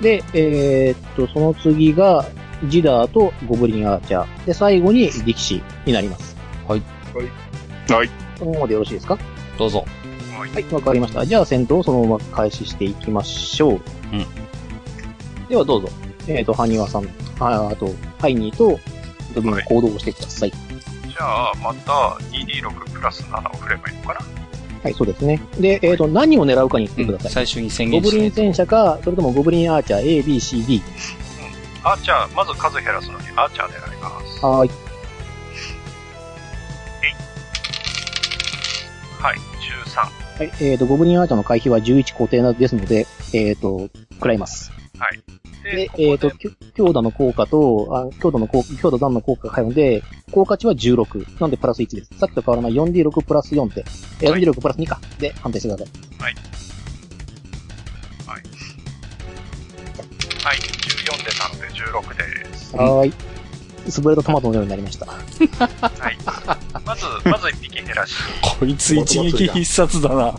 Speaker 2: で、えー、と、その次が、ジダーとゴブリンアーチャー。で、最後に力士になります。
Speaker 3: はい。
Speaker 2: このままでよろしいですか
Speaker 1: どうぞ。
Speaker 2: はい、わかりました。じゃあ戦闘をそのまま開始していきましょう。ではどうぞ。えっ、と、ハニワさん、ああと、ハイニーと、ドビンの行動をしてください。
Speaker 4: じゃあ、また 2D6 プラス7を振ればいいのかな
Speaker 2: はい、そうですね。で、えっ、と、何を狙うかに言ってくださ
Speaker 1: 最
Speaker 2: い。
Speaker 1: 初に宣
Speaker 2: ゴ
Speaker 1: 言
Speaker 2: ブ
Speaker 1: し
Speaker 2: リン
Speaker 1: て。
Speaker 2: 戦車か、それともゴブリンアーチャー A、B、C、D。
Speaker 4: アーチャー、まず数減らすのにアーチャー狙います。
Speaker 2: はーい。
Speaker 4: はい、
Speaker 2: は
Speaker 4: 13。
Speaker 2: い、えっ、と、ゴブリンアーチャーの回避は11固定なですので、えっ、と、食らいます。
Speaker 4: で、
Speaker 2: で
Speaker 4: こ、
Speaker 2: えっ、、
Speaker 4: ことで
Speaker 2: きょ強打の効果と、あ強打の効果、強打段の効果が入るので、効果値は16。なんでプラス1です。さっきと変わらない 4D6 プラス4で、えー
Speaker 4: はい
Speaker 2: 4D6 プラス2か。で、判定してください。
Speaker 4: はい、14出たので16で
Speaker 1: う
Speaker 4: す。
Speaker 1: ん
Speaker 2: はーい。潰れたトマトのようになりました。
Speaker 4: はい。まず、まず1匹減らし。
Speaker 1: こいつ一撃必殺だな。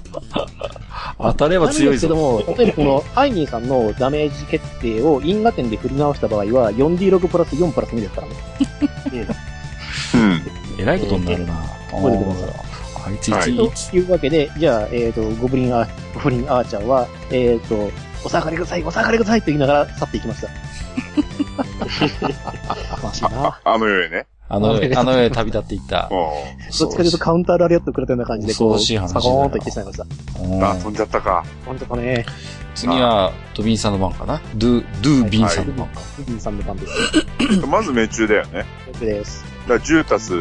Speaker 1: 当たれば強いぞ。
Speaker 2: なんですけども、例えばこの、アイニーさんのダメージ決定を因果点で振り直した場合は、4D6 プラス4プラス2ですからね。
Speaker 3: うん。
Speaker 1: えらいことになるな。
Speaker 2: 覚えてください
Speaker 1: あーいついつ
Speaker 3: はいい
Speaker 1: つ。
Speaker 2: というわけで、じゃあ、えっ、と、ゴブリンアー、ゴブリンアーチャーは、えっ、と、お下がりください、お下がりくださいと言いながら去っていきま した。おかしいな。
Speaker 3: あの世へね。
Speaker 1: あの世へ、あの世へ旅立っていった
Speaker 3: う。ん。
Speaker 2: どっちかというとカウンターラリアットくれたような感じで、こ
Speaker 1: 恐
Speaker 2: う、
Speaker 1: ろしい話だな
Speaker 2: サコーンと行ってしまいました。
Speaker 1: うん
Speaker 3: あ、飛んじゃったか。
Speaker 2: 本当かね。
Speaker 1: 次は、トビンさんの番かな。ドゥ、ドゥビンさんの番か。
Speaker 2: ビンさんの番です。
Speaker 3: まず命中だよね。
Speaker 2: 6です。
Speaker 3: だから10たす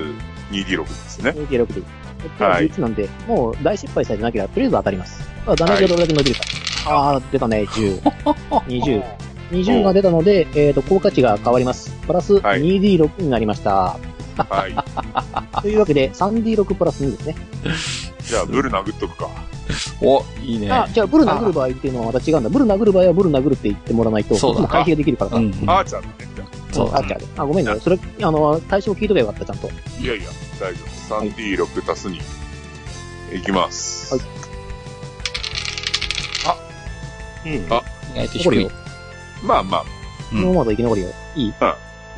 Speaker 3: 2D6 ですね。
Speaker 2: 計6です。こっちは11なんで、もう大失敗さえなければ、とりあえず当たります。ただ、ダメージがどれだけ伸びるか。あー、出たね、10。20。20が出たので、えっ、と、効果値が変わります。プラス
Speaker 3: はい
Speaker 2: 2D6 になりました。
Speaker 3: はい。
Speaker 2: というわけで、3D6 プラス2ですね。
Speaker 3: じゃあ、ブル殴っとくか。
Speaker 1: お、いいね。
Speaker 2: あ、じゃあ、ブル殴る場合っていうのはまた違うんだ。ブル殴る場合はブル殴るって言ってもらわないと、
Speaker 1: そうだ
Speaker 2: こっちも回避ができるからさ。
Speaker 1: うん。
Speaker 3: あーちゃんだね。じゃ
Speaker 1: そう
Speaker 2: あ、違う。あ、ごめんね。それ、あの、対象聞いとけばよかった、ちゃんと。
Speaker 3: あいやいや、大丈夫。3D6 足す2。いきます。
Speaker 2: はい
Speaker 1: 意外と
Speaker 2: 残
Speaker 3: あ
Speaker 5: うん。
Speaker 1: 低
Speaker 2: る
Speaker 1: い
Speaker 2: よ。。
Speaker 3: まあまあ、
Speaker 1: うん
Speaker 2: ノーマード生き残るよ。いい。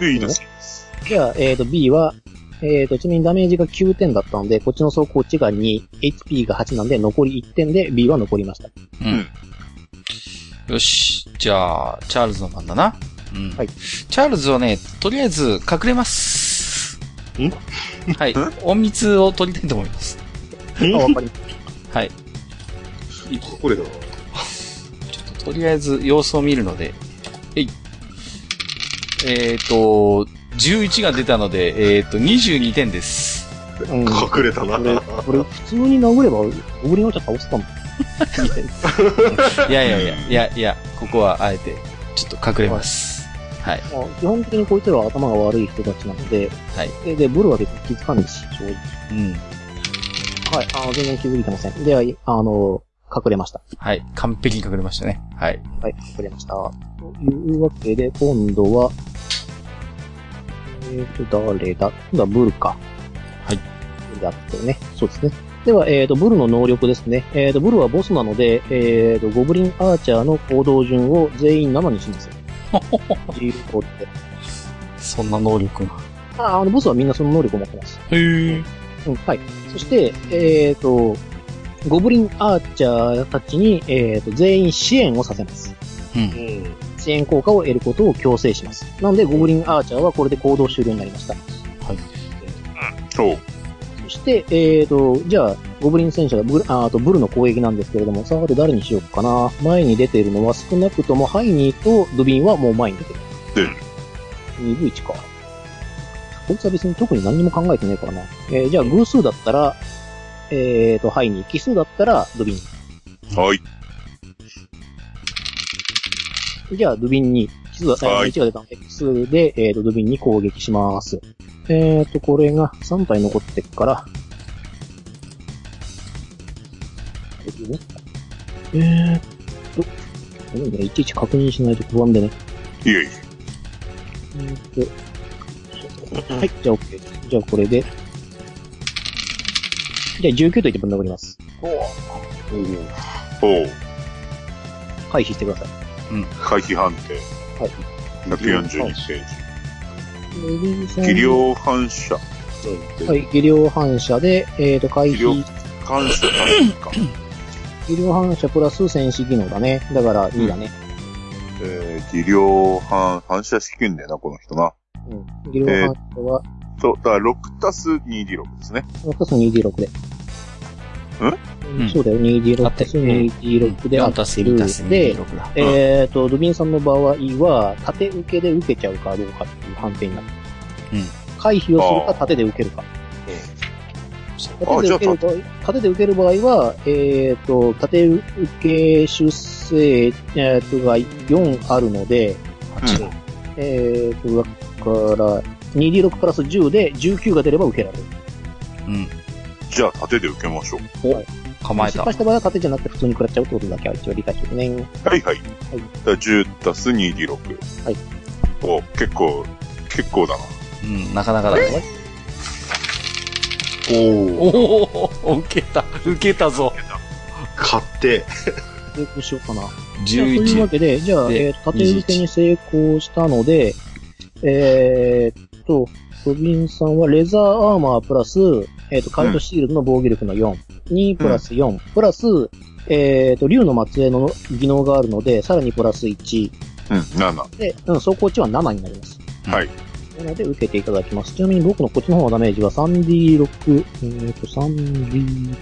Speaker 3: で、いいです。いいです
Speaker 2: じゃあ、えっ、と、B は、えっ、と、ちなみにダメージが9点だったので、こっちの走行値が2、HP が8なんで、残り1点で B は残りました。
Speaker 1: よし。じゃあ、チャールズの番だな。うん。
Speaker 2: はい
Speaker 1: チャールズはね、とりあえず隠れます。
Speaker 5: ん
Speaker 1: はい。隠密を取りたいと思います。
Speaker 5: うん
Speaker 2: あ、わかりま
Speaker 1: はい。
Speaker 5: これだ。
Speaker 1: ちょっととりあえず様子を見るので。えい。えっ、と、11が出たので、えっ、と、22点です。
Speaker 2: した。うん。こ
Speaker 5: 隠れたな。
Speaker 2: れ、これ普通に殴れば、ゴブリンオチャ倒せたもん。
Speaker 1: いやいやいや、いやいや、ここはあえて、ちょっと隠れます。はい。
Speaker 2: まあ基本的にこいつらは頭が悪い人たちなので、
Speaker 1: はい
Speaker 2: で、でブルは別に気づかないし、正直。
Speaker 1: うん。
Speaker 2: はい、あの、全然気づいてません。では、いあの、隠れました。
Speaker 1: はい。完璧に隠れましたね。はい。
Speaker 2: はい、隠れました。というわけで、今度は、えーと、誰だ今度はブルか。
Speaker 1: はい。
Speaker 2: だったよね。そうですね。では、えーと、ブルの能力ですね。えーと、ブルはボスなので、えーと、ゴブリンアーチャーの行動順を全員7に します。自由行動で。
Speaker 1: そんな能力が。
Speaker 2: あ、あの、ボスはみんなその能力を持ってます。
Speaker 1: へえ。
Speaker 2: うん、はい。そして、えっ、と、ゴブリンアーチャーたちに、えっ、と、全員支援をさせます。
Speaker 1: うん。
Speaker 5: うん。
Speaker 2: 支援効果を得ることを強制します。なので、ゴブリンアーチャーはこれで行動終了になりました。
Speaker 3: そう。
Speaker 2: そして、えっ、と、じゃあ、ゴブリン戦車がブル、ああとブルの攻撃なんですけれども、さあ、誰にしようかな。前に出ているのは少なくともハイニーとドビンはもう前に出てる。
Speaker 3: 出る
Speaker 2: 2分1か。こいつは別に特に何も考えてないからな。えーじゃあ、偶数だったら、えっ、と、ハイニー、奇数だったらドビン。
Speaker 3: はい。
Speaker 2: じゃあ、ドゥビンに、奇数だ、
Speaker 3: は
Speaker 2: はい1が出たので、奇数で、えー、と、ドゥビンに攻撃します。えーと、これが3体残ってっから、えーと、えーと、ね、いちいち確認しないと不安でね。
Speaker 3: いえい
Speaker 2: え
Speaker 3: え。
Speaker 2: ーと、はい、じゃあ OK です。じゃあ、これで、じゃあ、19と言ってぶん殴ります。
Speaker 3: おう。
Speaker 2: 回避してください。
Speaker 3: 回避判定。
Speaker 2: はい。
Speaker 3: 142ペー
Speaker 2: 技
Speaker 3: ジ。技量反射。は。
Speaker 2: はいい、技量反射で、えーと、回
Speaker 3: 技量
Speaker 2: 避
Speaker 3: 感謝か。
Speaker 2: 医療反射プラス戦士技能だね。だから2だね。
Speaker 3: えー、技量反、反射試験だよな、この人な。
Speaker 2: うん。技量反射は、
Speaker 3: そう、だから6たす 2D6 ですね。
Speaker 2: プラス 2D6 で。
Speaker 1: ん
Speaker 2: うんそうだよ、2D6
Speaker 1: 合って
Speaker 2: プ
Speaker 1: る
Speaker 2: ラス 2D6 で合
Speaker 1: 4
Speaker 2: って
Speaker 1: たす2たす
Speaker 2: る。で、
Speaker 1: 26だ。
Speaker 3: うん
Speaker 2: えっと、ドビンさんの場合は、縦受けで受けちゃうかどうかっていう判定になる。
Speaker 1: うん
Speaker 2: 回避をするか、
Speaker 3: あー
Speaker 2: 縦で受けるか。
Speaker 3: あ
Speaker 2: 縦で受ける場合、縦で受ける場合は、えっと、縦受け出生、えっと、が4あるので、
Speaker 3: うん。
Speaker 2: えっと、だから、2D6 プラス10で19が出れば受けられる。
Speaker 1: うん。
Speaker 3: じゃあ、縦で受けましょう。
Speaker 1: 構え
Speaker 2: 失
Speaker 1: た
Speaker 2: 敗。した場合は縦じゃなくて普通に食らっちゃうってことだけは一応理解しておくね。
Speaker 3: はいはい。だから10たす 2D6。
Speaker 2: はい。
Speaker 3: お、結構、結構だな。
Speaker 1: うん、なかなかだね。
Speaker 5: おお。
Speaker 1: おお受けた。受けたぞ。
Speaker 5: 買って。
Speaker 2: 成功しようかな。じゃあというわ
Speaker 1: 11。
Speaker 2: けで、じゃあ、
Speaker 1: で
Speaker 2: えーと縦受けに成功したので、えーっと、ソビンさんはレザーアーマープラス、えっ、と、カルトシールドの防御力の4。2プラス4。プラス、えっ、と、竜の末裔の技能があるので、さらにプラス1。
Speaker 3: うん、7。
Speaker 2: で、うん、走行値は7になります。
Speaker 3: はい。
Speaker 2: なので、受けていただきます。ちなみに僕のこっちの方のダメージは 3D6、えっ、と、3D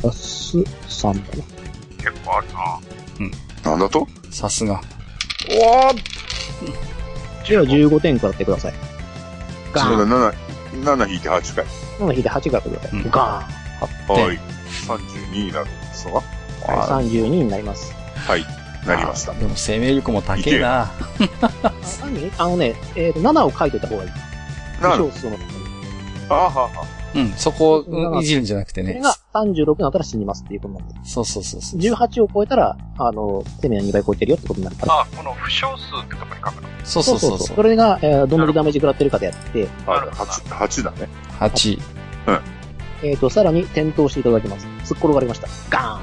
Speaker 2: プラス3だな。
Speaker 4: 結構あるな。
Speaker 3: なんだと
Speaker 1: さすが。
Speaker 2: では15点からってください。ガ
Speaker 3: そ
Speaker 2: ーン
Speaker 3: れだ、7、7引いて8かい。
Speaker 2: なので引いて8からってください。
Speaker 1: うん
Speaker 2: ガーン
Speaker 3: はい。32になるんですか
Speaker 2: はい、32になります。
Speaker 3: なりました。
Speaker 1: でも生命力も高えな。
Speaker 2: あ何あのね、えーと、7を書いといた方がいい。
Speaker 3: なる
Speaker 2: 小数の中に
Speaker 3: あはは
Speaker 1: うん、そこをいじるんじゃなくて
Speaker 2: それ
Speaker 1: ね。
Speaker 2: が36になったら死にますっていうことなんで。
Speaker 1: そうそうそうそう。
Speaker 2: 18を超えたら、あの、生命の2倍超えてるよってことになるから。
Speaker 4: あ、この負傷数ってとこに書くの。
Speaker 1: そうそうそう
Speaker 2: そ
Speaker 1: そう
Speaker 2: そ。れが、えーどんだけダメージ食らってるかでやって、
Speaker 3: は。あ8、八だね。
Speaker 1: 8。
Speaker 2: えーと、さらに転倒していただきます。突っ転がりました。ガ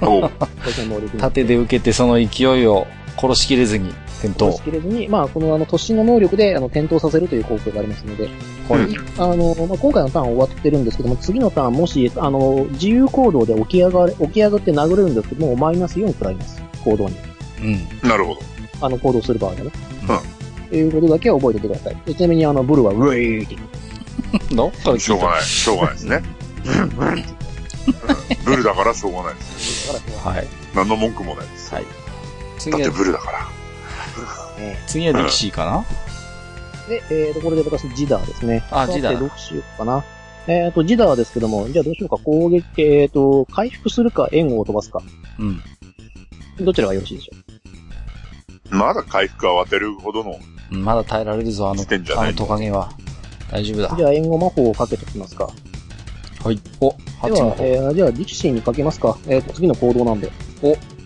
Speaker 2: ーン
Speaker 3: おう。
Speaker 2: 当然能力に。
Speaker 1: 縦で受けてその勢いを殺しきれずに転
Speaker 2: と。
Speaker 1: 倒
Speaker 2: し。きれずに、まあ、この、あの、突進の能力で、あの、転倒させるという効果がありますので、
Speaker 1: これ
Speaker 3: うん
Speaker 2: あの、まあ、今回のターン終わってるんですけども、次のターン、もし、あの、自由行動で起き上がれ、起き上がって殴れるんですけども、マイナス4くらいます。行動に。
Speaker 1: うん。
Speaker 3: なるほど。
Speaker 2: あの、行動する場合はね。
Speaker 1: う
Speaker 2: ということだけは覚えておいてください。でちなみに、あの、ブルは、ウェーイって言う
Speaker 1: どっから聞いた
Speaker 3: しょうがない。しょうがないですね。うんブルだからしょうがないです。
Speaker 2: から、
Speaker 1: はい。
Speaker 3: 何の文句もないです。
Speaker 1: はい。
Speaker 3: だっ
Speaker 1: 次
Speaker 3: て
Speaker 1: は、
Speaker 3: ブルだから。
Speaker 2: ね。
Speaker 1: 次はディキシーかな
Speaker 2: で、えーと、これで私、ジダーですね。
Speaker 1: あジダー
Speaker 2: さてどうしようかな。えーと、ジダーですけども、じゃあどうしようか。攻撃、えーと、回復するか、援護を飛ばすか。
Speaker 1: うん。
Speaker 2: どちらがよろしいでしょ
Speaker 3: まだ回復慌てるほどの、
Speaker 1: うんまだ耐えられるぞ、あの
Speaker 3: 来てんじ、ゃ
Speaker 1: あ
Speaker 3: ない
Speaker 1: のトカゲは。大丈夫
Speaker 2: う
Speaker 1: だ
Speaker 2: じ。ゃあ、援護魔法をかけておきますか。
Speaker 1: はい。お、
Speaker 2: で
Speaker 1: 8の
Speaker 2: は、
Speaker 1: 方。
Speaker 2: えー、じゃあ、ディキシーにかけますか。えーと、次の行動なんで。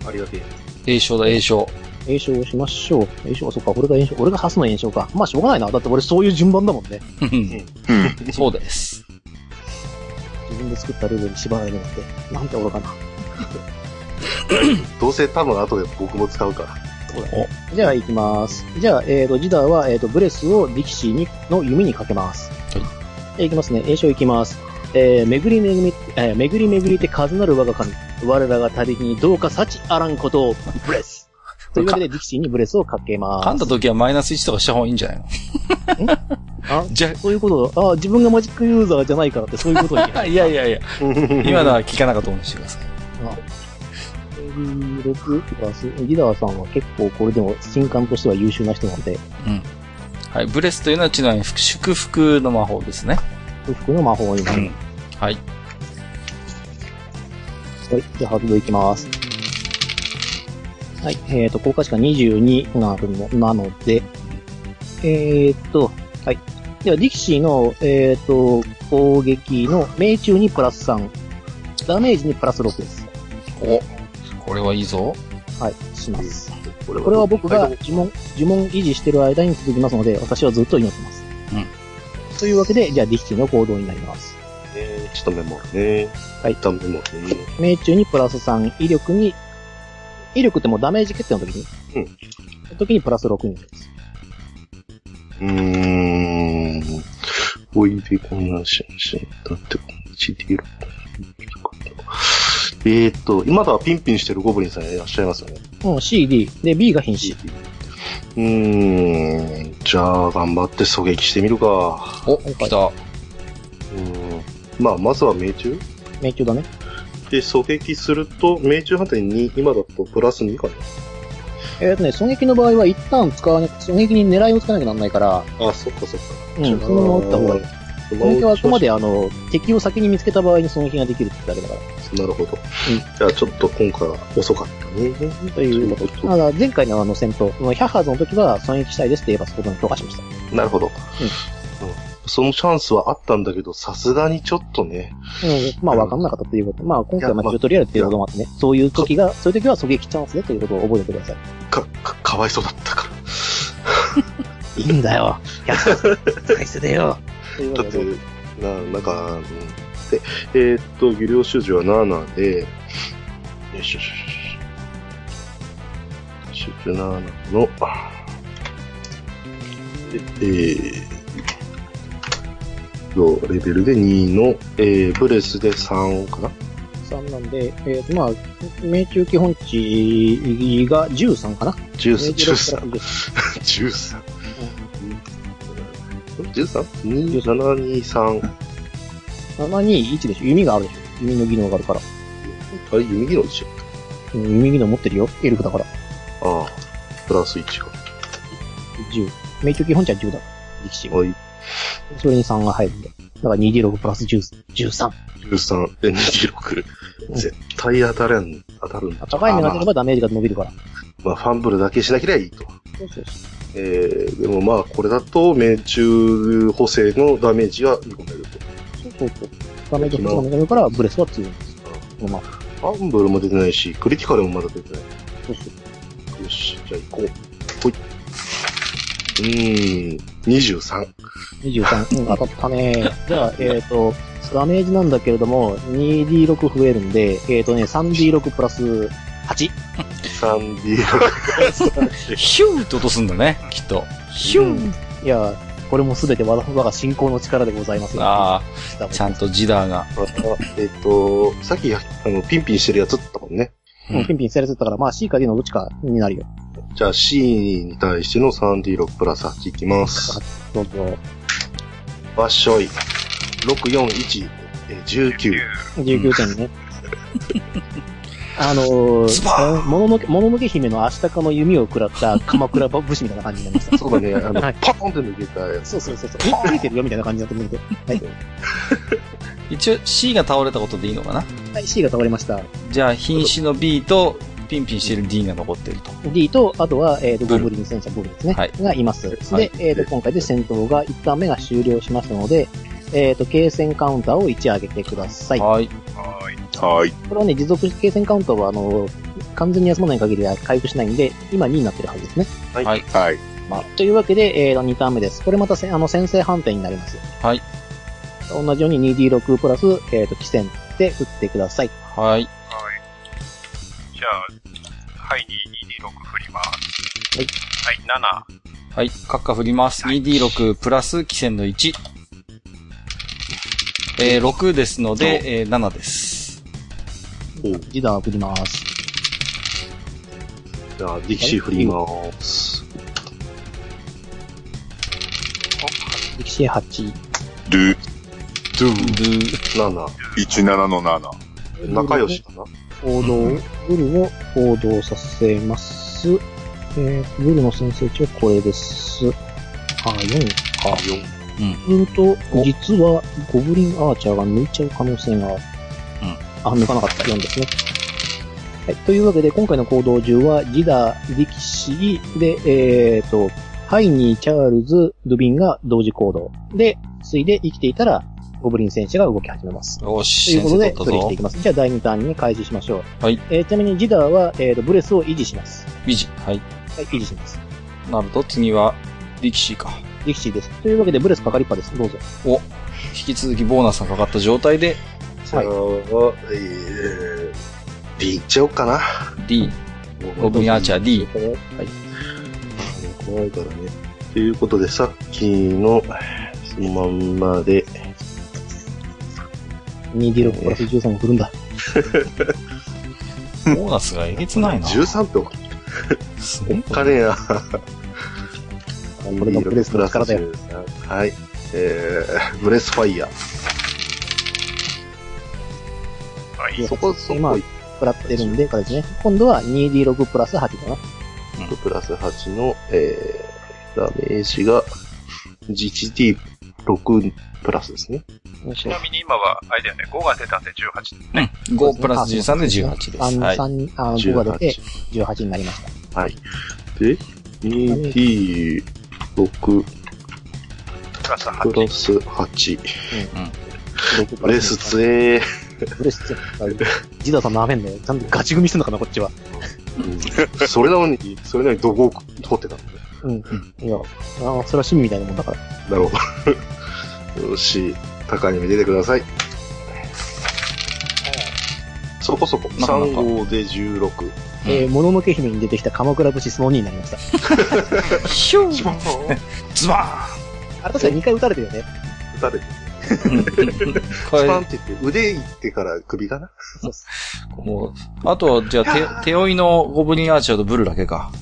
Speaker 5: ありがてえ。
Speaker 1: 栄翔だ、栄翔。
Speaker 2: 炎症をしましょう。炎症、あ、そっか、俺が炎症、俺がハスの炎症か。まあ、しょうがないな。だって俺そういう順番だもんね。
Speaker 1: うん
Speaker 3: うん。
Speaker 1: そうです。
Speaker 2: 自分で作ったルールに縛られるなんて。なんて愚かな。
Speaker 5: どうせ多分後で僕も使うから。
Speaker 2: じゃあ、行きます。じゃあ、えーと、ジダーは、えーと、ブレスを力士に、の弓にかけます。。
Speaker 1: はい
Speaker 2: 行きますね。炎症行きます。えー、めぐりめぐみ、えー、めぐりめぐりて数なる我が神。我らが旅にどうか幸あらんことを、ブレス。というわけで、力士にブレスをかけます。
Speaker 1: 噛んだ時はマイナス1とかした方がいいんじゃないの
Speaker 2: あ
Speaker 1: じゃ、
Speaker 2: そういうこと、あ、自分がマジックユーザーじゃないからってそういうことを言えな
Speaker 1: あ
Speaker 2: い
Speaker 1: いやいやいや、今のは聞かなかったことにしてください。
Speaker 2: 6プラス、ギダーさんは結構これでも新刊としては優秀な人なんで、
Speaker 1: はい。ブレスというのはちなみに祝福の魔法ですね。
Speaker 2: 不服の魔法になる。
Speaker 1: はい。
Speaker 2: はい、じゃあ発動いきます。はい、えっ、ー、と、効果値が22なるの、なので、えっ、ー、と、はい。では、ディキシーの、えっ、ー、と、攻撃の命中にプラス3、ダメージにプラス6です。
Speaker 1: お、これはいいぞ。
Speaker 2: はい、します。
Speaker 5: これ
Speaker 2: これは僕が呪文、呪文維持してる間に続きますので、私はずっと祈ってます。
Speaker 1: うん
Speaker 2: というわけで、じゃあ、ディキシーの行動になります。
Speaker 5: えーちょっとメモるね。
Speaker 2: はい
Speaker 5: 一旦メモるね。
Speaker 2: 命中にプラス3、威力に、威力ってもうダメージ決定の時に。。
Speaker 5: うん
Speaker 2: 時にプラス6になります。
Speaker 5: うーん。おいでこんなしんしん。だってこの 1D6。えーっと、今だはピンピンしてるゴブリンさんいらっしゃいますよね。
Speaker 2: うん、CD。で、B が瀕死。
Speaker 5: うーん。じゃあ、頑張って狙撃してみるか。
Speaker 1: お、来た。
Speaker 5: うん。まあ、まずは命中
Speaker 2: 命中だね。
Speaker 5: で、狙撃すると、命中判定に今だとプラス2か
Speaker 2: えっ、とね、狙撃の場合は一旦使わなく、狙撃に狙いをつかなきゃなんないから、
Speaker 5: な。あ、そっかそっか。
Speaker 2: うん、
Speaker 5: じゃあ
Speaker 2: そのまま打った方がいい。
Speaker 5: その
Speaker 2: 狙撃はあくま
Speaker 5: で。
Speaker 2: であの、敵を先に見つけた場合に狙撃ができるってだけだから。
Speaker 5: なるほど。じゃあ、ちょっと今回は遅かったね。
Speaker 2: ということ。だから前回のあの戦闘、あのヒャッハーズの時は狙撃したいですって言えばそことに許可しました。
Speaker 5: なるほど。うんそのチャンスはあったんだけど、さすがにちょっとね。
Speaker 2: うん、まあ分かんなかったということ。まあ今回はまあチュートリアルっていうこともあってね、そういう時が、そういう時は狙撃チャンスねということを覚えておいてください。
Speaker 5: か、か、かわいそうだったから。
Speaker 2: いいんだよ。返せでよ。
Speaker 5: だって、な、なんか、うんで、えーっと、技量収受は7で、よしよしよし。収受7の、でえー、のレベルで2の、えー、ブレスで3かな
Speaker 2: さんなんで、えっ、と、まあ、命中基本値が13かな
Speaker 5: ?13、13、
Speaker 2: 13
Speaker 5: 13。13?2723。
Speaker 2: 721でしょ弓があるでしょ弓の技能があるから。
Speaker 5: あれ、弓技能でしょ
Speaker 2: うん弓技能持ってるよ。エルフだから。
Speaker 5: ああ、プラス1か。
Speaker 2: 10。命中基本値は10だ。力士が。
Speaker 5: はい。
Speaker 2: それに3が入るんだ。だから 2D6 プラス10 13。
Speaker 5: 13で26。絶対当たれん、当たるんだ。
Speaker 2: 高い目がけれ
Speaker 5: まあ
Speaker 2: ばダメージが伸びるから。
Speaker 5: まあ、ファンブルだけしなければいいと。
Speaker 2: そうそうそ
Speaker 5: えー、でもまあ、これだと、命中補正のダメージは見込めると。
Speaker 2: う。そうそう。ダメージが伸びるから、ブレスは強いんです。このまま。
Speaker 5: ファンブルも出てないし、クリティカルもまだ出てない。
Speaker 2: そうそう。
Speaker 5: よし、じゃあ行こう。ほい。うーん、23。
Speaker 2: 23。うん、当たったねじゃあ、えっ、と、ダメージなんだけれども、2D6 増えるんで、えっ、とね、3D6 プラス 8?
Speaker 5: 3D6。
Speaker 1: ヒューって落とすんだね、きっと。ヒュー
Speaker 2: いや、これもすべて我が信仰の力でございますよ
Speaker 1: あ
Speaker 2: ダ
Speaker 1: あ、
Speaker 2: メ
Speaker 1: ちゃんとジダーが。
Speaker 5: えっと、さっき、あの、ピンピンしてるやつだったもんね。
Speaker 2: うんピンピンされてたから、まあ C か D のどっちかになるよ。
Speaker 5: じゃあ C に対しての 3D6 プラス8いきます。
Speaker 2: どうぞ。
Speaker 5: わっしょい。641、えー19。
Speaker 2: 19点ね。あのー
Speaker 1: ズバー
Speaker 2: もののけ、もののけ姫のアシタカの弓を食らった鎌倉武士みたいな感じになりました。
Speaker 5: そうだね、あの、
Speaker 2: はい
Speaker 5: パコンって抜けたやつ。
Speaker 2: そうそうそうそう。え、ついてるよみたいな感じになってるんで。
Speaker 1: 一応 C が倒れたことでいいのかな
Speaker 2: はい。はい、C が倒れました。
Speaker 1: じゃあ、瀕死の B と、ピンピンしてる D が残ってると。
Speaker 2: D と、あとは、えっ、と、
Speaker 1: ブ
Speaker 2: ゴ
Speaker 1: ル
Speaker 2: ブリン戦車ブルですね。
Speaker 1: はい
Speaker 2: がいます。で、
Speaker 1: はい
Speaker 2: えっ、と、今回で戦闘が1ターン目が終了しましたので、えっ、と、継戦カウンターを1上げてください。
Speaker 1: はい。
Speaker 4: はーい。
Speaker 3: はい。
Speaker 2: これはね、持続継戦カウンターは、あの、完全に休まない限りは回復しないんで、今2になってるはずですね。
Speaker 3: はい。
Speaker 2: というわけで、えー、2ターン目です。これまたせあの先制判定になります。
Speaker 1: はい。
Speaker 2: 同じように 2D6 プラス、えっ、と、起点で振ってください。
Speaker 1: はい。
Speaker 4: はい。じゃあ、はい、2D6 振ります。
Speaker 2: はい
Speaker 4: はい、7。
Speaker 1: はい。カッカ振ります。2D6 プラス、汽船の1。えー、6ですので、えー、7です。
Speaker 2: ジダー振ります。
Speaker 5: じゃあ、ディキシー振りまーす。
Speaker 2: 力士8。
Speaker 3: ドゥ、
Speaker 5: ド
Speaker 1: ド
Speaker 5: ゥー、
Speaker 1: ゥ
Speaker 5: 7。
Speaker 3: 17の7。
Speaker 5: 仲良し。かな
Speaker 2: 行動、ブルを行動させます。えー、ブルの先制値はこれです。あ、4。
Speaker 5: あ、4。
Speaker 2: うんと、実は、ゴブリンアーチャーが抜いちゃう可能性がある。あ、抜かなかった。4ですね。はい。というわけで、今回の行動中は、ギダ、力士で、えーと、ハイニー、チャールズ、ドゥビンが同時行動。で、ついで生きていたら、ゴブリン戦士が動き始めます。
Speaker 1: よ
Speaker 2: と
Speaker 1: し、
Speaker 2: いう
Speaker 1: 先
Speaker 2: こ
Speaker 1: 生
Speaker 2: と
Speaker 1: 取
Speaker 2: で、
Speaker 1: った
Speaker 2: プレイして
Speaker 1: ぞ
Speaker 2: いきます。じゃあ、第2ターンに開始しましょう。
Speaker 1: はい。
Speaker 2: えーちなみに、ギダは、えーと、ブレスを維持します。。
Speaker 1: 維持。はい。
Speaker 2: はい、維持します。
Speaker 1: なると、次は、力士か。
Speaker 2: 力士です。というわけで、ブレスかかりっぱです。どうぞ。
Speaker 1: 引き続きボーナスがかかった状態で、
Speaker 5: じゃあ、えー、D いっちゃおうかな。
Speaker 1: D、ゴブリンアーチャー D。
Speaker 5: 怖いからね。ということで、さっきの、そのまんまで、
Speaker 2: 2D6 プラス13を振るんだ。
Speaker 1: ボーナスがえげつないな。
Speaker 5: 13票
Speaker 1: すご
Speaker 5: お
Speaker 1: い
Speaker 5: っかねえ な。
Speaker 2: これがブレスの力だよ。
Speaker 5: はい。えー、ブレスファイヤー。
Speaker 4: はい。
Speaker 2: いや
Speaker 5: そこそ
Speaker 2: 今
Speaker 5: こいっ
Speaker 2: 食らってるんで、これですね。今度は 2D6 プラス8かな。
Speaker 5: とプラス8の、えー、ダメージが GTT6 プラスですね。
Speaker 4: ちなみに今は、あれだよね、5が出たんで18。
Speaker 1: 5プラス13で18です。
Speaker 2: あの、
Speaker 1: はい。
Speaker 2: 3、あの、5が出て
Speaker 5: 18。
Speaker 2: 18になりました。
Speaker 5: で、2D6
Speaker 4: プラス8。
Speaker 5: プラス8。
Speaker 2: 6プ
Speaker 5: ブレス
Speaker 2: え。
Speaker 5: 強え。
Speaker 2: ブレス強い。ジダさん舐めんなよ。ちゃんとガチ組みすんのかな、こっちは。
Speaker 5: うんそれなのに、それなのにどこを取ってたんだ
Speaker 2: うん。いや、あそれは趣味みたいなもんだから。
Speaker 5: だろう。よ し、高い目出てください。そこそこ。
Speaker 1: なかなか
Speaker 5: 3号で16。
Speaker 1: うん
Speaker 2: えー、もののけ姫に出てきた鎌倉武士その2になりました。
Speaker 1: ヒューズバーン
Speaker 2: あれ確か2回撃たれてるよね。
Speaker 5: 打たれてる。
Speaker 1: こ
Speaker 5: スパン
Speaker 1: れ
Speaker 5: って言って、腕いってから首かな
Speaker 1: もう、あとは、じゃあ、手、手負いのゴブリンアーチャーとブルだけか。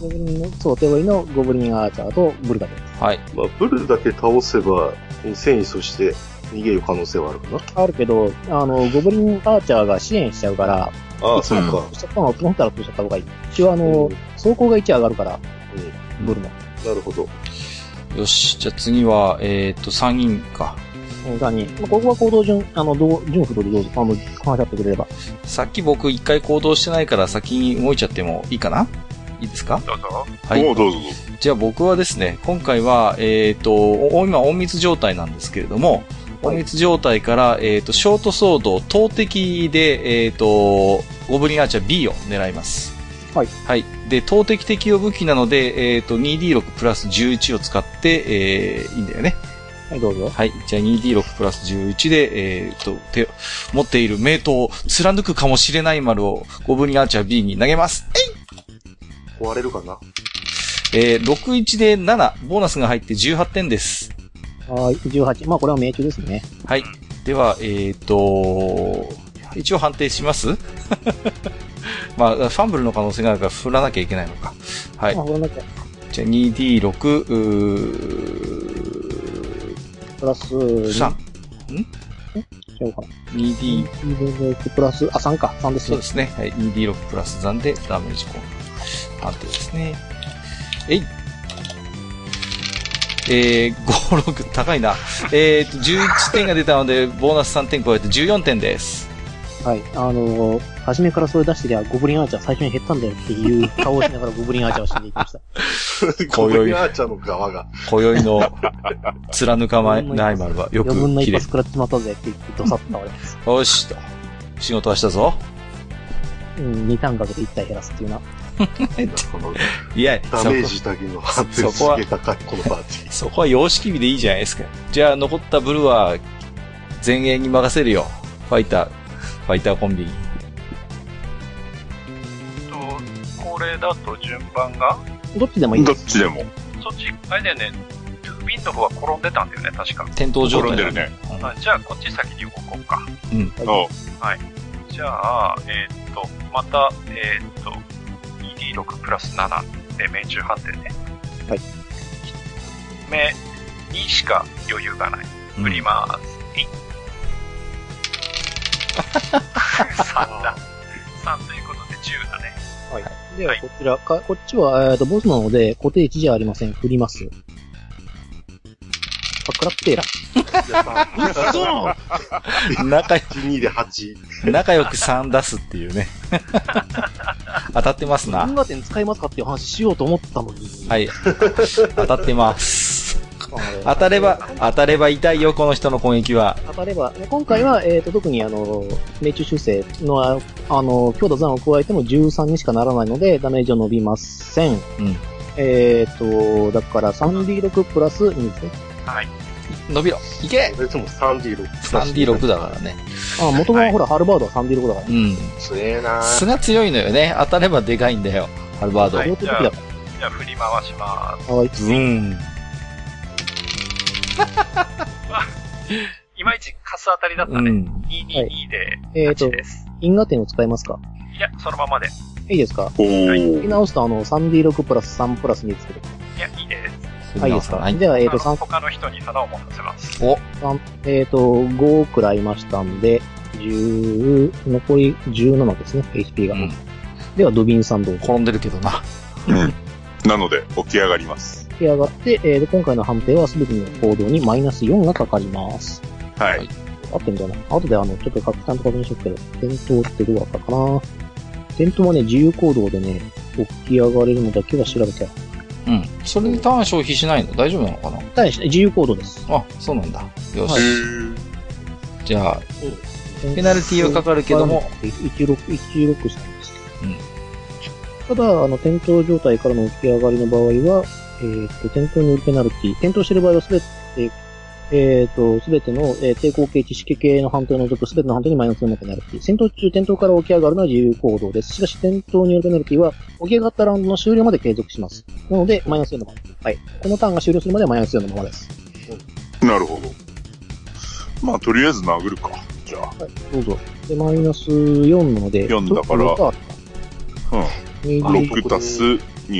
Speaker 2: ゴブリンの、そう、手追いのゴブリンアーチャーとブルダです。
Speaker 1: はい。
Speaker 5: まあ、ブルだけ倒せば、戦意そして逃げる可能性はあるかな
Speaker 2: あるけど、あの、ゴブリンアーチャーが支援しちゃうから、
Speaker 5: ああ、
Speaker 2: そ
Speaker 5: そうう
Speaker 2: か
Speaker 5: か。
Speaker 2: そこはポンたら通しちゃった方がいい。一応あの、走行が1上がるから、ブルの。
Speaker 5: なるほど。
Speaker 1: よし。じゃあ次は、えーっと、3人か。
Speaker 2: がに、まあ、ここは行動順、あの、どう順不同でどうぞ、あの、話し合ってくれれば。
Speaker 1: さっき僕一回行動してないから先に動いちゃってもいいかないいですか
Speaker 4: どうぞ。
Speaker 1: はい。
Speaker 3: もうどうぞどうぞ。
Speaker 1: じゃあ僕はですね、今回は、えっ、と、お今、隠密状態なんですけれども、
Speaker 5: はい
Speaker 1: 隠密状態から、えっ、と、ショートソード、投擲で、えっ、と、ゴブリンアーチャー B を狙います。
Speaker 2: はい。
Speaker 1: はい。で、投擲的を武器なので、えっ、と、2D6 プラス11を使って、えー、いいんだよね。
Speaker 2: はい、どうぞ。
Speaker 1: はい。じゃあ 2D6 プラス11で、えっ、と、手、持っている名刀を貫くかもしれない丸をゴブリンアーチャー B に投げます。
Speaker 5: 壊れ るかな
Speaker 1: えー、61で7、ボーナスが入って18点です。
Speaker 2: はい、18。まあ、これは命中ですね。
Speaker 1: はい。では、えっ、と、一応判定します まあ、ファンブルの可能性があるから振らなきゃいけないのか。はい
Speaker 2: まあ、。これなんか、
Speaker 1: じゃあ 2D6、
Speaker 2: プラス2。
Speaker 1: 3。
Speaker 2: しようかな。
Speaker 1: 2D、
Speaker 2: 2プラス、あ、3か。3です
Speaker 1: そう
Speaker 2: ね
Speaker 1: で。すね。はい。2D6 プラス残でダメージコン判定ですね。えい。えー、5、6、高いな。えっ、と、11点が出たので、ボーナス3点加えて14点です。
Speaker 2: はい。あのー、初めからそれ出してりゃ、ゴブリンアーチャー最初に減ったんだよって いう顔をしながらゴブリンアーチャーを死んでいきました。
Speaker 5: ゴブリンアーチャーの側が。
Speaker 1: 今宵の貫かまない丸はよ
Speaker 2: 余
Speaker 1: く
Speaker 2: 分な
Speaker 1: 切
Speaker 2: 一
Speaker 1: れ
Speaker 2: 発食らっちまったぜって言って、ドサッと倒れます。
Speaker 1: よしと。仕事はしたぞ。
Speaker 2: うん、2ターンかけて1体減らすっていうな。
Speaker 5: この
Speaker 1: いや、
Speaker 5: ダメ
Speaker 1: そ
Speaker 5: ー
Speaker 1: こ
Speaker 5: ジだけの判定
Speaker 1: そ
Speaker 5: す
Speaker 1: こは
Speaker 5: げえ高い、このパーティー。
Speaker 1: そこは様式美でいいじゃないですか。じゃあ、残ったブルは、前衛に任せるよ。ファイター、ファイターコンビに。
Speaker 4: と、これだと順番が、
Speaker 2: どっちでもいい
Speaker 3: ど
Speaker 2: で
Speaker 3: っ
Speaker 2: す。
Speaker 3: ちでも。
Speaker 4: そっち、あれだよね、ルービンの方は転んでたんだよね、確か。
Speaker 1: 転倒状
Speaker 3: 転
Speaker 1: 態
Speaker 3: んでるね。
Speaker 4: あじゃあ、こっち先に動こうか。
Speaker 3: おう
Speaker 4: じゃあ、えーっと、また、えーっと、2D6 プラス7で命中判定ね。
Speaker 2: はい。
Speaker 4: 目にしか余裕がない。
Speaker 1: うん
Speaker 4: 振ります。えい3だ。3ということで10だね。
Speaker 2: では、こちら、かこっちは、えーと、ボスなので、固定値じゃありません。振ります。あ、食らってえら。
Speaker 1: 仲良
Speaker 5: 12で8。
Speaker 1: く、仲良く3出すっていうね。 当たってますな
Speaker 2: 銀。河点使いますかっていう話しようと思ったのに。
Speaker 1: はい。当たってます。
Speaker 2: あ
Speaker 1: 当たれば、当たれば痛いよ、この人の攻撃は。
Speaker 2: 当たれば、ね今回は、えーと、特にあの、命中修正の、ああの、強打残を加えても13にしかならないので、ダメージは伸びません。
Speaker 1: ん
Speaker 2: えっ、と、だから 3D6 プラス2ですね。
Speaker 1: 伸びろ。いけ
Speaker 5: それとも 3D6。
Speaker 1: !3D6 だからね。
Speaker 2: あ、元が
Speaker 4: はい
Speaker 2: ほら、ハルバードは 3D6 だから。
Speaker 1: うん。
Speaker 5: 強えな
Speaker 1: 素が強いのよね。当たればでかいんだよ。ハルバード。
Speaker 4: はい
Speaker 2: 両手武器だか
Speaker 4: じゃあ振り回します。
Speaker 2: ら。はい。
Speaker 1: ブーン。
Speaker 4: いまいちカス当たりだった
Speaker 1: う
Speaker 4: ね。
Speaker 1: ん。
Speaker 4: 222で
Speaker 2: えっ、
Speaker 4: 勝ち
Speaker 2: と、
Speaker 4: です。
Speaker 2: 因果点を使いますか
Speaker 4: いや、そのままで。
Speaker 2: いいですか振
Speaker 3: お
Speaker 2: り
Speaker 3: ー
Speaker 2: 直すと、あの、3D6 プラス3プラス2ですけど。
Speaker 4: いや、いいです。
Speaker 2: はい、いいですか、
Speaker 1: はい。
Speaker 2: じゃあ、えっ、
Speaker 4: あ
Speaker 2: と、
Speaker 4: の
Speaker 2: 三
Speaker 4: 他の人に花を持たせます。
Speaker 1: お、
Speaker 2: 三えっ、と、5くらいましたんで、10、残り17ですね、HP が。
Speaker 1: うん
Speaker 2: では、ドビンさんどうぞ。
Speaker 1: 転んでるけどな。
Speaker 3: なので、起き上がります。
Speaker 2: 上がって、えー、と今回の判定は全ての行動にマイナス4がかかります。
Speaker 3: は
Speaker 1: はい
Speaker 3: い。
Speaker 2: 合ってんじゃない後であの、ちょっと拡散と確認しとくけど、転倒ってどうだったかな転倒はね、自由行動でね、起き上がれるのだけは調べてある。
Speaker 1: うん。それでターン消費しないの大丈夫なのかな
Speaker 2: 対して、自由行動です。
Speaker 1: あ、そうなんだ。よし。
Speaker 2: は
Speaker 3: へ
Speaker 2: い
Speaker 3: ー
Speaker 1: じゃあ、
Speaker 2: ペ
Speaker 1: ペナルティはかかるけども。
Speaker 2: 16、16したんです。
Speaker 1: うん
Speaker 2: ただ、あの、転倒状態からの起き上がりの場合は、えーっと、転倒によるペナルティ、転倒している場合はすべて、えーっと、すべての、えー抵抗系、知識系の判定を除くすべての判定にマイナスのペナルティ。戦闘中、転倒から起き上がるのは自由行動です。しかし、転倒によるペナルティは、起き上がったラウンドの終了まで継続します。なので、マイナス4のまま。はい。このターンが終了するまではマイナス4のままです。
Speaker 3: なるほど。まあ、とりあえず殴るか。じゃあ。
Speaker 2: どうぞ。で、マイナス4なので、
Speaker 3: 4だからうん。
Speaker 2: 6
Speaker 3: 6足す 2D6。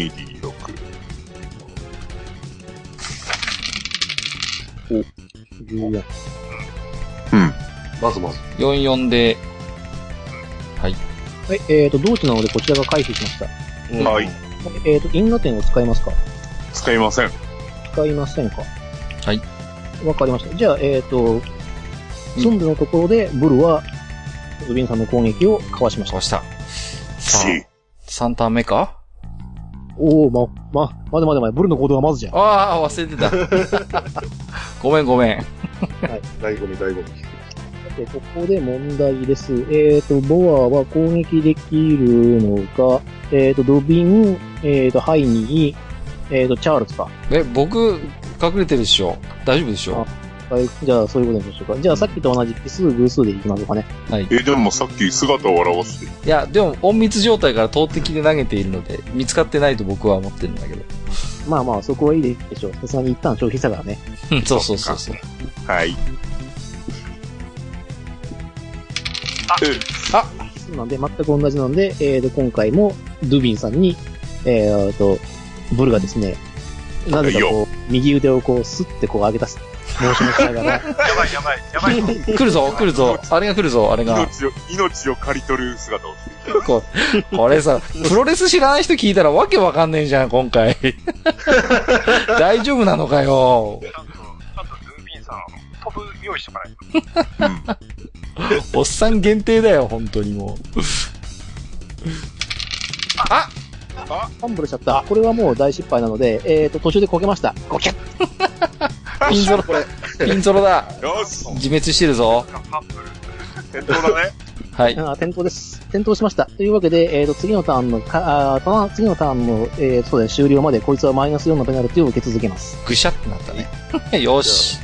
Speaker 2: 14。
Speaker 5: まずまず。
Speaker 1: 44で、
Speaker 2: はい、えっ、と、同値なのでこちらが回避しました。
Speaker 3: はい。
Speaker 2: えっ、と、因果点を使いますか
Speaker 3: 使いません。
Speaker 2: 使いませんか
Speaker 1: はい。
Speaker 2: わかりました。じゃあ、えっ、と、
Speaker 1: うん
Speaker 2: ソンデのところで、ブルは、ウビンさんの攻撃をかわしました
Speaker 1: 壊。した。さ
Speaker 3: し、
Speaker 1: あ、3ターン目か
Speaker 2: おお、ま、ま、まだまだまだ、ブルの行動はまずじゃん。
Speaker 1: ああ、忘れてた。 ごめんごめん。
Speaker 5: 醍醐味醍醐味。
Speaker 2: で、ここで問題です。えっ、と、ボアは攻撃できるのが、えっ、と、ドビン、えっ、と、ハイニー、えっ、と、チャールズか。
Speaker 1: え、僕、隠れてるでしょ大丈夫でしょ
Speaker 2: はい、じゃあ、そういうことにしましょうか。じゃあ、さっきと同じ奇数、偶数でいきましょうかね。
Speaker 3: えーでもさっき姿を現して、
Speaker 1: いや、でも、隠密状態から投擲で投げているので、見つかってないと僕は思ってるんだけど。
Speaker 2: まあまあ、そこはいいでしょう。さすがに一旦消費したからね。
Speaker 1: うんそうそうそうそう。
Speaker 3: はい。
Speaker 2: そうなんで、全く同じなんで、えーと、今回も、ドゥビンさんに、えーと、ブルがですね、なぜかこう、右腕をこう、スッてこう上げ出す。モーションしながら、
Speaker 4: やばいやばい、 やばい。
Speaker 1: 来るぞ、来るぞ。あれが来るぞ、あれが。
Speaker 3: 命を、命を刈り取る姿をしていた
Speaker 1: こうこれさ、プロレス知らない人聞いたらわけわかんねえじゃん、今回。大丈夫なのかよ。
Speaker 4: ちゃんと、ちゃんとルービンさん、飛ぶ用意しとかないと。
Speaker 1: おっさん限定だよ、本当にもう。あ
Speaker 2: ファンブルしちゃった。これはもう大失敗なので、えーと、途中でこけました。ゴキャッ
Speaker 1: ピンゾロ、ピンゾロだ。
Speaker 3: よし
Speaker 1: 自滅してるぞ。
Speaker 4: パンプル。
Speaker 3: 本当だね。
Speaker 1: はい。
Speaker 2: あー転倒です。転倒しました。というわけで、えーと、次のターンの、かあーターン次のターンの、えーそうだね、終了まで、こいつはマイナス4のペナルティを受け続けます。
Speaker 1: ぐしゃってなったね。 よし。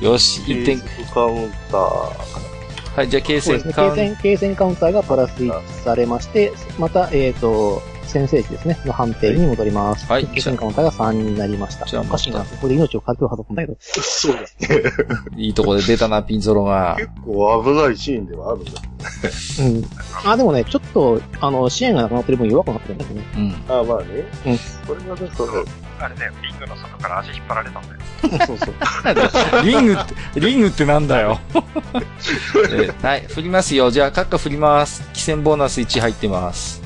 Speaker 1: よし、一点。
Speaker 5: カウンター。
Speaker 1: はい、じゃあ、継
Speaker 2: そう
Speaker 1: 戦
Speaker 2: ですね。
Speaker 1: か
Speaker 2: 経。線、経線カウンターがプラス1されまして、また、えっ、と、先制値ですね、の判定に戻ります。
Speaker 1: はい
Speaker 2: 経線カウンターが3になりました。
Speaker 1: じゃあ
Speaker 2: おかしいな。ここで命をかけるはずだったんだけど。
Speaker 5: そうだ。
Speaker 1: いいとこで出たな、ピンゾロが。
Speaker 5: 結構危ないシーンではあるんだ。
Speaker 2: うん。あ、でもね、ちょっと、あの、支援がなくなってる分弱くなってるんだけどね。
Speaker 1: うん。
Speaker 5: ああ、まあね。
Speaker 2: うん。
Speaker 5: これがね、その、
Speaker 4: あれね、リングの外から足引っ張られたんだよ。
Speaker 5: そうそう。
Speaker 1: リングって、リングってなんだよ。えーはい、振りますよ。じゃあ、カッカ振ります。起戦ボーナス1入ってます。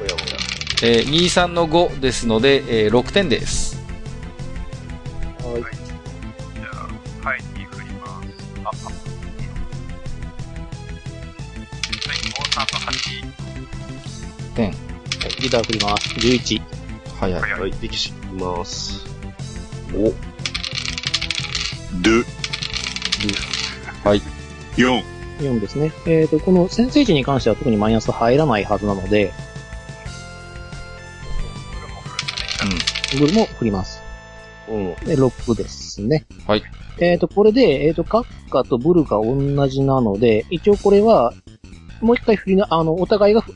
Speaker 5: おや
Speaker 1: えー、23の5ですので、えー6点です。
Speaker 4: じゃあ、はい、に振ります。あ、あ。はい、53と8。
Speaker 2: はい、ギター振ります。11。
Speaker 1: 早い。
Speaker 5: おや。はい、力士いきます。
Speaker 3: で、
Speaker 1: はい。
Speaker 3: 4。
Speaker 2: 4ですね。えっ、と、この先制値に関しては特にマイナス入らないはずなので、ブルも振ります。
Speaker 5: うん。
Speaker 2: で、6ですね。
Speaker 1: はい。
Speaker 2: えっ、と、これで、えっ、と、カッカとブルが同じなので、一応これは、もう一回振りな、あの、お互いがふ、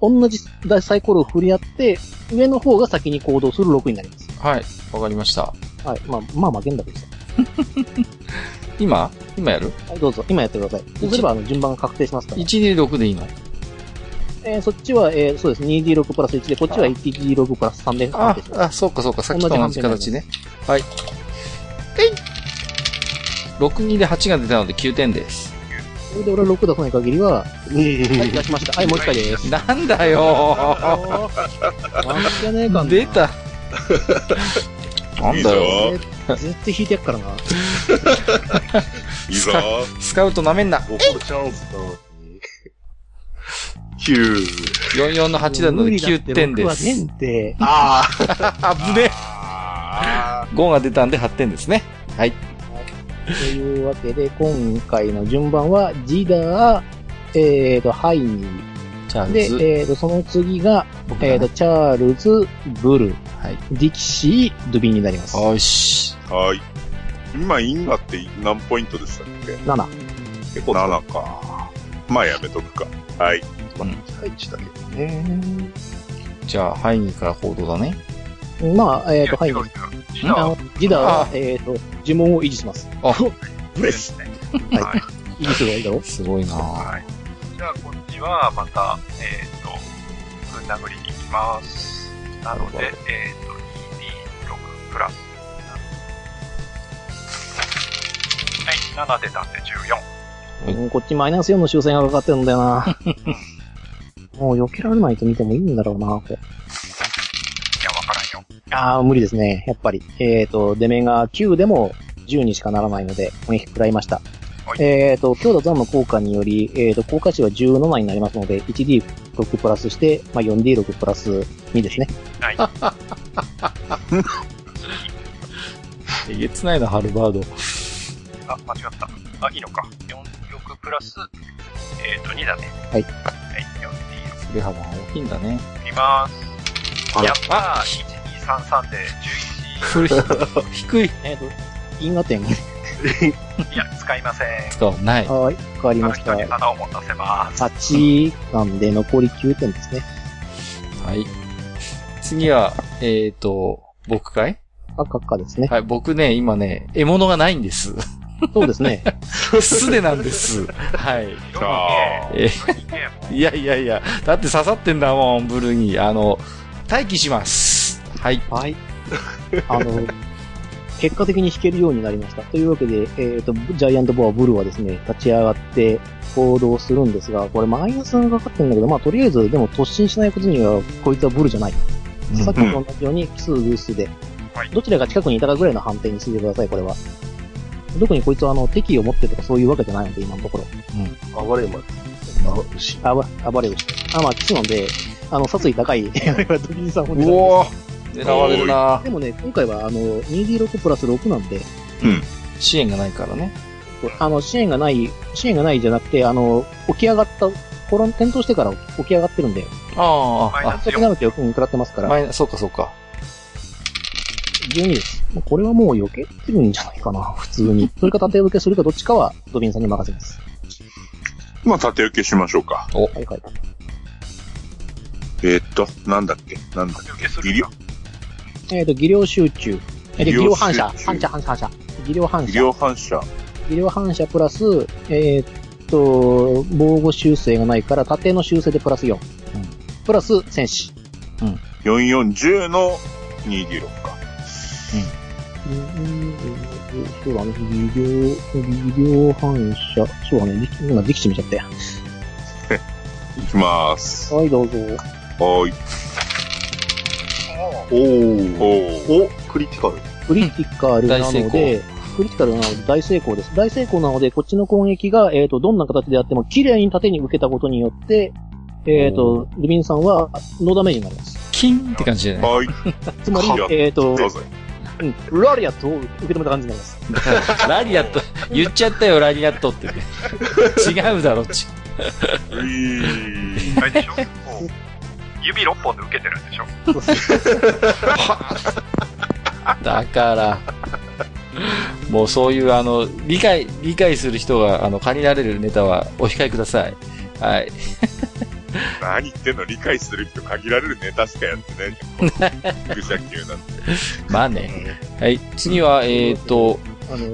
Speaker 2: お同じサイコロを振り合って、上の方が先に行動する6になります。
Speaker 1: はい、わかりました。
Speaker 2: はい。まあ、まあ負けんだけどさ。
Speaker 1: 今今やる
Speaker 2: はい、どうぞ。今やってください。そうすれば、あの、順番が確定しますから。
Speaker 1: ?1D6 でいいの
Speaker 2: えーそっちは、えーそうです。2D6 プラス1で、こっちは 1D6 プラス3で判
Speaker 1: あ
Speaker 2: 定し、ます。
Speaker 1: あ、そうかそうか、さっきと同じ形ね。はい。えい !62 で8が出たので9点です。
Speaker 2: それで俺は6出さない限りは、はい、出しました。はい、もう一回 です。
Speaker 1: なんだよ
Speaker 2: 負けねえかんな
Speaker 1: 出た。なんだよ。
Speaker 3: いいぞ
Speaker 2: 絶対引いてやっからな。
Speaker 3: いいぞ
Speaker 1: スカウトなめんな。
Speaker 5: ボコチャンスだ。9。
Speaker 1: 44の8なので9点で
Speaker 2: 僕は
Speaker 1: す。
Speaker 2: 点って、
Speaker 5: あ
Speaker 1: あぶね
Speaker 3: あ
Speaker 1: 5が出たんで8点ですね。はい。
Speaker 2: というわけで、今回の順番は、ジダー、えーと、ハイニー。
Speaker 1: チャールズ。
Speaker 2: で、えーと、その次が、
Speaker 1: 僕だね
Speaker 2: えーと、チャールズ、ブル、
Speaker 1: はい。
Speaker 2: ディキシー、ドゥビンになります。
Speaker 1: よし。
Speaker 3: ーはい。今、因果って何ポイントでしたっけ
Speaker 2: 7。は
Speaker 5: 結構長
Speaker 3: 7か。まあやめとくか。はい。
Speaker 5: い位置だけどね。
Speaker 1: じゃあ、ハイニーから行動だね。
Speaker 2: いまあ、えーと、ハイニ
Speaker 4: 違う
Speaker 2: ー。
Speaker 4: 違う違う違う
Speaker 2: ジダーは
Speaker 1: あ、
Speaker 2: えーと、呪文を維持します。
Speaker 1: あ
Speaker 4: プレスね。
Speaker 2: はい
Speaker 4: は
Speaker 2: い
Speaker 4: い。
Speaker 2: い人がいいだろ
Speaker 1: すごいなぁ
Speaker 4: はい。じゃあ、こっちはまた、えっ、と、ぶん殴りに行きます。なので、えっ、と、2D6 プラス。はい、7でたんで14。
Speaker 1: はい
Speaker 2: もうこっちマイナス4の修正がかかってるんだよ な。もう避けられないと見てもいいんだろうな、これ。
Speaker 4: いや、わからんよ。
Speaker 2: ああ、無理ですね。やっぱり。えっ、と、出目が9でも10にしかならないので、攻撃食らいました。
Speaker 4: はい
Speaker 2: えっ、と、強打残の効果により、えっ、と、効果値は17になりますので、1D6 プラスして、まあ、4D6 プラス2ですね。
Speaker 4: はい。
Speaker 1: えげつないな、ハルバード。
Speaker 4: あ、間違った。あ、いいのか。46プラス、えっ、と、2だね。
Speaker 2: はい
Speaker 4: はい、4D6
Speaker 1: 振れ幅が大きいんだ ね。
Speaker 4: 振ります。
Speaker 5: あら
Speaker 4: やっぱ、1233で
Speaker 1: それ、低い。
Speaker 2: えっ、と、銀河点。
Speaker 4: 11。いや、使いません。
Speaker 1: 使う。ない。
Speaker 2: はい。わかり
Speaker 4: 他の
Speaker 2: ました
Speaker 4: 人。に花を持たせます。
Speaker 2: 8なんで、残り9点ですね。
Speaker 1: はい。次は、えっ、ー、と、僕かい
Speaker 2: 赤かですね。
Speaker 1: はい、僕ね、今ね、獲物がないんです。
Speaker 2: そうですね。
Speaker 1: 素手なん です。はい。
Speaker 4: 色にね
Speaker 1: え
Speaker 4: 色にね
Speaker 1: いやいやいや、だって刺さってんだもん、ブルーに。あの、待機します。はい。
Speaker 2: はい。あの、結果的に弾けるようになりました。というわけで、えっ、と、ジャイアントボアブルーはですね、立ち上がって行動するんですが、これマイナスがかかってるんだけど、まあとりあえず、でも突進しないことには、こいつはブルーじゃない。さっきと同じように奇数偶数で、
Speaker 4: はい
Speaker 2: どちらが近くにいたかぐらいの判定にしてください、これは。特にこいつはあの敵意を持ってるとかそういうわけじゃないので、今のところ。
Speaker 5: 暴れまあ、し
Speaker 2: あば、暴れるし。あ、まあ、奇数なんで、あの、殺意高い、あれは ドリーさんを狙って
Speaker 1: うおー狙われるな
Speaker 2: でもね、今回はあの、2D6 プラス6なんで、
Speaker 1: 支援がないからね。
Speaker 2: あの、支援がない、支援がないじゃなくて、あの、起き上がった、転ん、転倒してから起き上がってるんで、
Speaker 1: あ
Speaker 4: マイ
Speaker 1: あ、
Speaker 4: ナ
Speaker 1: あ
Speaker 4: ス
Speaker 2: それなので、うん、食らってますか、ら、
Speaker 1: マイナそうかそうか。
Speaker 2: 12です。もうこれはもう避けてるんじゃないかな、普通に。それか縦受けするかどっちかは、ドビンさんに任せます。
Speaker 3: まあ、縦受けしましょうか。
Speaker 2: はいはい。
Speaker 3: えーっと、なんだっけなんだっ
Speaker 4: 受けす
Speaker 3: け
Speaker 4: る
Speaker 3: 医
Speaker 4: んだ
Speaker 3: 療、
Speaker 2: えっ、と、技量集中。え、で、技
Speaker 3: 技量
Speaker 2: 量反射。
Speaker 3: 集中
Speaker 2: 反射、反射、反射。技量反
Speaker 3: 医
Speaker 2: 射。
Speaker 3: 療反射。
Speaker 2: 技量反射プラス、えーっと、防護修正がないから、縦の修正でプラス4。プラス戦士。
Speaker 3: 4410の 2D6 か。
Speaker 2: そうだね、微量、微量反射。そうだね、力今、力士見ちゃったよ。
Speaker 3: いきまーす。
Speaker 2: はい、どうぞ。
Speaker 3: はーい。
Speaker 5: おー。
Speaker 3: おー。
Speaker 5: お、クリティカル。
Speaker 2: クリティカルなの
Speaker 1: 大成
Speaker 2: で、クリティカルなので大成功です。大成功なので、こっちの攻撃が、えっ、と、どんな形であっても、綺麗に縦に受けたことによって、えっ、と、ルビンさんは、ノーダメージになります。
Speaker 1: キンって感じじゃない
Speaker 3: はーい。
Speaker 2: つまり
Speaker 3: か、
Speaker 2: えっ、と、
Speaker 3: どうぞ。
Speaker 2: うん、ラリアットを受け止めた感じになりま す。
Speaker 1: ラリアット、言っちゃったよ、ラリアットって。違うだろ、ち。
Speaker 3: うぃー。
Speaker 4: あれでしょこう指6本で受けてるんでしょ
Speaker 1: だから、もうそういう、あの、理解、理解する人が、あの、借りられるネタはお控えください。はい。
Speaker 3: 何言ってんの理解する人限られるネタしかやってないじゃん。愚者級なんて。
Speaker 1: まあね。はい。次は、えっ、と、
Speaker 2: あの、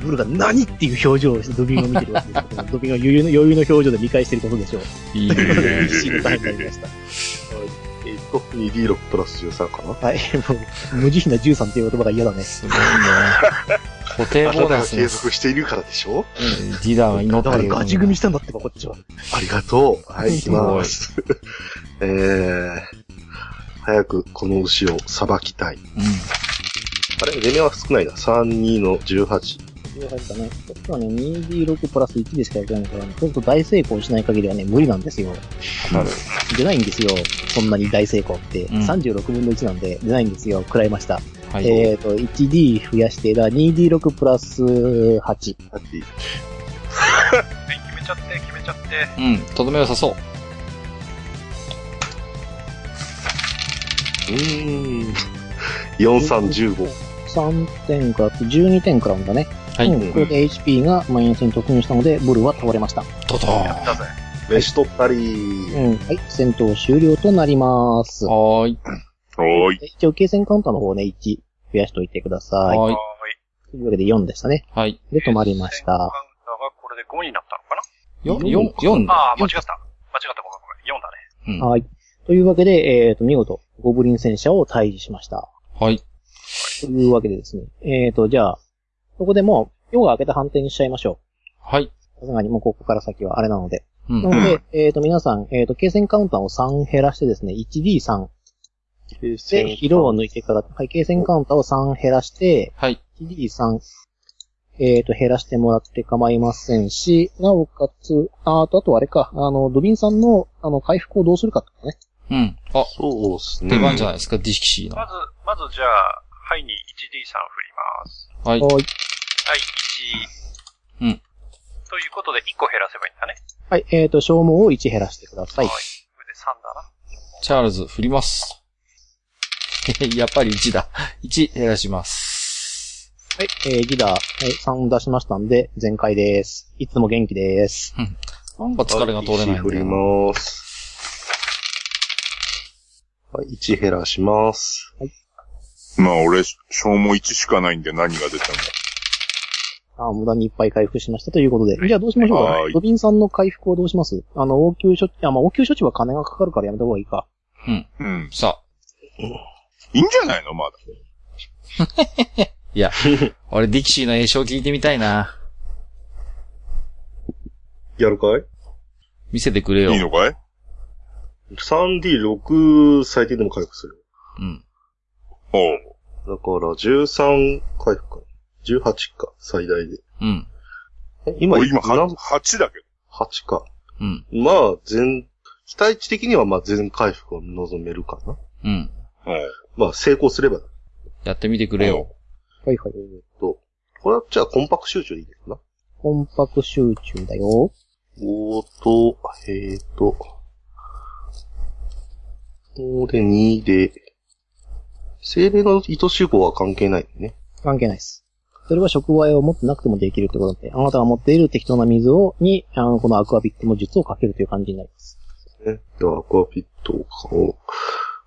Speaker 2: ブルが何っていう表情をしてドビンを見てるわけですけど、ドビンは余裕の余裕の表情で見返してることでしょう。
Speaker 1: いい
Speaker 3: えー
Speaker 2: 心配になりました。
Speaker 5: えっと、2D6 プラス13かな
Speaker 2: はい、もう、無慈悲な13っていう言葉が嫌だね。
Speaker 1: すごいね。固定
Speaker 5: あな
Speaker 1: ボー
Speaker 5: た
Speaker 1: ナ
Speaker 5: が
Speaker 1: ス
Speaker 5: 継
Speaker 1: の
Speaker 5: 続しているからでしょ
Speaker 1: うんディダーが祈っ
Speaker 2: だ
Speaker 1: て
Speaker 2: から
Speaker 1: る。
Speaker 2: ガチ組したんだってば、こっちは。
Speaker 5: ありがとう。はい、行きます。 えー、早くこの牛を裁きたい。
Speaker 1: う
Speaker 5: あれレメは少ないな。32の18。
Speaker 2: 了解ですかね。こっちはね、2D6 プラス1でしかやってないからね、ちょっと大成功しない限りはね、無理なんですよ。
Speaker 1: なる
Speaker 2: 出ないんですよ。そんなに大成功って。
Speaker 1: ん
Speaker 2: 36分の1なんで、出ないんですよ。食らいました。
Speaker 1: ん。はい。
Speaker 2: えっ、と、1D 増やして、だから 2D6 プラス8。
Speaker 5: 8
Speaker 4: はい決めちゃって決めちゃっ
Speaker 1: う
Speaker 4: て
Speaker 1: ん。とどめを刺そう。
Speaker 5: うーん。4315。
Speaker 2: 3点から12点くらうんだね。
Speaker 1: はい。
Speaker 2: うん、これで HP がマイナスに突入したので、ブルは倒れました。
Speaker 1: ドドーン。
Speaker 4: だぜ
Speaker 5: 飯取ったり
Speaker 2: うん。はい。戦闘終了となります。
Speaker 1: はーい。
Speaker 3: はーい。
Speaker 2: 一応、継戦カウンターの方をね、1増やしといてください。
Speaker 1: はーい。
Speaker 4: は
Speaker 2: というわけで4でしたね。
Speaker 1: はい。
Speaker 2: で、止まりまし
Speaker 4: カウン
Speaker 2: た。
Speaker 4: ターがこれで5になったのかな
Speaker 1: よ、4、4だ。
Speaker 4: ああ、間違った。間違った、ごめんごめん。4だね。
Speaker 1: うん
Speaker 2: はい。というわけで、えっ、と、見事、ゴブリン戦車を退治しました。
Speaker 1: はい。
Speaker 2: というわけでですね。えっ、と、じゃあ、ここでもう、夜が明けた判定にしちゃいましょ
Speaker 1: はい。
Speaker 2: う。さすがにもうここから先はあれなので。
Speaker 1: うん
Speaker 2: な。ので、えっ、と、皆さん、えっ、と、継戦カウンターを3減らしてですね、1D3
Speaker 5: で、
Speaker 2: で、疲労を抜いてから、はい、継戦カウンターを3減らして、
Speaker 1: はい。
Speaker 2: 1D3、えっ、と、減らしてもらって構いませんし、なおかつ、ああと、あとあれか、あの、ドビンさんの、あの、回復をどうするかってね。
Speaker 1: うん。あ、
Speaker 5: そうです
Speaker 1: 出
Speaker 5: ね。
Speaker 1: 番じゃないですか、ディキシーの。
Speaker 4: まず、まずじゃあ、はいに 1D3 振ります。
Speaker 1: はい。
Speaker 2: はい。
Speaker 4: はい、
Speaker 1: う
Speaker 4: 1。
Speaker 1: ん。
Speaker 4: ということで、1個減らせばいいんだね。
Speaker 2: はい、えっ、と、消耗を1減らしてください。
Speaker 4: はいこれで3だな。
Speaker 1: チャールズ、振ります。 やっぱり1だ。1減らします。
Speaker 2: はい、えー、ギダー、はい、3出しましたんで、全開です。いつも元気です。
Speaker 1: なんか疲れが取れないん
Speaker 5: 振
Speaker 1: だ
Speaker 5: り
Speaker 1: よな。
Speaker 5: ます。はい、1減らします。
Speaker 3: まあ俺、消耗1しかないんで何が出たの
Speaker 2: あー無駄にいっぱい回復しましたということで。じゃあどうしましょうか
Speaker 3: はい
Speaker 2: ドビンさんの回復をどうしますあの、応急処置、あ、まあ、応急処置は金がかかるからやめた方がいいか。
Speaker 3: うん。
Speaker 1: さあ、
Speaker 3: いいんじゃないのまだ。
Speaker 1: 俺ディキシーの英称聞いてみたいな。
Speaker 5: やるかい
Speaker 1: 見せてくれよ
Speaker 3: いい。のかい
Speaker 5: ?3D6 最低でも回復する。
Speaker 1: うん。
Speaker 3: おう。
Speaker 5: だから、13回復か。18か、最大で。
Speaker 1: うん。
Speaker 5: え今、
Speaker 3: 俺今
Speaker 5: 7
Speaker 3: 8だけ
Speaker 5: 8か。
Speaker 1: うん。
Speaker 5: まあ、全、期待値的にはまあ全回復を望めるかな。
Speaker 1: うん。
Speaker 3: ど。うん。
Speaker 5: まあ、成功すれば。
Speaker 1: やってみてくれよ。
Speaker 2: はいはい。
Speaker 5: と、これはじゃあ、コンパクト集中でいいですかな。
Speaker 2: コンパク集中だよ。
Speaker 5: おーと、えーと、これ2で、精霊の糸集合は関係ないね。
Speaker 2: 関係ないです。それは触媒を持ってなくてもできるってことで、あなたが持っている適当な水を、に、あの、このアクアビットの術をかけるという感じになります。
Speaker 5: ね。では、アクアピットを買おう。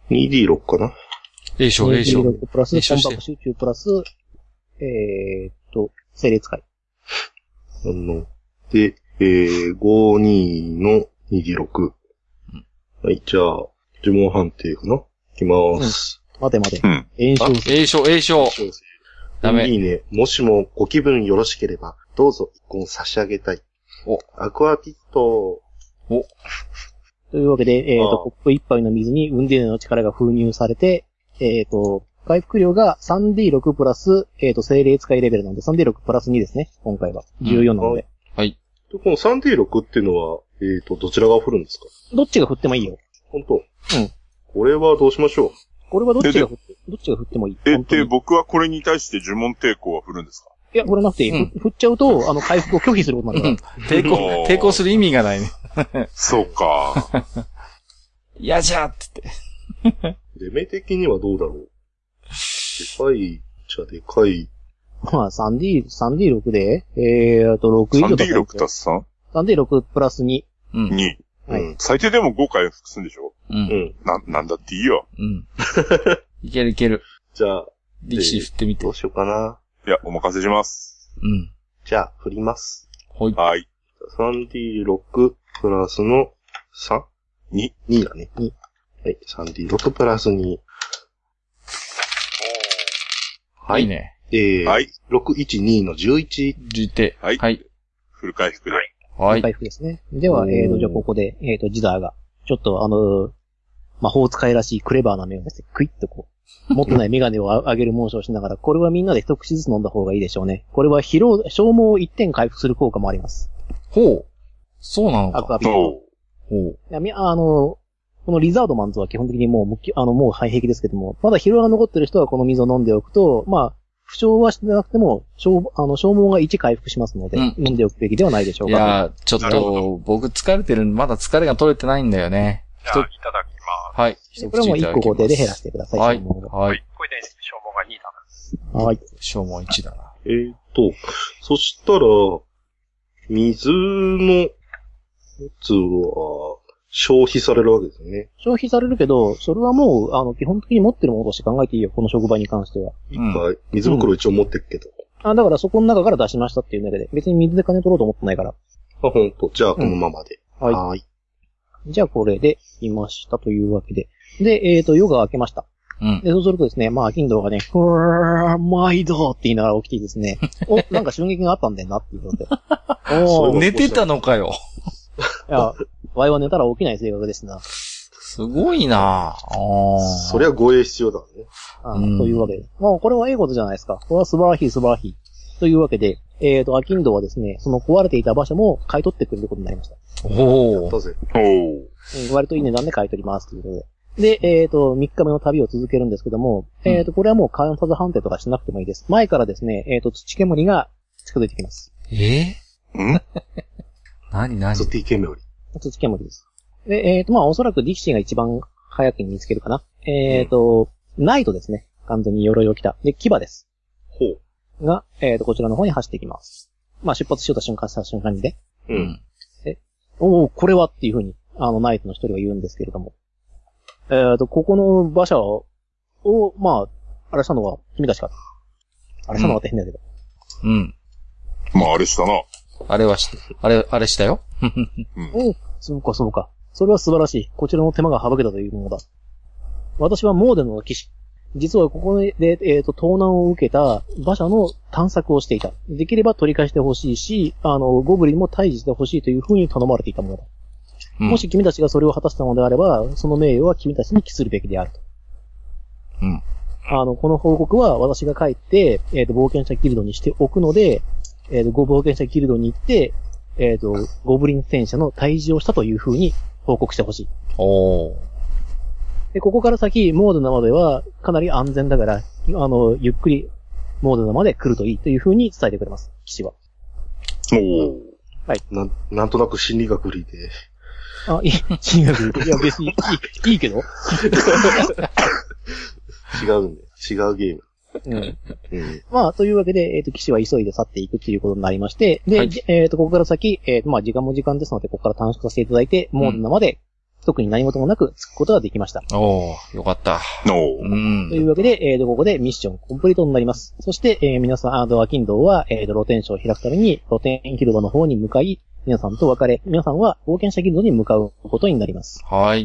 Speaker 5: 2D6 かな。
Speaker 1: 英称、英称。
Speaker 2: 26プラス、
Speaker 1: 練習
Speaker 2: コン
Speaker 1: して
Speaker 2: パクト集中プラス、えーっと、精霊使い。
Speaker 5: あの、で、えー、52の 2D6。はい、じゃあ、呪文判定かな。いきまーす。
Speaker 2: 待て待て。
Speaker 3: うん。
Speaker 2: 炎症
Speaker 1: 英称、英称。ダメ
Speaker 5: いいね。もしもご気分よろしければ、どうぞ一本差し上げたい。
Speaker 1: お
Speaker 5: アクアピット。
Speaker 2: というわけで、えっ、
Speaker 5: あ
Speaker 2: と、
Speaker 5: あ
Speaker 2: コップ一杯の水にウンディーネの力が封入されて、えっ、と、回復量が 3D6 プラス、えっ、と、精霊使いレベルなので、3D6 プラス2ですね、今回は。14なので。
Speaker 1: はい。
Speaker 5: でこの 3D6 っていうのは、えっ、と、どちらが降るんですか
Speaker 2: どっちが振ってもいいよ。。
Speaker 5: 本当うんこれはどうしましょう
Speaker 2: これはどっちが振って、どっちが振ってもいい。
Speaker 3: え、
Speaker 2: 本当に
Speaker 3: で、僕はこれに対して呪文抵抗は振るんですか
Speaker 2: いや、これなくていい。
Speaker 1: うん
Speaker 2: ふ振っちゃうと、あの、回復を拒否することになるか
Speaker 1: 抵抗
Speaker 3: お、ー
Speaker 1: 抵抗する意味がないね。
Speaker 3: そうか。
Speaker 1: いやじゃあって言って。
Speaker 5: デメ的にはどうだろうでかい、じゃでかい。
Speaker 2: ら。まあ、3D、3D6 で、えー、と、6以上だと
Speaker 3: 3D6 足す 3?2。
Speaker 2: 3D6 プラス2。
Speaker 1: うん。
Speaker 3: 二
Speaker 2: はい
Speaker 5: うん。
Speaker 3: 最低でも5回復するんでしょ
Speaker 1: う。
Speaker 5: うんん。
Speaker 3: な、なんだっていいよ。
Speaker 1: うん。いけるいける。
Speaker 5: じゃあ、
Speaker 1: ディキシー振ってみて
Speaker 5: どう。しようかな。
Speaker 3: いや、お任せします。
Speaker 1: うん。
Speaker 5: じゃあ、振ります。
Speaker 1: はい。
Speaker 3: はい。
Speaker 5: 3D6 プラスの 3?
Speaker 3: 2。
Speaker 5: 2だね。
Speaker 2: 2
Speaker 5: はい。3D6 プラス2。はい
Speaker 1: い
Speaker 5: い。
Speaker 1: ね。
Speaker 5: えー、
Speaker 3: はい。
Speaker 5: 612の11。
Speaker 1: 10点。
Speaker 3: はい
Speaker 1: はい。
Speaker 3: フル回復で。
Speaker 1: はい。
Speaker 2: 回復ですね。では、
Speaker 5: うん
Speaker 2: えー、と、じゃあここで、えー、と、ジダーが、ちょっとあのー魔法使いらしいクレバーな目を出して、クイッとこう、持ってないメガネをあ上げるモーションをしながら、これはみんなで一口ずつ飲んだ方がいいでしょうね。これは疲労、消耗を1点回復する効果もあります。
Speaker 1: ほう。そうなの
Speaker 2: アク
Speaker 1: か。
Speaker 2: アビット。
Speaker 3: そ
Speaker 1: ほう。
Speaker 2: いやみあのーこのリザードマンズは基本的にもう無き、あの、もう廃壁ですけども、まだ疲労が残ってる人はこの水を飲んでおくと、まあ、負傷はしてなくても、消あの消耗が1回復しますので、
Speaker 1: うん
Speaker 2: 飲んでおくべきではないでしょう
Speaker 1: い
Speaker 2: か。
Speaker 1: やー、ちょっ
Speaker 3: なるほ
Speaker 1: と、僕疲れてるんで、まだ疲れが取れてないんだよね。
Speaker 4: じゃあ、いただきま
Speaker 1: はい。
Speaker 2: でこれはもう
Speaker 1: 一口いただ
Speaker 2: 1
Speaker 1: き
Speaker 2: 個
Speaker 1: ます
Speaker 2: 固定で減らしてください。
Speaker 1: はい。
Speaker 2: 消耗を
Speaker 4: す。は
Speaker 1: はいい。。
Speaker 4: これで消耗が2だな。
Speaker 2: はい。
Speaker 1: 消耗1だな。
Speaker 5: えーっと、そしたら、水のやつは消費されるわけですよね。
Speaker 2: 消費されるけど、それはもう、あの、基本的に持ってるものとして考えていいよ、この職場に関しては。
Speaker 5: はい。水袋一応持ってくけど。
Speaker 2: あ、だからそこの中から出しましたっていうだけで、別に水で金取ろうと思ってないから。
Speaker 5: あ、ほんと。じゃあ、このままで。
Speaker 2: はい
Speaker 5: はーい。
Speaker 2: じゃあこれでいましたというわけで。で、えっ、と、夜が明けました。
Speaker 1: うん。
Speaker 2: で、そうするとですね、まあ、金堂がね、うわー、毎度って言いながら起きてですね、 お、なんか襲撃があったんだよなっていう ことで。おー、い
Speaker 1: 寝てたのかよ。
Speaker 2: や、ワイは寝たら起きない性格ですな。
Speaker 1: すごいなあー
Speaker 5: そりゃ護衛必要だね。
Speaker 2: あ
Speaker 1: うん
Speaker 2: というわけで。まあ、これはええことじゃないですか。これは素晴らしい素晴らしい。というわけで、えっ、と、アキンドはですね、その壊れていた場所も買い取ってくれることになりました。
Speaker 1: お
Speaker 5: ど
Speaker 1: ー
Speaker 5: うぜ。
Speaker 3: おう。
Speaker 2: うん、割といい値段で買い取りますということで。で、えっ、と、3日目の旅を続けるんですけども、
Speaker 1: うん
Speaker 2: えっ、と、これはもう観察判定とかしなくてもいいです。前からですね、えっ、と、土煙が近づいてきます。
Speaker 1: え
Speaker 3: ん
Speaker 1: 何何
Speaker 5: ゾティケメオリ。
Speaker 2: 土煙です。で、えっ、と、まあ、おそらくディキシーが一番早くに見つけるかな。えっ、と、ナイトですね。完全に鎧を着た。で、牙です。
Speaker 5: ほう。
Speaker 2: が、えっ、と、こちらの方に走っていきます。まあ、出発しようと瞬間した瞬間にね、
Speaker 5: う。
Speaker 1: うんん。
Speaker 2: おお、これはっていうふうに、あの、ナイトの一人が言うんですけれども。えっ、と、ここの馬車を、まあ、あれしたのは、君たちか。あれしたのはって変だけど。
Speaker 1: うん。
Speaker 3: まあ、あれしたな。
Speaker 1: あれはして、あれ、あれしたよ。
Speaker 2: そうか、そうか。それは素晴らしい。こちらの手間が省けたというものだ。私はモーデンの騎士。実はここで、えっ、と、盗難を受けた馬車の探索をしていた。できれば取り返してほしいし、あの、ゴブリンも退治してほしいというふうに頼まれていたものだ。
Speaker 1: うん
Speaker 2: もし君たちがそれを果たしたのであれば、その名誉は君たちに帰するべきであると。
Speaker 1: うん。
Speaker 2: あの、この報告は私が書いて、えっ、と、冒険者ギルドにしておくので、えっ、と、ご冒険者ギルドに行って、えっ、と、ゴブリン戦車の退治をしたという風に報告してほしい。
Speaker 1: おー
Speaker 2: で、ここから先、モードナまではかなり安全だから、あの、ゆっくり、モードナまで来るといいという風に伝えてくれます、騎士は。
Speaker 3: おう。
Speaker 5: なん、なんとなく心理学理で。
Speaker 2: あ、いい、違う。いや、別に、いい、いいけど。
Speaker 5: 違うんだよ。違うゲーム。
Speaker 2: うん。
Speaker 5: うん。
Speaker 2: まあ、というわけで、えっ、と、騎士は急いで去っていくということになりまして、で、
Speaker 1: はい
Speaker 2: じえっ、と、ここから先、えっ、と、まあ、時間も時間ですので、ここから短縮させていただいて、モードナまで、特に何事もなく着くことができました。
Speaker 1: おーよかった。
Speaker 3: お
Speaker 1: う
Speaker 3: う。
Speaker 2: とい
Speaker 1: ん。
Speaker 2: うわけで、えっ、と、ここでミッションコンプリートになります。そして、えー皆さん、あの、アキンドウは、えっ、と、露天商を開くために、露天広場の方に向かい、皆さんと別れ、皆さんは冒険者ギルドに向かうことになります。
Speaker 1: はい。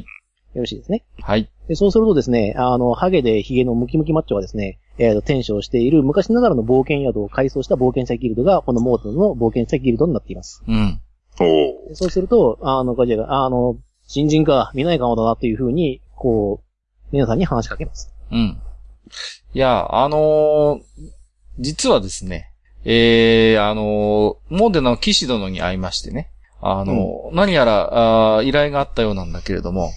Speaker 2: よろしいですね。
Speaker 1: はい。
Speaker 2: で、そうするとですね、あの、ハゲでヒゲのムキムキマッチョがですね、えっ、と、天使をしている昔ながらの冒険宿を改装した冒険者ギルドが、このモートの冒険者ギルドになっています。
Speaker 1: うん。
Speaker 3: おう。
Speaker 2: でそうすると、あの、ガジェが、あの、新人か、見ない顔だなというふうに、こう、皆さんに話しかけます。
Speaker 1: うん。いや、あのー実はですね、えー、あのーモーデの騎士殿に会いましてね、あのー何やらあー依頼があったようなんだけれども、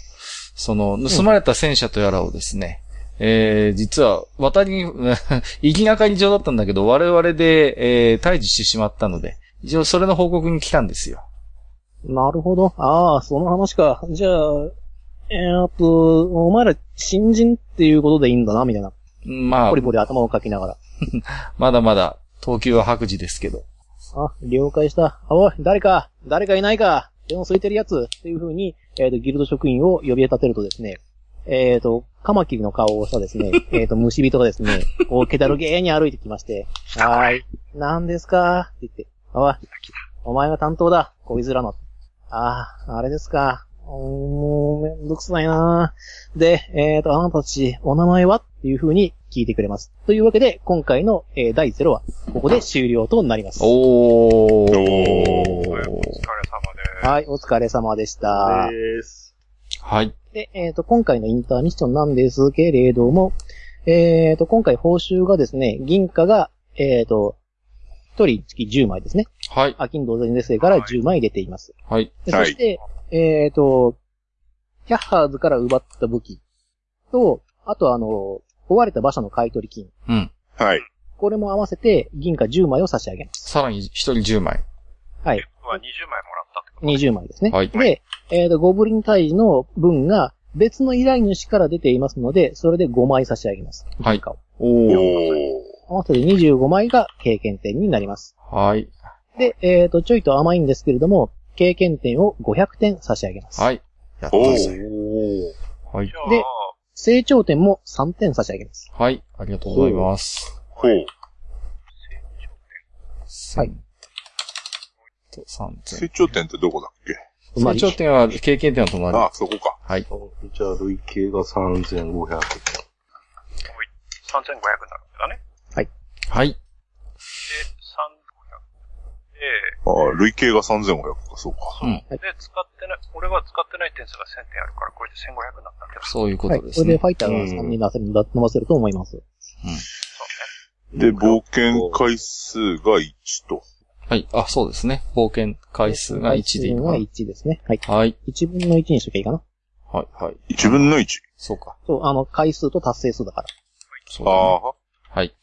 Speaker 1: その、盗まれた戦車とやらをですね、えー、実は、渡りに、 行きがかり上だったんだけど、我々で、えー、退治してしまったので、一応それの報告に来たんですよ。
Speaker 2: なるほど。ああ、その話か。じゃあ、えーっと、お前ら新人っていうことでいいんだな、みたいな。
Speaker 1: まあ
Speaker 2: ポリ、ポリ頭をかきながら。
Speaker 1: まだまだ、等級は白磁ですけど。
Speaker 2: あ、了解した。あおい、誰か、誰かいないか、手の空いてるやつ、という風に、えっ、と、ギルド職員を呼び立てるとですね、えっ、と、カマキリの顔をしたですね、えっと、虫人がですね、こう、けだるげーに歩いてきまして、はーい、何ですかって言って、おい、お前が担当だ、こいつらの。ああ、あれですか。うーんもう、めんどくさいなで、えっ、と、あなたたち、お名前はっていう風に聞いてくれます。というわけで、今回の、えー第0話、ここで終了となります。
Speaker 1: お
Speaker 3: お
Speaker 4: お疲れ様
Speaker 1: ー
Speaker 4: です。
Speaker 2: はい、お疲れ様でした。
Speaker 5: です。
Speaker 1: はい。
Speaker 2: で、えっ、と、今回のインターミッションなんですけれども、えっ、と、今回報酬がですね、銀貨が、えっ、と、一人月10枚ですね。
Speaker 1: はい。
Speaker 2: アキンド全生から10枚出ています。
Speaker 1: はい。
Speaker 2: で
Speaker 3: は
Speaker 2: そ
Speaker 3: い
Speaker 2: して、えっ、と、キャッハーズから奪った武器と、あとあの、壊れた馬車の買い取り金。
Speaker 1: うん。
Speaker 3: はい。
Speaker 2: これも合わせて銀貨10枚を差し上げます。
Speaker 1: さらに一人10枚。
Speaker 2: はい。
Speaker 4: は20枚もらったってこと
Speaker 2: 20枚ですね。
Speaker 1: はい
Speaker 2: で、えっ、と、ゴブリン退治の分が別の依頼主から出ていますので、それで5枚差し上げます。
Speaker 1: はい
Speaker 2: 銀貨を
Speaker 1: お
Speaker 3: お
Speaker 2: 合わせて25枚が経験点になります。
Speaker 1: はい。
Speaker 2: で、えっ、と、ちょいと甘いんですけれども、経験点を500点差し上げます。
Speaker 1: はい。やった
Speaker 3: お
Speaker 1: ぜ。
Speaker 5: お
Speaker 1: はい。
Speaker 4: で、
Speaker 2: で成長点も3点差し上げます。
Speaker 1: はい。ありがとうございます。
Speaker 3: ほう。
Speaker 1: はい。と、3000。
Speaker 3: 成長点ってどこだっけ
Speaker 1: 成長点は経験点は止まる。
Speaker 3: ああ、そこか。
Speaker 1: はい。
Speaker 5: じゃあ、累計が3500。
Speaker 4: 3500になるんだね。
Speaker 1: はい。
Speaker 4: で、3500。で、
Speaker 3: ああ、累計が3500か、そうか。
Speaker 4: で、使ってない、俺は使ってない点数が1000点あるから、これで1500になったんだよ。
Speaker 1: そういうこ
Speaker 2: は
Speaker 1: と
Speaker 2: い。こ
Speaker 1: で
Speaker 2: れ
Speaker 1: す
Speaker 2: で
Speaker 1: ね
Speaker 2: フ。ァイターが3に出せる、伸ばせると思います。
Speaker 3: で、冒険回数が1と。
Speaker 1: はい。あ、そうですね。冒険回数が1でいい
Speaker 2: 回数
Speaker 1: の
Speaker 2: が
Speaker 1: かな。
Speaker 2: 1ですね。はい。
Speaker 1: はい。
Speaker 2: 1分の1にしときゃいいかな。
Speaker 1: はい、はい。
Speaker 3: 1分の 1?
Speaker 1: そうか。
Speaker 2: そう、あの、回数と達成数だから。
Speaker 1: そうだね
Speaker 3: ああ、
Speaker 1: はい。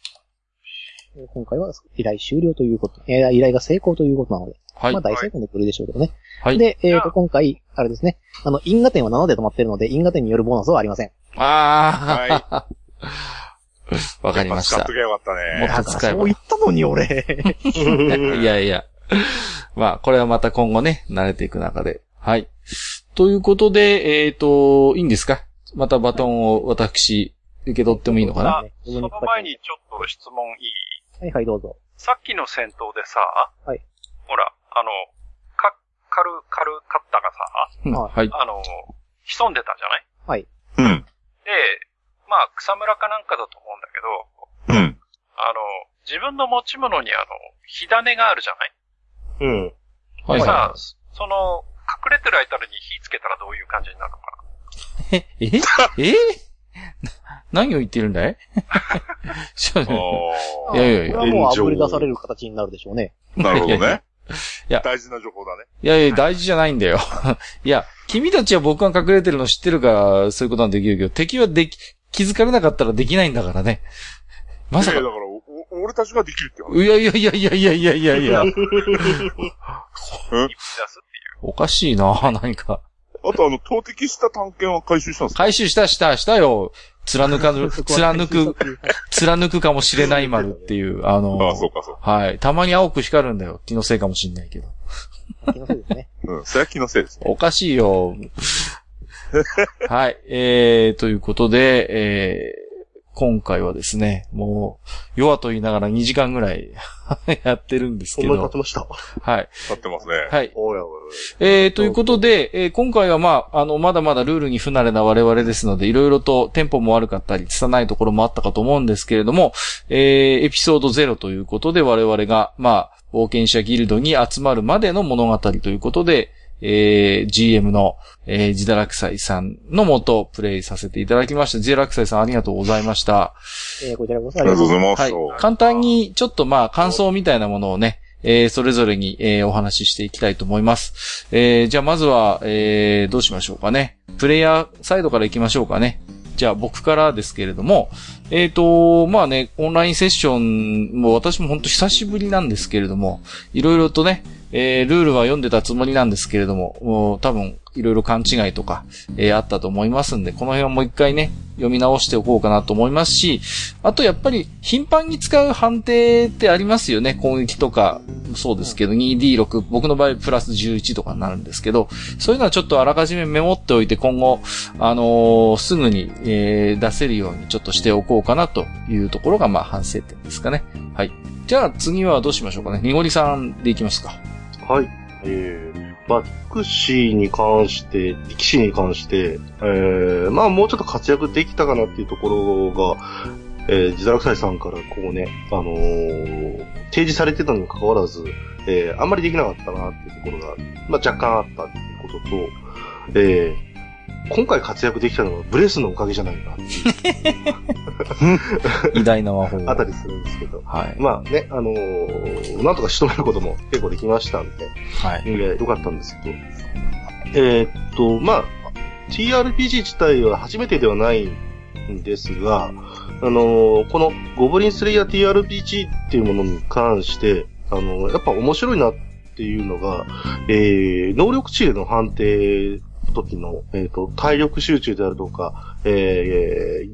Speaker 2: えー今回は依頼終了ということ。えー依頼が成功ということなので。
Speaker 1: はい
Speaker 2: まあ。大成功のぶりでしょうけどね。
Speaker 1: はい
Speaker 2: で、えっ、
Speaker 4: じゃあ
Speaker 2: と、今回、あれですね。あの、因果点は7で止まってるので、因果点によるボーナスはありません。
Speaker 1: ああ、 わかりまし
Speaker 3: やったぱ使っと。きゃよかった
Speaker 1: も
Speaker 3: ね。
Speaker 1: っと使えば。い
Speaker 2: ったのに、俺。
Speaker 1: やいや。まあ、これはまた今後ね、慣れていく中で。はい。ということで、えっ、と、いいんですかまたバトンを私、受け取ってもいいのかな
Speaker 4: あその前にちょっと質問いい
Speaker 2: はいはい、どうぞ。
Speaker 4: さっきの戦闘でさ、
Speaker 2: はい
Speaker 4: ほら、あの、か、カル、カルカッタが
Speaker 1: うん
Speaker 2: あ
Speaker 1: はい。
Speaker 4: さ、あの、潜んでたじゃない
Speaker 3: うん。
Speaker 4: で、まあ、草むらかなんかだと思うんだけど、
Speaker 3: うん。
Speaker 4: あの、自分の持ち物にあの、火種があるじゃない
Speaker 5: うん。
Speaker 1: はい
Speaker 4: で
Speaker 1: はい。
Speaker 4: さ、その、隠れてる間に火つけたらどういう感じになるのかな
Speaker 1: え、え、えな何を言ってるんだい ちょっ
Speaker 3: あ
Speaker 1: と いやいやいや
Speaker 2: これはもう炙り出される形になるでしょうね。
Speaker 3: あ、なるほど
Speaker 1: いやい
Speaker 3: ね。
Speaker 1: いや
Speaker 3: 大事な情報だね。
Speaker 1: いやいや、大事じゃないんだよ。 いや、君たちは僕が隠れてるの知ってるから、そういうことはできるけど、敵はでき、気づかれなかったらできないんだからね。まさ
Speaker 3: いや
Speaker 1: か
Speaker 3: いやだから、おお俺たちができるって話。
Speaker 1: いやいやいやいやいやいやいやいや。
Speaker 4: 火吹き出すっていう。
Speaker 1: おかしいな何か。
Speaker 3: あと、あの、投擲した探検は回収したんですか
Speaker 1: 回収したしたしたよ。貫かぬ、
Speaker 2: そこは
Speaker 1: 貫く、貫くかもしれない丸っていう、あの、
Speaker 3: ああ、そうか、そうか。
Speaker 1: はい。たまに青く光るんだよ。気のせいかもしんないけど。
Speaker 2: 気のせいですね。
Speaker 3: うん。それは気のせいです。
Speaker 1: おかしいよ。はい。えー、ということで、えー、今回はですね、もう、弱と言いながら2時間ぐらい やってるんです
Speaker 5: そ
Speaker 1: け
Speaker 5: んなに経
Speaker 1: ど
Speaker 5: ち。ました。
Speaker 1: はい。
Speaker 3: 立ってますね。
Speaker 1: はい。
Speaker 5: おやおやおや。
Speaker 1: えー、ということで、えー今回はまあ、あの、まだまだルールに不慣れな我々ですので、いろいろとテンポも悪かったり、拙いところもあったかと思うんですけれども、えー、エピソード0ということで我々が、まあ、冒険者ギルドに集まるまでの物語ということで、えー、GM の、えー、ジダラクサイさんのもと、プレイさせていただきました。ジダラクサイさんありがとうございました。
Speaker 2: えーこちらこそ
Speaker 3: あ
Speaker 2: あ
Speaker 3: り
Speaker 2: り
Speaker 3: が
Speaker 2: が
Speaker 3: と
Speaker 2: と
Speaker 3: う
Speaker 2: う
Speaker 3: ご
Speaker 2: ござい
Speaker 3: ざいます。
Speaker 1: はい。簡単に、ちょっとまあ、感想みたいなものをね、えー、それぞれに、えー、お話ししていきたいと思います。えー、じゃあまずは、えー、どうしましょうかね。プレイヤーサイドから行きましょうかね。じゃあ僕からですけれども、えっ、と、まあね、オンラインセッションも私も本当久しぶりなんですけれども、いろいろとね、えー、ルールは読んでたつもりなんですけれども、もう多分いろいろ勘違いとか、えー、あったと思いますんで、この辺はもう一回ね、読み直しておこうかなと思いますし、あとやっぱり頻繁に使う判定ってありますよね。攻撃とか、そうですけど、2D6、僕の場合プラス11とかになるんですけど、そういうのはちょっとあらかじめメモっておいて今後、あのーすぐに、えー出せるようにちょっとしておこうかなというところが、まあ反省点ですかね。はい。じゃあ次はどうしましょうかね。にごりさんでいきます か。
Speaker 5: はい。えー、まあ、ディクシーに関して、ディキシーに関して、えー、まあ、もうちょっと活躍できたかなっていうところが、えー、自堕落斎さんからこうね、あのー提示されてたにもかかわらず、えー、あんまりできなかったなっていうところが、まあ、若干あったっていうことと、えー、今回活躍できたのはブレスのおかげじゃないかって
Speaker 1: 偉大な和法。
Speaker 5: あたりするんですけど、
Speaker 1: はい。
Speaker 5: まあね、あのーなんとか仕留めることも結構できましたんで、
Speaker 1: はい。
Speaker 5: いや、良かったんですけど。えーっと、まあ、TRPG 自体は初めてではないんですが、あのーこのゴブリンスレイヤー TRPG っていうものに関して、あのーやっぱ面白いなっていうのが、えー、能力値での判定の時の、えーっと、体力集中であるとか、えー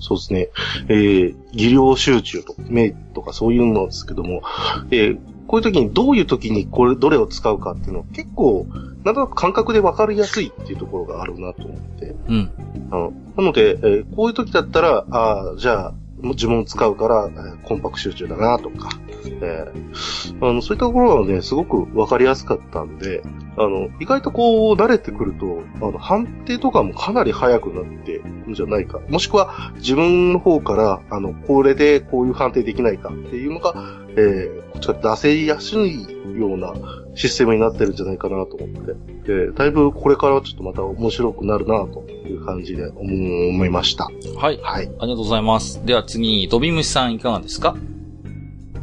Speaker 5: そうですね、えー、技量集中とか、目とかそういうのですけども、えーこういう時にどういう時にこれ、どれを使うかっていうのは結構、なんとなく感覚で分かりやすいっていうところがあるなと思って。
Speaker 1: うん。
Speaker 5: あのなので、えーこういう時だったら、ああ、じゃあ、呪文使うから、えーコンパクト集中だなとか、えーあの、そういったところはね、すごくわかりやすかったんで、あの、意外とこう、慣れてくると、あの、判定とかもかなり早くなってるんじゃないか。もしくは、自分の方から、あの、これでこういう判定できないかっていうのが、えー、こっちが出せやすいようなシステムになってるんじゃないかなと思って、えーだいぶこれからちょっとまた面白くなるなという感じで思思いました。
Speaker 1: はい。
Speaker 5: は
Speaker 1: あ
Speaker 5: い。
Speaker 1: りがとうございます。では次、飛び虫さんいかがですか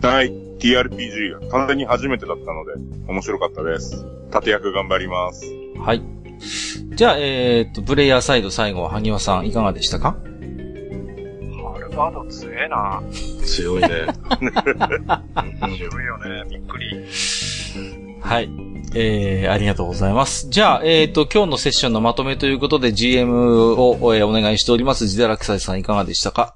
Speaker 3: はい。TRPG が完全に初めてだったので、面白かったです。盾役頑張ります。
Speaker 1: はい。じゃあ、えーっと、プレイヤーサイド最後は萩尾さんいかがでしたか
Speaker 4: ハルバード強えな。
Speaker 5: 強い ね。
Speaker 4: 強いよね。びっくり。
Speaker 1: はい。えー、ありがとうございます。じゃあ、えーっと、今日のセッションのまとめということで GM を、えーお願いしております。ジダラクサイさんいかがでしたか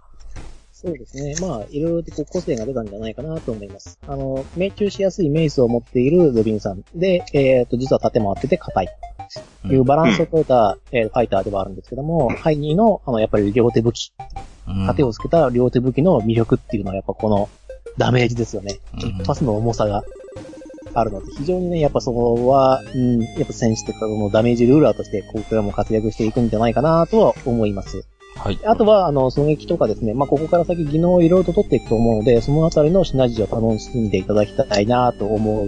Speaker 2: そうですね。まあ、いろいろとこう個性が出たんじゃないかなと思います。あの、命中しやすいメイスを持っているロビンさんで、えっ、と、実は盾もあってて硬い。いうバランスを取れた、えーファイターではあるんですけども、ハイニーの、あの、やっぱり両手武器、
Speaker 1: うん
Speaker 2: 盾をつけた両手武器の魅力っていうのはやっぱこのダメージですよね。
Speaker 1: うん
Speaker 2: 一発の重さがあるので、非常にね、やっぱそこは、うん、やっぱ戦士とかのダメージルーラーとして、これからも活躍していくんじゃないかなとは思います。
Speaker 1: はい。
Speaker 2: あとは、あの、狙撃とかですね、まあ、ここから先技能をいろいろと取っていくと思うので、そのあたりのシナジーを楽しんでいただきたいなと思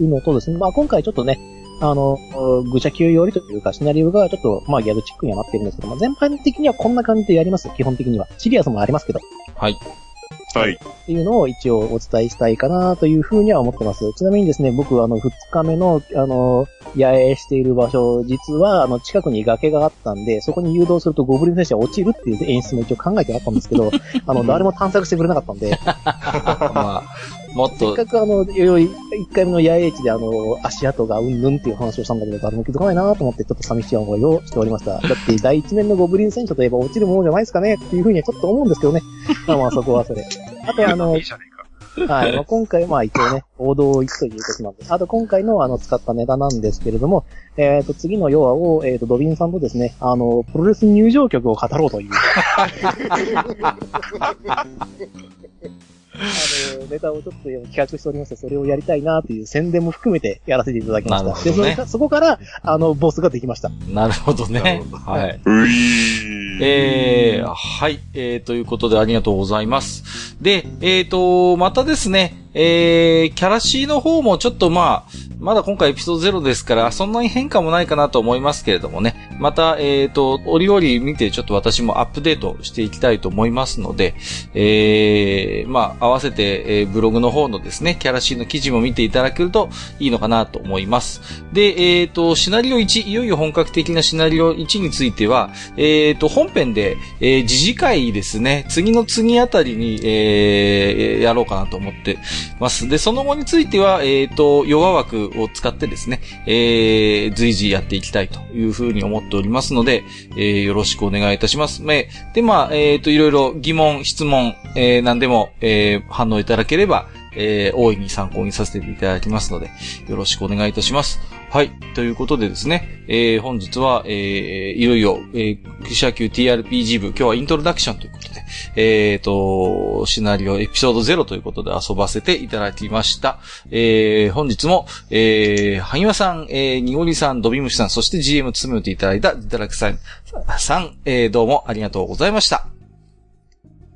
Speaker 2: うのとですね、まあ、今回ちょっとね、あの、ぐちゃ級よりというか、シナリオがちょっと、まあ、ギャグチックにはなってるんですけど、まあ、全般的にはこんな感じでやります、基本的には。シリアスもありますけど。
Speaker 1: はい。
Speaker 3: はい。
Speaker 2: っていうのを一応お伝えしたいかなというふうには思ってます。ちなみにですね、僕あの、2日目の、あの、野営している場所、実は、あの、近くに崖があったんで、そこに誘導するとゴブリン戦士は落ちるっていう演出も一応考えてあったんですけど、あの、誰も探索してくれなかったんで、
Speaker 1: まあ、もっ
Speaker 2: せっ
Speaker 1: と、
Speaker 2: かくあの、いよいよ1回目の野営地であの、足跡がうんぬんっていう話をしたんだけど、誰も気づかないなと思って、ちょっと寂しい思いをしておりました。だって、第1面のゴブリン戦士といえば落ちるものじゃないですかねっていうふうにはちょっと思うんですけどね。まあまあ、そこはそれ。あとあの
Speaker 4: いい、じゃねえか。
Speaker 2: はい。まあ、今回、まあ一応ね、王道を行くということなんです。あと今回のあの使ったネタなんですけれども、えっ、と、次の要話を、えっ、と、ドビンさんとですね、あの、プロレス入場曲を語ろうという。あの、ネタをちょっと企画しておりまして、それをやりたいなという宣伝も含めてやらせていただきました。
Speaker 1: なるほどね
Speaker 2: でそれかそこから、あの、ボスができました。
Speaker 1: なるほど
Speaker 5: な
Speaker 1: ね
Speaker 5: るほ。ど
Speaker 1: はい。
Speaker 3: ういー。
Speaker 1: えー、はい、えー、ということでありがとうございます。で、えーと、またですね、えー、キャラ C の方もちょっとまあ、まだ今回エピソード0ですから、そんなに変化もないかなと思いますけれどもね、また、えーと、折々見てちょっと私もアップデートしていきたいと思いますので、えー、まあ、合わせて、えーブログの方のですね、キャラ C の記事も見ていただけるといいのかなと思います。で、えーと、シナリオ1、いよいよ本格的なシナリオ1については、えー、と、本編で、えー、時事会ですね、次の次あたりに、えー、やろうかなと思ってます。で、その後については、えー、と、弱枠を使ってですね、えー、随時やっていきたいというふうに思っておりますので、えー、よろしくお願いいたします。めで、まあ、えー、と、いろいろ疑問、質問、えー、何でも、えー、反応いただければ、えー、大いに参考にさせていただきますので、よろしくお願いいたします。はい。ということでですね、えー、本日は、えー、いよいよ、えー、記者級 TRPG 部、今日はイントロダクションということで、えー、と、シナリオエピソード0ということで遊ばせていただきました。えー、本日も、えー、萩和さん、えー、にごりさん、ドビムシさん、そして GM 務めていただいた、いただくさん、さん、えー、どうもありがとうございました。
Speaker 5: あ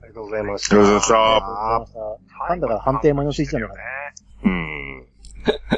Speaker 5: りがとうございまし
Speaker 3: ありがとうございました
Speaker 2: なんだから判定もよしじゃん
Speaker 4: ね。
Speaker 3: うーん。